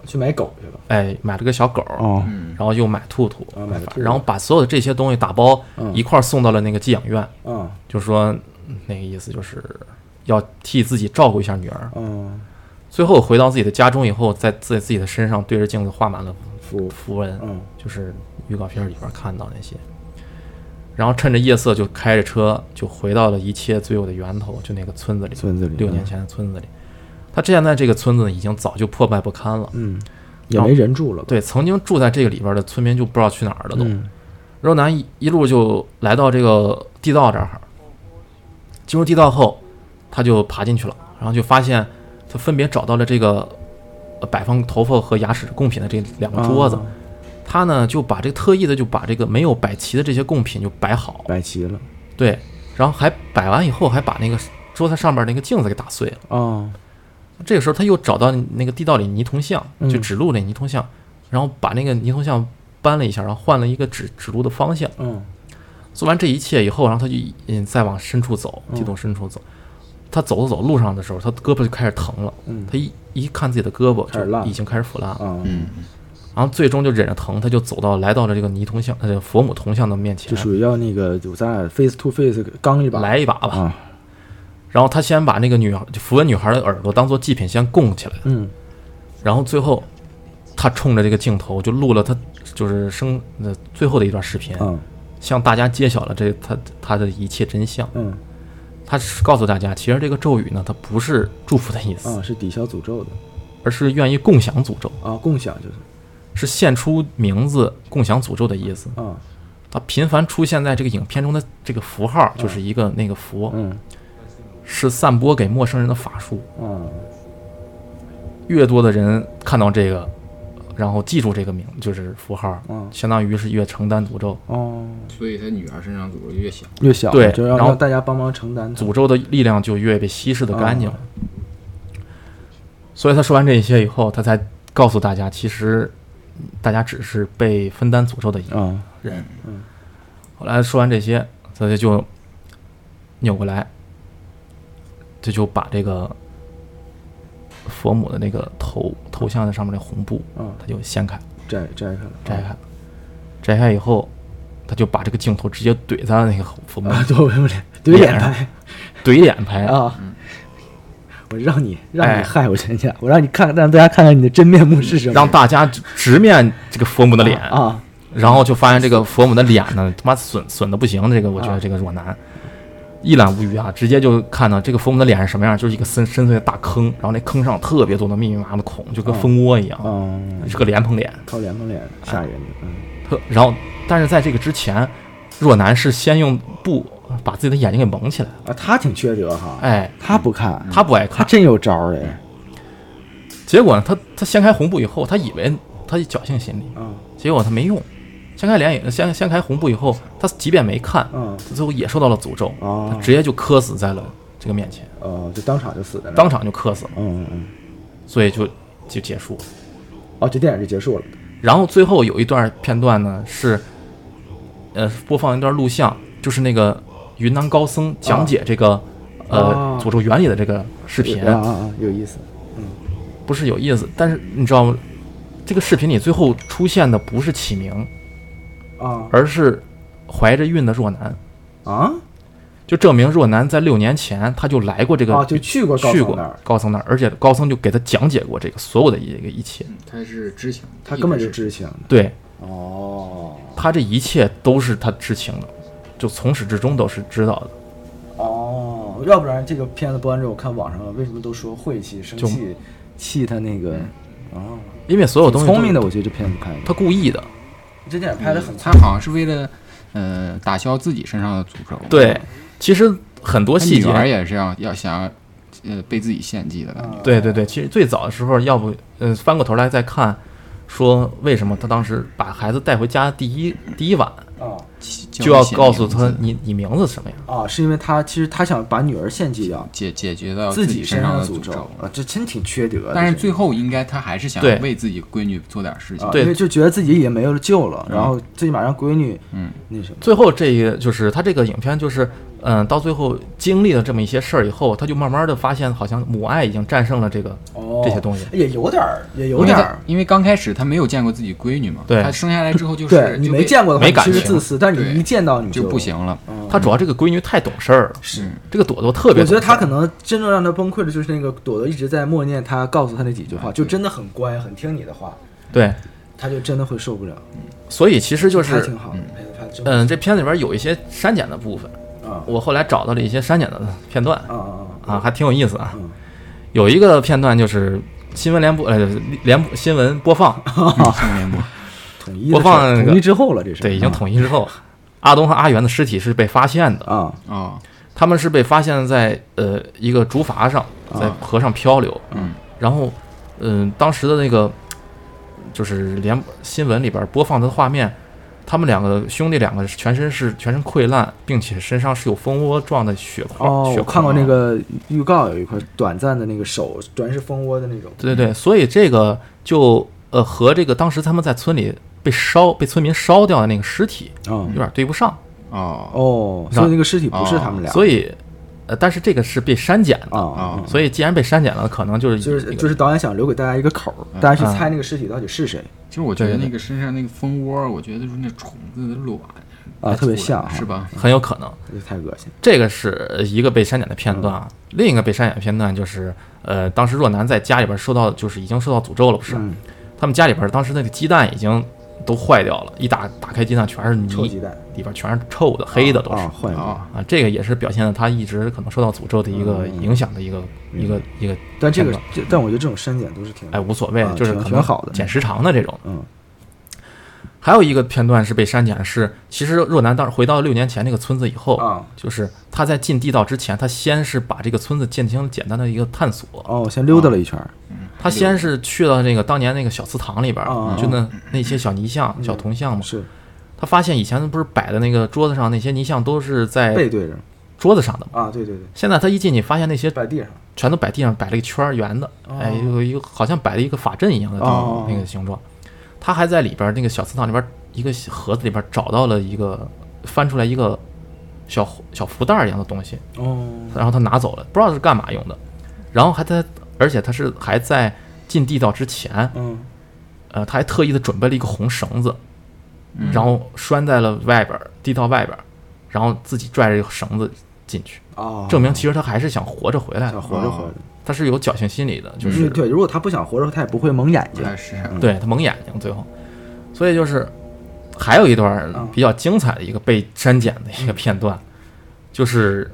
C: 去买狗去了，
A: 哎，买了个小狗儿，
C: 哦
D: 嗯，
A: 然后又买兔兔，
C: 啊买了兔兔
A: 然后把所有的这些东西打包
C: 嗯
A: 一块儿送到了那个寄养院，
C: 啊
A: 就说嗯那个意思就是要替自己照顾一下女儿。
C: 嗯，
A: 最后回到自己的家中以后，在自己自己的身上对着镜子画满了
C: 服，
A: 符文，
C: 嗯
A: 就是预告片里边看到那些。然后趁着夜色就开着车就回到了一切罪恶的源头，就那个村子里，
C: 村子里
A: 六年前的村子里。他之前在这个村子已经早就破败不堪了，
C: 嗯，也没人住了吧，
A: 对，曾经住在这个里边的村民就不知道去哪儿了都。
C: 嗯
A: 肉男一一路就来到这个地道这儿，进入地道后，他就爬进去了，然后就发现他分别找到了这个呃摆放头发和牙齿贡品的这两个桌子，
C: 啊
A: 他呢就把这特意的就把这个没有摆齐的这些贡品就摆好，
C: 摆齐了，
A: 对，然后还摆完以后还把那个桌子上面那个镜子给打碎了。
C: 哦，
A: 这个时候他又找到那个地道里泥铜像，
C: 嗯
A: 就指路那泥铜像，然后把那个泥铜像搬了一下，然后换了一个指指路的方向。
C: 嗯
A: 做完这一切以后，然后他就嗯再往深处走，
C: 嗯
A: 地洞深处走。他走着走路上的时候，他胳膊就开始疼了。
C: 嗯
A: 他一一看自己的胳膊
C: 开始烂
A: 就已经开始腐烂了，
C: 啊，
D: 嗯，
A: 然后最终就忍着疼，他就走到来到了这个泥铜像呃佛母铜像的面前
C: 就，属于要那个，就咱俩 face to face 刚一把，
A: 来一把吧。
C: 啊，
A: 然后他先把那个女孩就符文女孩的耳朵当做祭品先供起来，
C: 嗯
A: 然后最后他冲着这个镜头就录了他就是生呃最后的一段视频，
C: 嗯
A: 向大家揭晓了这他他的一切真相。
C: 嗯
A: 他是告诉大家，其实这个咒语呢，它不是祝福的意思，
C: 啊，是抵消诅咒的
A: 而是愿意共享诅咒，
C: 啊，共享就是
A: 是献出名字共享诅咒的意思。
C: 啊，
A: 它频繁出现在这个影片中的这个符号，就是一个那个符，
C: 嗯
A: 是散播给陌生人的法术。
C: 啊，
A: 越多的人看到这个，然后记住这个名就是符号，
C: 嗯
A: 相当于是越承担诅咒。
C: 哦，
D: 所以他女儿身上诅咒越小。
C: 越小
A: 对
C: 就要
A: 然后
C: 让大家帮忙承担它
A: 诅咒的力量就越被稀释的干净了。
C: 哦
A: 所以他说完这一些以后，他才告诉大家，其实嗯大家只是被分担诅咒的一个
C: 啊，
A: 人。
C: 嗯
A: 后来说完这些，他就扭过来，这就把这个佛母的那个头头像的上面的红布，
C: 嗯，
A: 他就掀开
C: 摘摘开了，
A: 摘开，摘开以后，他就把这个镜头直接怼在那个佛母
C: 啊， 对，我们对
A: 脸
C: 眼
A: 上
C: 拍
A: 怼脸拍
C: 啊。我让你让
A: 哎
C: 你害我真假，嗯我让你看让大家看看你的真面目是什么，
A: 让大家直面这个佛母的脸，
C: 啊
A: 然后就发现这个佛母的脸呢，他妈损损的不行。这个我觉得
C: 啊
A: 这个阮男一览无余啊，直接就看到这个佛母的脸是什么样，就是一个深深邃的大坑，然后那坑上特别多的密密麻麻的孔，就跟蜂窝一样，
C: 嗯，
A: 是个莲蓬脸。
C: 靠脸蒙脸吓人的，嗯
A: 特然后，但是在这个之前，若男是先用布把自己的眼睛给蒙起来了，
C: 啊，他挺缺德哈，
A: 哎，
C: 他不看，
A: 他不爱
C: 他
A: 看。
C: 真有招儿哎，
A: 结果呢，他他掀开红布以后，他以为他侥幸心理，
C: 嗯
A: 结果他没用。掀开脸以掀掀开红布以后，他即便没看，
C: 嗯
A: 他最后也受到了诅咒，
C: 哦
A: 他直接就磕死在了这个面前，
C: 哦，就当场就死在那儿，
A: 当场就磕死了，
C: 嗯嗯嗯，
A: 所以就就结束了。
C: 哦，这电影就结束了，
A: 然后最后有一段片段呢是，呃，播放一段录像，就是那个云南高僧讲解这个、呃
C: 哦
A: 诅咒原理的这个视频，
C: 啊啊啊，有意思，
A: 不是有意思，但是你知道吗？这个视频里最后出现的不是启明，
C: 啊
A: 而是怀着孕的若男，
C: 啊
A: 就证明若男在六年前他就来过这个
C: 啊，就去过高
A: 去
C: 层
A: 过
C: 那儿，
A: 高僧那儿，而且高僧就给他讲解过这个所有的一个一切。
D: 他嗯是知情，
C: 他根本就
D: 一直
C: 知情的，
A: 对
C: 哦
A: 他这一切都是他知情的，就从始至终都是知道的。
C: 哦，要不然这个片子播完之后，我看网上为什么都说晦气、生
A: 就
C: 气、气他那个，哦，
A: 因为所有东西都嗯
C: 聪明的，我觉得这片子看的，
A: 他故意的。
C: 这电影
D: 是
C: 拍的很
D: 他好像是为了呃打消自己身上的诅咒。
A: 对，其实很多
D: 他
A: 细
D: 女儿
A: 节，
D: 也是要要想要呃被自己献祭的感觉。
C: 啊
A: 嗯对对对，其实最早的时候，要不嗯、呃翻过头来再看，说为什么他当时把孩子带回家第一第一晚
C: 啊
A: 就要告诉
D: 交
A: 他
D: 换名字
A: 你你名字是什么呀？
C: 啊，是因为他其实他想把女儿献祭掉，
D: 解解决到
C: 自
D: 己
C: 身
D: 上
C: 上
D: 的
C: 诅
D: 咒，
C: 啊，这真挺缺德的。
D: 但是
C: 这
D: 最后应该他还是想
A: 对
D: 为自己闺女做点事情
C: 啊，。
A: 对
C: 因为就觉得自己也没有救了，然后最起码让闺女
D: 嗯，
C: 那什么，
A: 最后这个就是他这个影片就是，嗯、到最后经历了这么一些事儿以后，他就慢慢的发现，好像母爱已经战胜了这个、
C: 哦
A: 这些东西。
C: 也有点儿，也有
D: 因为
C: 点
D: 他
C: 儿。
D: 因为刚开始他没有见过自己闺女嘛，
A: 对
D: 他生下来之后就是
C: 对你
D: 就被
C: 没见过的话，
A: 没
C: 你
A: 感
C: 其实
A: 情
C: 自私，但是
D: 对
C: 你一见到你
D: 就不。行了，
A: 他主要这个闺女太懂事儿了，
C: 是，
A: 这个朵朵特别懂事
C: 我觉
A: 儿。
C: 得他可能真正让他崩溃的就是那个朵朵一直在默念他告诉他那几句
A: 嗯
C: 话，就真的很乖，很听你的话，
A: 对，
C: 他就真的会受不了。
A: 所以其实就
C: 还
A: 是
C: 挺，好的，拍的拍的真
A: 嗯，这片子里边有一些删减的部分，
C: 啊
A: 我后来找到了一些删减的片段
C: 啊啊
A: 啊，还挺有意思啊
C: 嗯。
A: 有一个片段就是新闻联播，呃，联播新闻播放，
D: 新联播。
C: 统一的
A: 播放
C: 事儿
A: 那个
C: 统一之后了，这是嗯
A: 对，已经统一之后，阿东和阿元的尸体是被发现的，
C: 啊
D: 哦，
A: 他们是被发现在呃一个竹筏上，
C: 啊
A: 在河上漂流。
D: 嗯，
A: 然后，嗯、当时的那个就是联新闻里边播放的画面，他们两个兄弟两个全身是全身溃烂，并且身上是有蜂窝状的血块。
C: 哦，
A: 血块
C: 我
A: 啊
C: 看过那个预告，有一块短暂的那个手，全是蜂窝的那种。
A: 对对对，所以这个就呃和这个当时他们在村里被烧被村民烧掉的那个尸体
C: 啊
A: 有点对不上，
D: 哦，
C: 哦，
A: 是吧
C: 所以那个尸体不是他们俩，
A: 所
C: 以
A: 以呃但是这个是被删减的，
C: 啊，
A: 所以既然被删减了，可能就是
C: 就
A: 嗯一
C: 是
A: 个嗯
C: 就是导演想留给大家一个口儿，大家去猜那个尸体到底是谁
D: 其实我觉得
A: 对对对
D: 那个身上那个蜂窝，我觉得就是那虫子的卵
C: 啊，特别像
D: 是？吧？
A: 很有可能。
C: 这太恶心
A: 这个是一个被删减的片段，啊，
C: 嗯
A: 另一个被删减的片段就是，呃，当时若男在家里边受到就是已经受到诅咒了，不是？
C: 嗯
A: 他们家里边当时那个鸡蛋已经都坏掉了，一打打开鸡蛋全是泥，
C: 臭鸡蛋
A: 里边全是臭的、黑的都是
C: 啊，嗯坏了。
D: 啊，
A: 啊。这个也是表现了他一直可能受到诅咒的一个影响的一个一个一个，
C: 但这个
A: 真，哎
C: 这但我觉得这种删减都是挺嗯
A: 哎，无所谓
C: 啊，
A: 就是
C: 挺
A: 可
C: 挺
A: 能
C: 好的
A: 减时长的这种。
C: 嗯
A: 还有一个片段是被删减，是其实若男当回到六年前那个村子以后，
C: 啊
A: 就是他在进地道之前，他先是把这个村子进行简单的一个探索，
C: 哦，先溜达了一圈儿，
A: 他先是去了那个当年那个小祠堂里边儿，
C: 啊啊
A: 就那那些小泥像、小铜像嘛，
C: 是
A: 他发现以前不是摆的那个桌子上那些泥像都是
C: 背
A: 在
C: 对着
A: 桌子上的嘛，
C: 啊，对对对，
A: 现在他一进去发现那些
C: 摆地上，
A: 全都摆地上摆了一个圈儿圆的，
C: 啊
A: 哎，有一个好像摆了一个法阵一样的地方
C: 哦
A: 那个形状。他还在里边儿那个小祠堂里边儿一个盒子里边儿找到了一个翻出来一个小小福袋儿一样的东西，
C: 哦，
A: 然后他拿走了，不知道是干嘛用的。然后还在，而且他是还在进地道之前，
C: 嗯，
A: 呃，他还特意的准备了一个红绳子，
C: 嗯
A: 然后拴在了外边儿地道外边儿，然后自己拽着一个绳子进去，
C: 哦，
A: 证明其实他还是想活着回来的
C: 想，
D: 啊
C: 活着嗯活着，
A: 他是有侥幸心理的，就
C: 因为
A: 是
C: 对，如果他不想活着，他也不会蒙眼睛
D: 那是
C: 嗯
A: 对他蒙眼睛最后，所以就是还有一段
C: 嗯
A: 比较精彩的一个被删减的一个片段，就是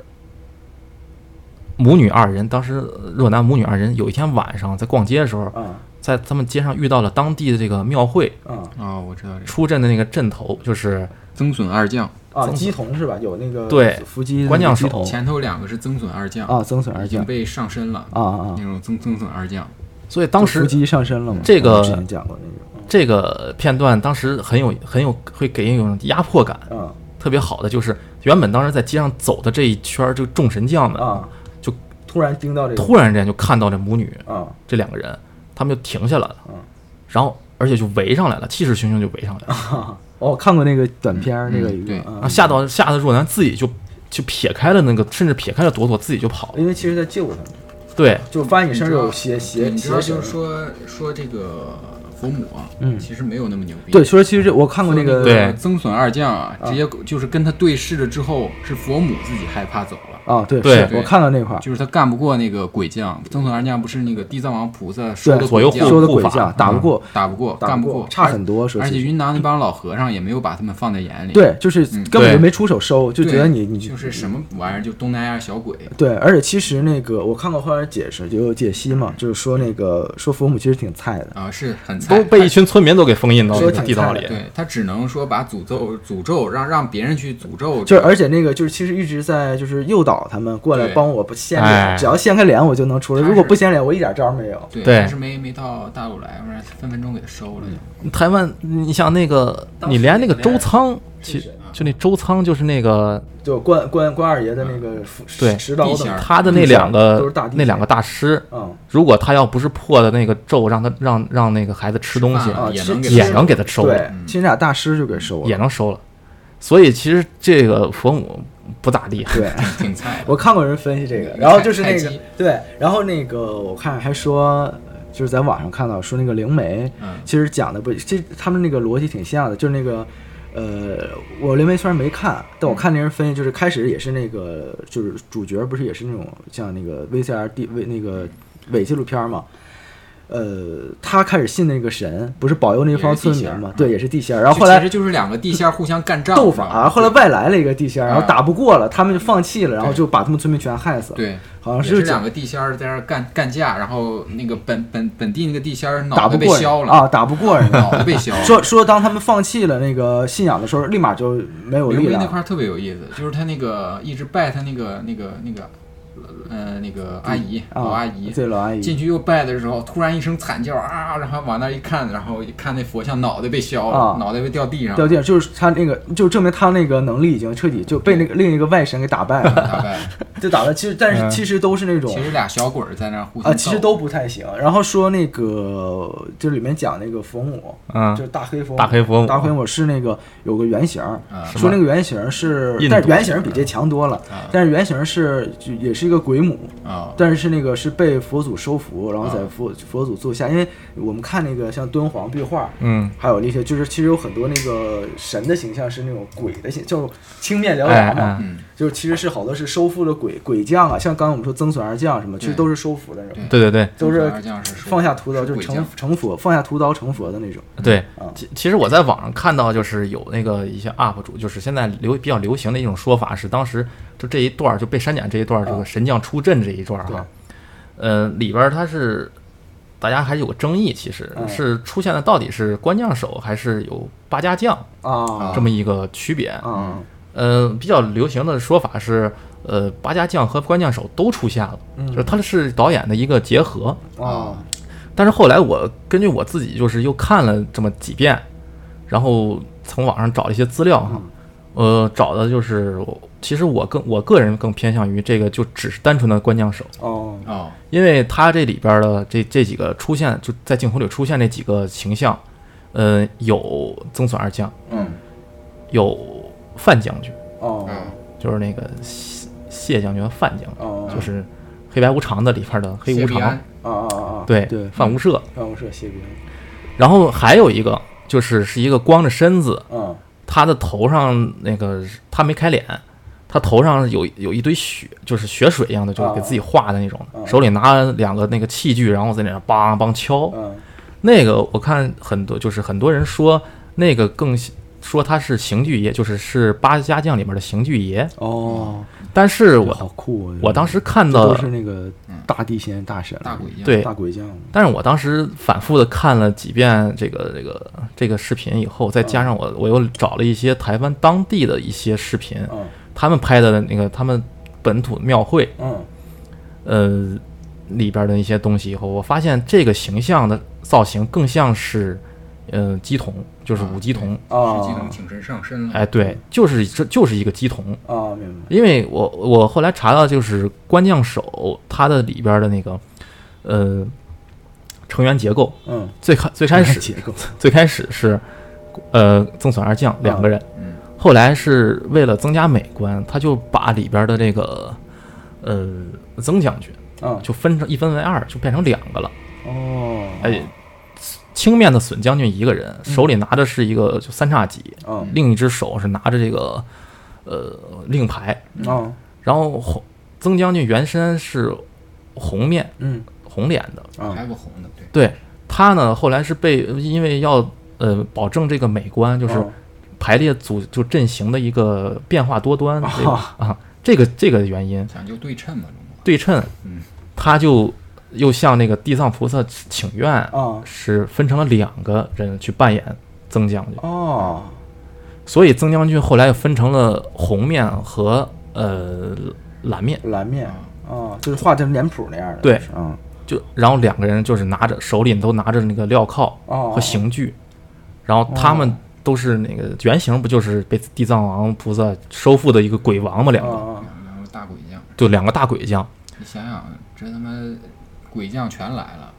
A: 母女二人当时呃若男母女二人有一天晚上在逛街的时候，
C: 啊
A: 在他们街上遇到了当地的这个庙会
C: 啊
D: 哦，我知道这个
A: 出阵的那个阵头，就是
D: 增损二将，
C: 啊，
A: 曾
C: 鸡童是吧？有那个
A: 对
C: 伏击
A: 关将手
C: 手
D: 前头两个是增损二将，
C: 哦啊，增损而
D: 已
C: 降
D: 经被上身了
C: 啊啊啊
D: 那，种增增损二将，
A: 所以嗯当
C: 就伏
A: 时
C: 击上身了嘛，
A: 这个
C: 我之前讲过那
A: 这个片段当时很有很有会给人一种压迫感，
C: 种，
A: 特别好的就是原本当时在街上走的这一圈儿就众神将
C: 嗯
A: 们
C: 啊，
A: 就
C: 突然盯到这个
A: 突然之间就看到这母女
C: 啊
A: 这两个人，他们就停下来了
C: 嗯，
A: 然后而且就围上来了，气势汹汹就围上来了，
C: 啊，哦，我看过那个短片儿，那个
D: 嗯
C: 一个
D: 对
A: 然
C: 啊
A: 后，吓到吓得若男自己就就撇开了那个，甚至撇开了朵朵自己就跑了。
C: 因为其实在救他们，
A: 对，
C: 就发现你身上有邪
D: 对
C: 邪
D: 你知道
C: 邪
D: 就
C: 神
D: 是。说说这个佛母啊，
C: 嗯
D: 其实没有那么牛逼，
C: 对，说其实这我看过那个，
A: 对
D: 增损二将啊，直接就是跟他对视了之后，是佛母自己害怕走了。
C: 啊，对，
A: 对
C: 是我看到那块儿，
D: 就是他干不过那个鬼将，增损二将不是那个地藏王菩萨说的
C: 对
A: 左右
D: 鬼将
A: 护
C: 说的鬼
A: 护法
C: 将打不过，
D: 嗯打不过，
C: 打
D: 干
C: 不
D: 过，
C: 差很多，说
D: 而且
C: 其实
D: 云南那帮老和尚也没有把他们放在眼里，
C: 对，就是
D: 嗯
C: 根本就
A: 对
C: 没出手收，就
D: 对，
C: 觉得你你
D: 就是什么玩意儿，就东南亚小鬼，
C: 对，而且其实那个我看过后来解释，就有解析嘛，就是说那个说佛母其实挺菜的，
D: 啊，是很菜
A: 都被一群村民都给封印到
C: 说
A: 了
C: 挺
A: 地道里
C: 菜。
D: 对他只能说把诅咒诅咒让让别人去诅咒，
C: 就是而且那个就是其实一直在就是诱导他们过来
D: 对
C: 帮我不掀
A: 哎
C: 脸，只要掀开脸我就能出来，
D: 他
C: 如果
D: 是
C: 不掀脸我一点招儿没有。
D: 对，
A: 对嗯
D: 还是没没到大陆来，不然分分钟给他收了就。
A: 台湾，你像那个，
D: 当时
A: 你连那个
D: 那个
A: 周仓，
C: 是啊
A: 其
C: 谁
A: 就那周仓就是那个
C: 就关关关二爷的那个斧
A: 对
C: 持刀
D: 嗯地
C: 的
D: 仙儿
C: 嘛，
A: 他的那两
C: 啊都
A: 个
C: 是大地
A: 那两个大师，
C: 嗯
A: 如果他要不是破的那个咒，让他让让那个孩子吃东西
D: 吃，饭
C: 啊，
D: 也
C: 其
D: 能
C: 实
D: 给
A: 也能给他收了
C: 对，
D: 嗯
C: 其实俩大师就给收
A: 也
C: 了。
A: 能收了。所以其实这个佛母不咋地，
C: 对，
D: 挺菜的。
C: 我看过人分析这个，然后就是那
D: 菜
C: 个
D: 鸡
C: 对，然后那个我看还说，就是在网上看到说那个灵媒，
D: 嗯
C: 其实讲的不，这他们那个逻辑挺像的，就是那个。呃，我灵媒虽然没看，但
D: 嗯
C: 我看那人分析，就是开始也是那个，就是主角不是也是那种像那个 VCR D V 那个伪纪录片儿嘛，呃，他开始信那个神，不是保佑那方
D: 也是地
C: 村民
D: 仙儿
C: 嘛
D: 嗯，
C: 对，也是地仙儿，然后
D: 就
C: 后来
D: 其实就是两个地仙互相干仗
C: 斗
D: 是吧
C: 法，后来外来了一个地仙儿，然后
D: 啊
C: 打不过了，他们就放弃了，然后
D: 对
C: 就把他们村民全害死了。，
D: 对，
C: 好像
D: 也
C: 是
D: 是
C: 这
D: 两个地仙儿在那儿干干架，然后那个本本本地那个地仙儿
C: 打
D: 脑
C: 不
D: 袋被
C: 过人
D: 削了，
C: 啊，打不过人家。
D: 脑 袋被削了。
C: 说说，当他们放弃了那个信仰的时候，立马就没有
D: 灵
C: 力
D: 媒那
C: 量
D: 块儿特别有意思，就是他那个一直拜他那个那个那个呃那个阿姨
C: 啊，
D: 老阿姨。
C: 对老阿
D: 进
C: 姨
D: 去又拜的时候，突然一声惨叫啊！然后往那儿一看，然后一看那佛像脑袋被削了，
C: 啊
D: 脑袋被掉地上
C: 掉
D: 了，
C: 地，就是他那个，就证明他那个能力已经彻底就被那个另一个外神给打 败了，
D: 大概。
C: 就打败。其实，但是其实都是那种
D: 其实俩小鬼儿在那儿互相
C: 啊，其实
D: 斗
C: 都不太行。然后说那个，就里面讲那个佛母，
A: 嗯
C: 就，是大黑佛母，
A: 大黑佛母
C: 大黑佛母是那个有个原型儿，
D: 啊
C: 说那个原型是
A: 印，度
C: 但是原型比这强多了
D: 啊，
C: 但是原型是就也是一个鬼母，
D: 啊，
C: 但是是那个是被佛祖收服，然后在
D: 啊
C: 佛佛祖座下，因为我们看那个像敦煌壁画。
A: 嗯，
C: 还有那些，就是其实有很多那个神的形象是那种鬼的形，叫青面獠牙嘛，
A: 哎
D: 嗯
C: 就是其实是好多是收复了鬼鬼将啊，像刚刚我们说曾孙儿将什么，其实
D: 对
C: 都是收服的那种，
A: 对对对
C: 都
D: 曾
C: 是
D: 孙儿将是收服
C: 放下屠刀
D: 是
C: 就是
D: 鬼
C: 成
D: 将
C: 成佛，放下屠刀成佛的那种。
A: 对
C: 嗯，
A: 其其实我在网上看到，就是有那个一些 UP 主，就是现在流比较流行的一种说法是，当时就这一段儿就啊被删减这一段儿，这个神将出阵这一段儿哈，呃，里边儿它是大家还有个争议，其实
C: 嗯
A: 是出现了到底是官将手还是有八家将
C: 啊
A: 这么一个区别。
C: 啊
A: 呃，比较流行的说法是，呃，八家将和官将手都出现了，就是它是导演的一个结合。
C: 啊
A: 但是后来我根据我自己就是又看了这么几遍，然后从网上找了一些资料哈，呃，找的就是我其实我更我个人更偏向于这个就只是单纯的官将手，
C: 哦
D: 哦，
A: 因为它这里边的这这几个出现就在镜头里出现这几个形象，呃，有曾孙二将，
C: 嗯
A: 有范将军，
C: 哦
D: 啊
A: 就是那个谢谢将军和范将军，
C: 哦，
A: 就是黑白无常的里边的黑无
D: 谢必
A: 常
D: 安，，
C: 啊啊啊啊，
A: 对
C: 对，
A: 范无赦，
C: 办公室谢别人，
A: 然后还有一个就是是一个光着身子，
C: 嗯
A: 他的头上那个他没开脸，他头上有有一堆血，就是血水一样的，就是给自己画的那种
C: 啊啊
A: 的，手里拿两个那个器具，然后在那梆梆敲。
C: 嗯
A: 那个我看很多就是很多人说那个更像说他是刑具爷，就是是八家将里面的刑具爷，
C: 哦，
A: 但是
C: 我
A: 我
C: 好酷啊！
A: 我当时看
C: 这
A: 到
C: 都是那个大地仙大神
D: 大鬼一样。
A: 对
C: 大鬼将，
A: 但是我当时反复的看了几遍这个这个这个视频以后，再加上我我又找了一些台湾当地的一些视频，
C: 嗯
A: 他们拍的那个他们本土庙会，
C: 嗯
A: 呃，里边的一些东西以后，我发现这个形象的造型更像是，呃，鸡童，就是
D: 啊
A: 舞鸡童，
C: 啊
D: 实际能挺身上身了。
A: 哎，对，就是这就是一个鸡童，
C: 啊，明白
A: 因为我我后来查到，就是关将手它的里边的那个，呃，成员结构，
C: 嗯，
A: 最开最开始
C: 结构
A: 最开始是，呃，曾笋二将两个人，
D: 嗯
A: 后来是为了增加美观，他就把里边的这个，呃，曾将军
C: 啊
A: 就分成一分为二，就变成两个了。
C: 哦
A: 哎，青面的笋将军一个人，手里拿着是一个就三叉戟，
C: 嗯
A: 另一只手是拿着这个，呃，令牌。
C: 啊
A: 然后红曾将军原身是红面
C: 嗯
A: 红脸的，
C: 啊
D: 还不红的，对，
A: 对他呢后来是被因为要呃保证这个美观，就是。
C: 哦
A: 排列组就阵型的一个变化多端
C: 啊
A: 这个啊，这个这个原因
D: 讲究对称嘛，中国。
A: 对称
D: 嗯，
A: 他就又向那个地藏菩萨请愿，
C: 啊
A: 是分成了两个人去扮演曾将军，
C: 哦
A: 所以曾将军后来又分成了红面和呃蓝面，
C: 蓝面啊，就是画成脸谱那样的，
A: 对
C: 就是嗯
A: 就然后两个人就是拿着手里都拿着那个镣铐
C: 哦
A: 和刑具，然后他们都是那个原型不就是被地藏王菩萨收复的一个鬼王嘛，两
C: 啊
A: 个
C: 啊
D: 然后大鬼将，
A: 就两个大鬼将。
D: 你想想，这他妈鬼将全来了，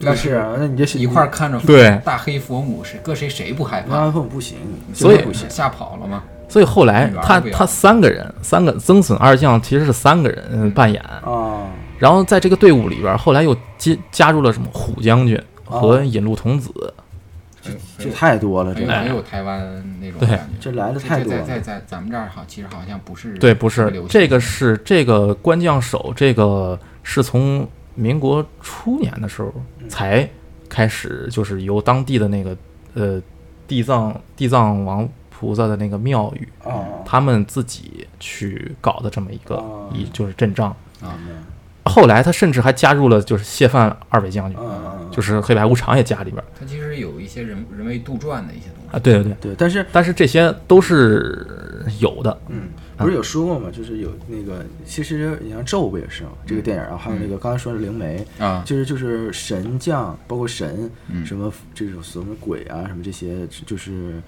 C: 那是啊那你这是
D: 一块儿看着
A: 对
D: 大黑佛母，是搁谁谁不害
C: 你安
D: 怕？
C: 凤不行，
A: 所以
C: 绝对不行
D: 吓跑了吗？
A: 所以后来
D: 女儿
A: 他
D: 不要
A: 他三个人，三个曾笋二将其实是三个人呃
D: 嗯
A: 扮演，
C: 啊
A: 然后在这个队伍里边，后来又接加入了什么虎将军
D: 哦
A: 和引路童子，
C: 这太多了，这
D: 还有
C: 个
D: 还有台湾那种
A: 哎对
D: 感觉，
C: 这来的太多
D: 在
C: 了
D: 在在咱们这儿好，其实好像不是
A: 对，不是
D: 流行
A: 这个是这个关将手，这个是从民国初年的时候
D: 嗯
A: 才开始，就是由当地的那个呃地藏地藏王菩萨的那个庙宇，
C: 啊
A: 他们自己去搞的这么一个
C: 哦
A: 一就是阵仗。
D: 啊，
A: 后来他甚至还加入了就是谢范二位将军，
C: 啊
A: 就是黑白无常也加里边儿
D: 它其实有一些人人为杜撰的一些东西。
A: 啊，对对对，
C: 对，但是
A: 但是这些都是有的，
C: 嗯，不是有说过吗？就是有那个，其实你像咒不也是吗？这
A: 嗯
C: 个电影，然后啊还有那个刚才说的灵媒
D: 啊
C: 就是就是神将，包括神，
D: 嗯
C: 什么这种什么鬼啊，什么这些，就是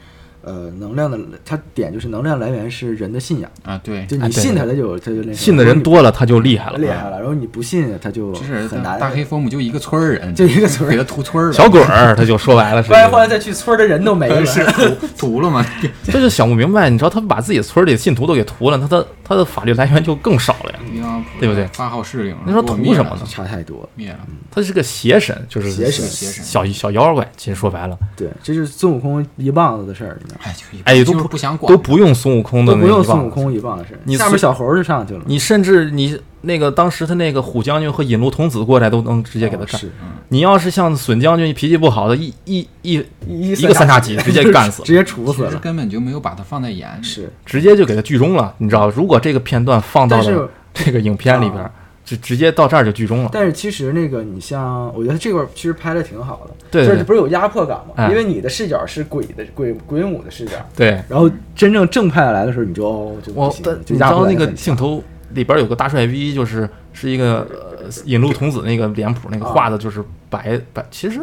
C: 呃能量的，它点就是能量来源是人的信仰，
D: 啊，对，
C: 就
A: 啊
C: 你
A: 对
C: 信它，它就它就那什么
A: 信的人多了他就厉害
C: 如果
A: 了，嗯
C: 你厉害了，然后你不信它就
D: 就是
C: 很难
D: 大黑佛母就一个村儿人，
C: 就一个村儿
D: 给他屠村儿了，
A: 小鬼儿他就说白了是
C: 不， 然后来再去村儿的人都 没了，
D: 是屠屠了吗？
A: 这就想不明白，你知道他把自己村里的信徒都给屠了，那他他的法律来源就更少了呀，
C: 嗯
D: 地藏菩萨
A: 对不对
D: 发号施令，
A: 你说
D: 给我
A: 图
D: 灭
A: 什么
D: 了
A: 呢？
C: 差太多了。
D: 灭了，
A: 他是个邪神，就是
C: 邪神
D: 邪神
A: 小小妖怪，其实说白了，
C: 对，这就是孙悟空一棒子的事儿，你知道吗
D: 哎，就是
A: 哎都
D: 就是
A: 不
D: 不想管
A: 都，不用孙悟空的
C: 都
A: 那
C: 不用
A: 一棒
C: 孙悟
A: 子
C: 空一棒的事儿，
A: 你
C: 下面
A: 孙
C: 小猴儿就上去了，
A: 你甚至你那个当时他那个虎将军和引路童子过来都能直接给他
C: 哦
A: 干。
C: 是
A: 你要是像笋将军脾气不好的，一一一
C: 一
A: 一个三叉戟直 接干死
C: 直接处死
D: 其实
C: 了。
D: 根本就没有把它放在眼里。
C: 是，
A: 直接就给他剧终了，你知道？如果这个片段放到
C: 但是啊
A: 了这个影片里边，就直接到这儿就剧终了。
C: 但是其实那个你像，我觉得这块儿其实拍的挺好的，
A: 对对
C: 就是不是有压迫感嘛？
A: 哎
C: 因为你的视角是鬼的鬼鬼母的视角，
A: 对，
C: 然后真正正派来的时候，你就哦就不
A: 我
C: 行
A: 但
C: 了，就
A: 你知
C: 压迫
A: 道那
C: 感也
A: 个
C: 很
A: 镜
C: 强
A: 头里边有个大帅逼，就是是一个呃引路童子那个脸谱那
C: 啊
A: 个画的，就是白白，其实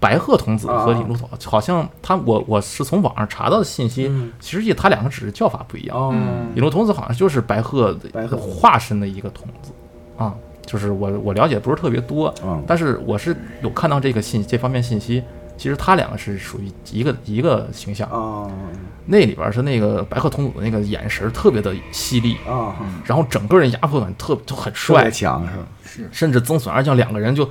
A: 白鹤童子和引路童好像他我我是从网上查到的信息
C: 啊嗯，
A: 其实也他两个只是叫法不一样。
C: 哦，
D: 嗯
A: 引路童子好像就是白鹤的
C: 白鹤
A: 化身的一个童子啊，就是我我了解不是特别多
C: 嗯，
A: 但是我是有看到这个信这方面信息。其实他两个是属于一个一个形象，
C: 哦
A: 那里边是那个白鹤童子的那个眼神特别的犀利，
C: 哦，
A: 然后整个人压迫感特就很
C: 特别
A: 嗯帅，
C: 强是吧？
A: 甚至曾笋二将两个人就，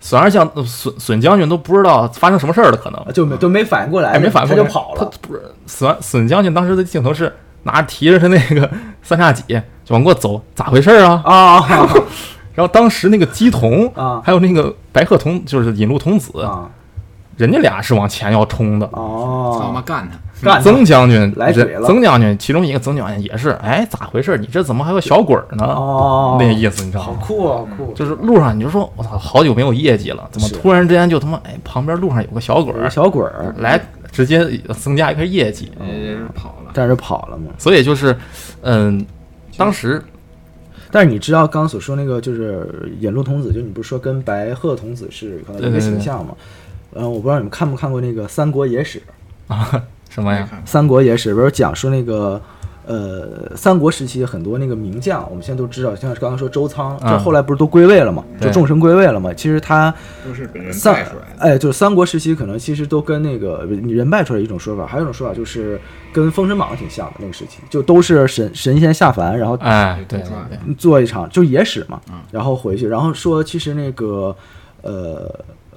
A: 笋二将呃笋笋将军都不知道发生什么事儿了，可能
C: 啊就没就没反应过
A: 嗯
C: 来，
A: 哎还没反应
C: 他
A: 过来
C: 就跑了
A: 他。不是笋笋将军当时的镜头是拿提着他那个三叉戟就往过走，咋回事儿啊？
C: 啊
A: 然后当时那个姬童
C: 啊
A: 还有那个白鹤童就是引路童子，
C: 啊
A: 人家俩是往前要冲的。
D: 操妈
C: 哦，
D: 干他！
C: 干他
A: 曾将军
C: 来
A: 人
C: 鬼了
A: 曾将军其中一个曾将军也是，哎，咋回事儿？你这怎么还有小鬼儿呢？
C: 哦
A: 那意思你知道
C: 好
A: 吗？
C: 酷啊，好酷！
A: 就是路上你就说，我操，好久没有业绩了，怎么
C: 是
A: 突然之间就他妈哎，旁边路上有个小鬼
C: 有个
A: 儿
C: 小鬼儿，
A: 来，直接增加一个业绩。
D: 呃，跑了。
C: 但是跑了嘛。
A: 所以就是，嗯，当时
C: 但是你知道刚所说那个就是引路童子，就你不是说跟白鹤童子是可能一
A: 对
C: 个
A: 对对
C: 形象嘛？嗯，我不知道你们看没看过那个《三国野史》。
A: 啊，什么呀？
C: 《三国野史》不是讲说那个。呃，三国时期很多那个名将，我们现在都知道，像刚刚说周仓，
A: 嗯
C: 这后来不是都归位了嘛，
A: 对
C: 就众神归位了嘛。其实他
D: 都是本人
C: 三
D: 带出来的。
C: 哎，就是三国时期可能其实都跟那个人拜出来一种说法，还有一种说法就是跟《封神榜》挺像的那个时期，就都是神神仙下凡，然后
A: 哎，对
D: 都
A: 对
D: 抓
A: 对，
C: 做一场就野史嘛，然后回去，然后说其实那个呃，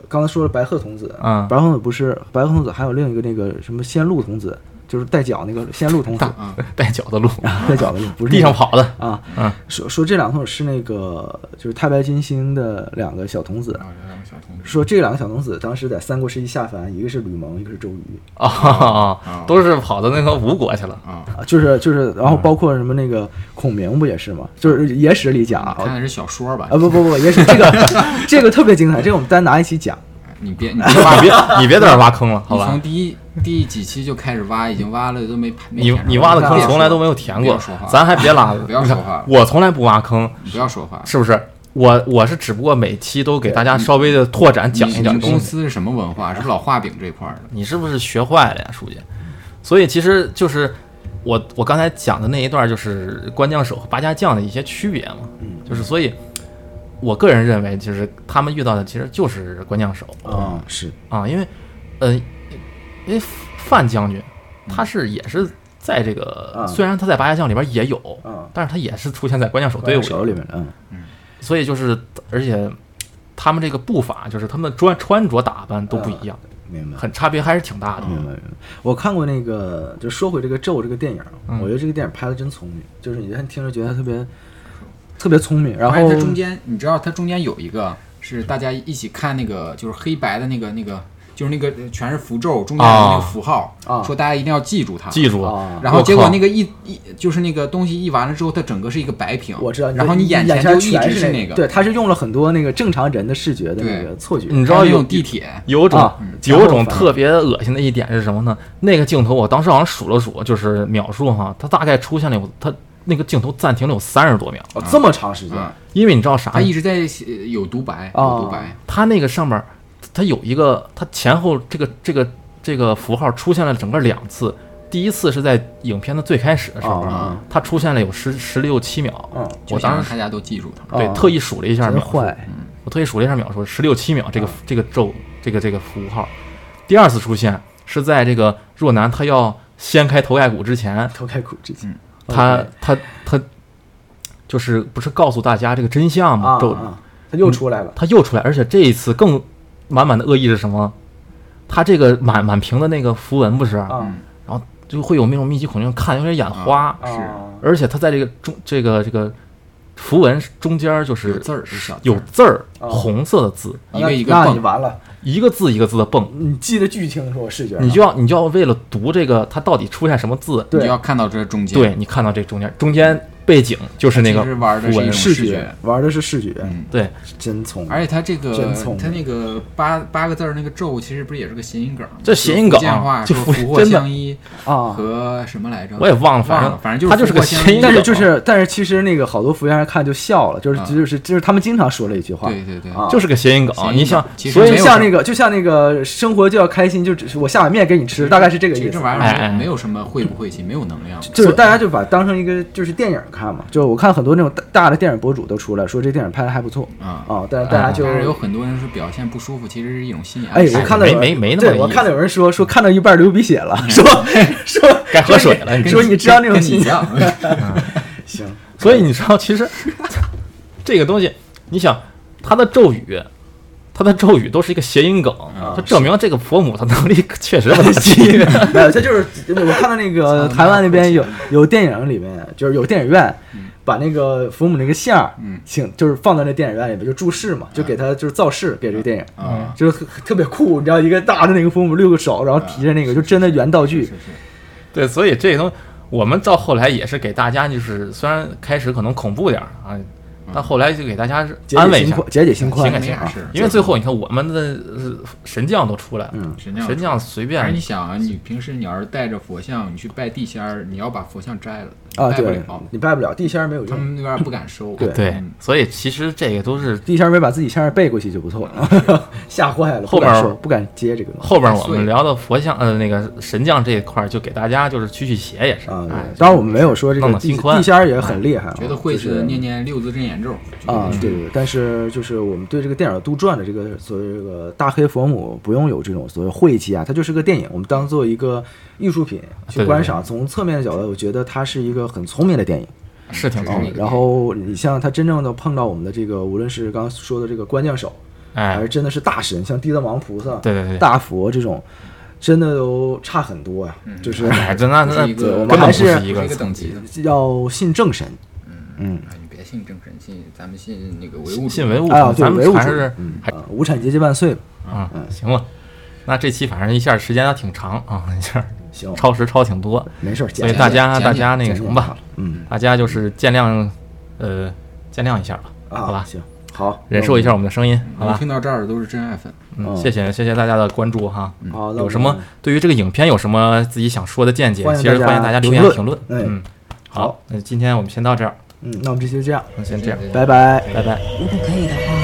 C: 刚才说了白鹤童子，
A: 嗯
C: 白鹤童子不是白鹤童子，还有另一个那个什么仙鹿童子，就是带脚那个仙鹿童子，
D: 啊，
A: 带脚的路，
C: 带脚的鹿，不是那
A: 地上
C: 个
A: 跑的，
C: 啊。
A: 嗯
C: 说说这两个童子是那个就是太白金星的两个小童子，
D: 然后有两个小同志，
C: 说这两个小童子当时在三国时期下凡，一个是吕蒙，一个是周瑜。
A: 啊，都是跑到那个吴国去了。
C: 啊，就是就是，然后包括什么那个孔明不也是吗？就是野史里讲啊，
D: 看的是小说吧
C: 啊？不不不，也是这 个这个特别精彩，这个我们单拿一起讲。
D: 你别你别
A: 你别你别在这儿挖坑 了，好
D: 你
A: 吧
D: 从？第一第一几期就开始挖，已经挖了都没
A: 你
D: 没填上
A: 你挖的坑
D: 别说
A: 从来都没有填
D: 不
A: 过
D: 要说话，
A: 咱还别拉，
D: 不要说话
A: 我从来不挖坑，
D: 不要说话。
A: 是不是？我我是只不过每期都给大家稍微的拓展讲一
D: 你
A: 点
D: 们
A: 东
D: 公
A: 西。
D: 司是什么文化？是不是老画饼这块儿的？
A: 你是不是学坏了呀，书记？所以其实就是我我刚才讲的那一段，就是关将手和八家将的一些区别嘛。就是所以，我个人认为，就是他们遇到的其实就是关将手
D: 嗯
C: 啊、是
A: 啊，因为，呃，因为范将军他是也是在这个，
C: 啊
A: 虽然他在八家将里边也有
C: 啊，
A: 但是他也是出现在关将手队伍
C: 手里面，嗯，
A: 所以就是，而且他们这个步伐，就是他们的穿穿着打扮都不一
D: 嗯
A: 样，
C: 明白。
A: 很差别还是挺大的。
C: 明白明白，我看过那个，就说回这个《咒》这个电影，啊
D: 嗯
C: 我觉得这个电影拍的真聪明，就是你看听着觉得它特别特别聪明，然
D: 而
C: 后
D: 且它中间，你知道它中间有一个是大家一起看那个，就是黑白的那个那个，就是那个呃全是符咒，中间有那个符号，
C: 啊
D: 说大家一定要记住它，
A: 记住了，
C: 啊，
D: 然后
A: 我
D: 结果
A: 靠
D: 那个一一就是那个东西一完了之后，它整个是一个白屏，
C: 我知道，
D: 然后你
C: 眼
D: 前
C: 前
D: 就一
C: 全
D: 直
C: 是
D: 那
C: 个，对，，他是用了很多那个正常人的视觉的那
D: 对嗯
C: 个错觉，
A: 你知
D: 然
A: 道
D: 后那
A: 有
D: 种地铁，
A: 有种、
C: 啊
A: 有种特别恶心的一点是什么呢？那个镜头我当时好像数了数，就是秒数哈，它大概出现了有它那个镜头暂停了有三十多秒，
C: 哦，这么长时间，
D: 嗯
A: 因为你知道啥
D: 它？一直在写有独白，
C: 哦
D: 有独白，
A: 它那个上面它有一个它前后这个这个这个符号出现了整个两次，第一次是在影片的最开始的时候，
C: 啊
A: 它出现了有十十六七秒，
C: 嗯，
D: 就
A: 我
D: 想
A: 当
D: 让
A: 时
D: 大家都记住它。
A: 对
C: 啊
A: 特意数了一下
C: 真
A: 秒数，
C: 坏，啊
A: 我特意数了一下秒数，十六七秒这个、这个咒这个这个符号。第二次出现是在这个若男他要掀开头盖骨之前，
C: 头盖骨之前，
D: 嗯
A: 他
C: OK
A: 他他就是不是告诉大家这个真相吗？
C: 啊
A: 咒、
C: 啊，他又出来了，
A: 他又出来，而且这一次更满满的恶意是什么？他这个满满屏的那个符文不是，
D: 嗯
C: 啊
A: 然后就会有那种密集恐惧症，看有点眼花，
C: 啊，
D: 嗯是
A: 而且他在这个中这个这个符文中间就是
D: 有字儿有小字儿
A: 有字儿，
D: 啊
C: 哦
A: 红色的字，
D: 一个一个
C: 啊那
D: 蹦
C: 你完了，
A: 一个字一个字的蹦，
C: 你记得巨清楚，视觉
D: 啊
C: 上
A: 你就要你就要为了读这个它到底出现什么字，
D: 你
C: 对
D: 就要看到这中间，
A: 对你看到这中间中间背景就是那个
D: 它其实玩的
A: 符文
D: 是一种
C: 视
D: 视
C: 觉
D: 觉
C: 玩的是视觉，
D: 嗯
A: 对，
C: 真聪明
D: 而。且他这个
C: 真聪明
D: 他那个八八个字儿那个咒，其实不是也是个谐音梗吗？
A: 这谐音梗啊
D: 福建话
A: 就
D: 说
A: 福
D: 福祸
A: 真的
D: 相依
C: 啊
D: 和什么来着？
A: 我也忘了反正
D: 了，反正
A: 它就是
D: 福祸
A: 个
D: 相
A: 谐音
D: 依
A: 梗
C: 但是就是，但是其实那个好多福原爱看就笑了，就是
D: 啊
C: 就是就是他们经常说了一句话，
D: 对对对
C: 啊，
A: 就是个谐音梗
D: 谐。音
A: 你
D: 梗
A: 想，
D: 其实
A: 所
D: 没
A: 以
D: 有
C: 像那个就像那个生活就要开心，就只是我下碗面给你吃，大概是这个意
D: 其实
C: 思
D: 这。玩意
A: 哎哎
D: 儿没有什么晦不晦气，没有能量。
C: 就是大家就把当成一个就是电影看嘛，就是我看很多那种大大的电影博主都出来说这电影拍的还不错
D: 啊
C: 啊，但是
A: 哎
C: 大家就
D: 但是有很多人是表现不舒服，其实是一种心理
C: 哎
D: 暗，示。
C: 我看到有人
A: 没没没那么
C: 对
A: 意思
C: 我看到有人说说看到一半流鼻血
D: 嗯
C: 了，说说
A: 该喝水了
C: 说你知道那种
D: 跟你
C: 心
D: 一
C: 情
D: 样，
C: 行，
A: 所以你知道，其 实这个东西，你想，他的咒语，他的咒语都是一个谐音梗，
D: 啊
A: 它证明这个佛母她能力确实 很低。
C: 没有，这就是我看到那个台湾那边有有电影里面，就是有电影院，
A: 嗯
C: 把那个父母那个像儿，
D: 嗯
C: 请就是放到那电影院里面，就注释嘛，
A: 嗯
C: 就给他就是造势给这个电影，
D: 啊，
C: 就是特特别酷，你知道一个大的那个父母六个手，然后提着那个，就真的原道具
D: 是是，
A: 对，所以这个东西，我们到后来也是给大家，就是虽然开始可能恐怖点儿啊，
C: 嗯
A: 但后来就给大家是
C: 解
A: 安
C: 解
A: 慰一
C: 心
A: 下
C: 宽，，解解心宽
A: 情感
D: 没
A: 性
D: 啥
A: 啊
D: 事，
A: 因为最后你看我们的呃神将都出来了，
C: 嗯
D: 神将
A: 神将随
D: 但是
A: 便
D: 你想啊，你平时你要是带着佛像，你去拜地仙儿，你要把佛像摘了，
C: 啊，
D: 拜不
C: 对
D: 了，，
C: 你拜不了地仙儿没有
D: 他
A: 嗯
C: 用，
D: 们那边不敢收。
C: 对
A: 对
D: 嗯，
A: 所以其实这个都是
C: 地仙儿没把自己仙儿背过去就不错了， 吓坏了，
A: 嗯后
C: 不敢
A: 边
C: 说不敢接这个东西
A: 后边我们聊到佛像呃那个神将这一块儿，就给大家就是驱驱邪也是，
C: 啊。
A: 哎
C: 对，当然我们没有说这个
A: 弄得
C: 地
A: 心宽
C: 地仙儿也很厉害啊，
D: 觉得会
C: 就是
D: 念念六字真言咒
C: 啊，对
D: 对，
C: 对，对但是就是我们对这个电影《杜撰》的这个所谓这个大黑佛母不用有这种所谓晦气啊，它就是个电影，我们当做一个艺术品去
A: 对对
C: 观
A: 对
C: 赏。从侧面的角度，我觉得它是一个很聪明的电影。
A: 是挺
D: 聪
A: 好
D: 明
A: 的
D: 这个
C: 然
D: 电
C: 后你像它真正的碰到我们的这个，无论是刚刚说的这个关将手，还
A: 哎
C: 是，真的是大神，像地藏王菩萨、
A: 对对对，
C: 大佛这种，真的都差很多呀、就是
A: 哎，真的那
D: 是一个
A: 根
C: 我们
A: 本
C: 还
A: 不
C: 是
A: 一个
D: 不是一个
A: 层
D: 等
A: 级
D: 级
A: 的
D: 的，
C: 要信正神。嗯
D: 啊，你别信正神，信咱们信那个唯物主义。
A: 信唯物
C: 哎呀，
A: 主义，
C: 对，
A: 嗯咱
C: 唯
A: 们
C: 物主
A: 还
C: 义
A: 是，
C: 嗯
A: 还
C: 啊无产阶级万岁吧。
A: 啊，行吧。那这期反正一下时间还挺长啊，一下
C: 行，
A: 超时超挺多，
C: 没事儿，
A: 所以
C: 简
A: 大
C: 单
A: 家
D: 简简
A: 大家那个
C: 简
A: 什
C: 简
A: 么吧，
C: 嗯
A: 大家就是见谅，呃，见谅一下吧，
C: 啊，
A: 好吧，
C: 行，好，
A: 忍受一下我们的声音，好
D: 啊能
A: 吧，
D: 听到这儿的都是真爱粉。
A: 嗯，
C: 嗯
A: 谢谢谢谢大家的关注哈。
C: 那我们。好，那我
A: 有
C: 们
A: 什么对于这个影片有什么自己想说的见解
C: 欢？迎
A: 其实
C: 大家
A: 欢迎大家留
C: 评
A: 言
C: 论
A: 评论。
C: 哎
A: 嗯，
C: 好
A: 好，那今天我们先到这儿，
C: 嗯，那我们这期就这样，
A: 那先这样，
C: 拜拜。
A: 拜拜。
B: 如果可以的话，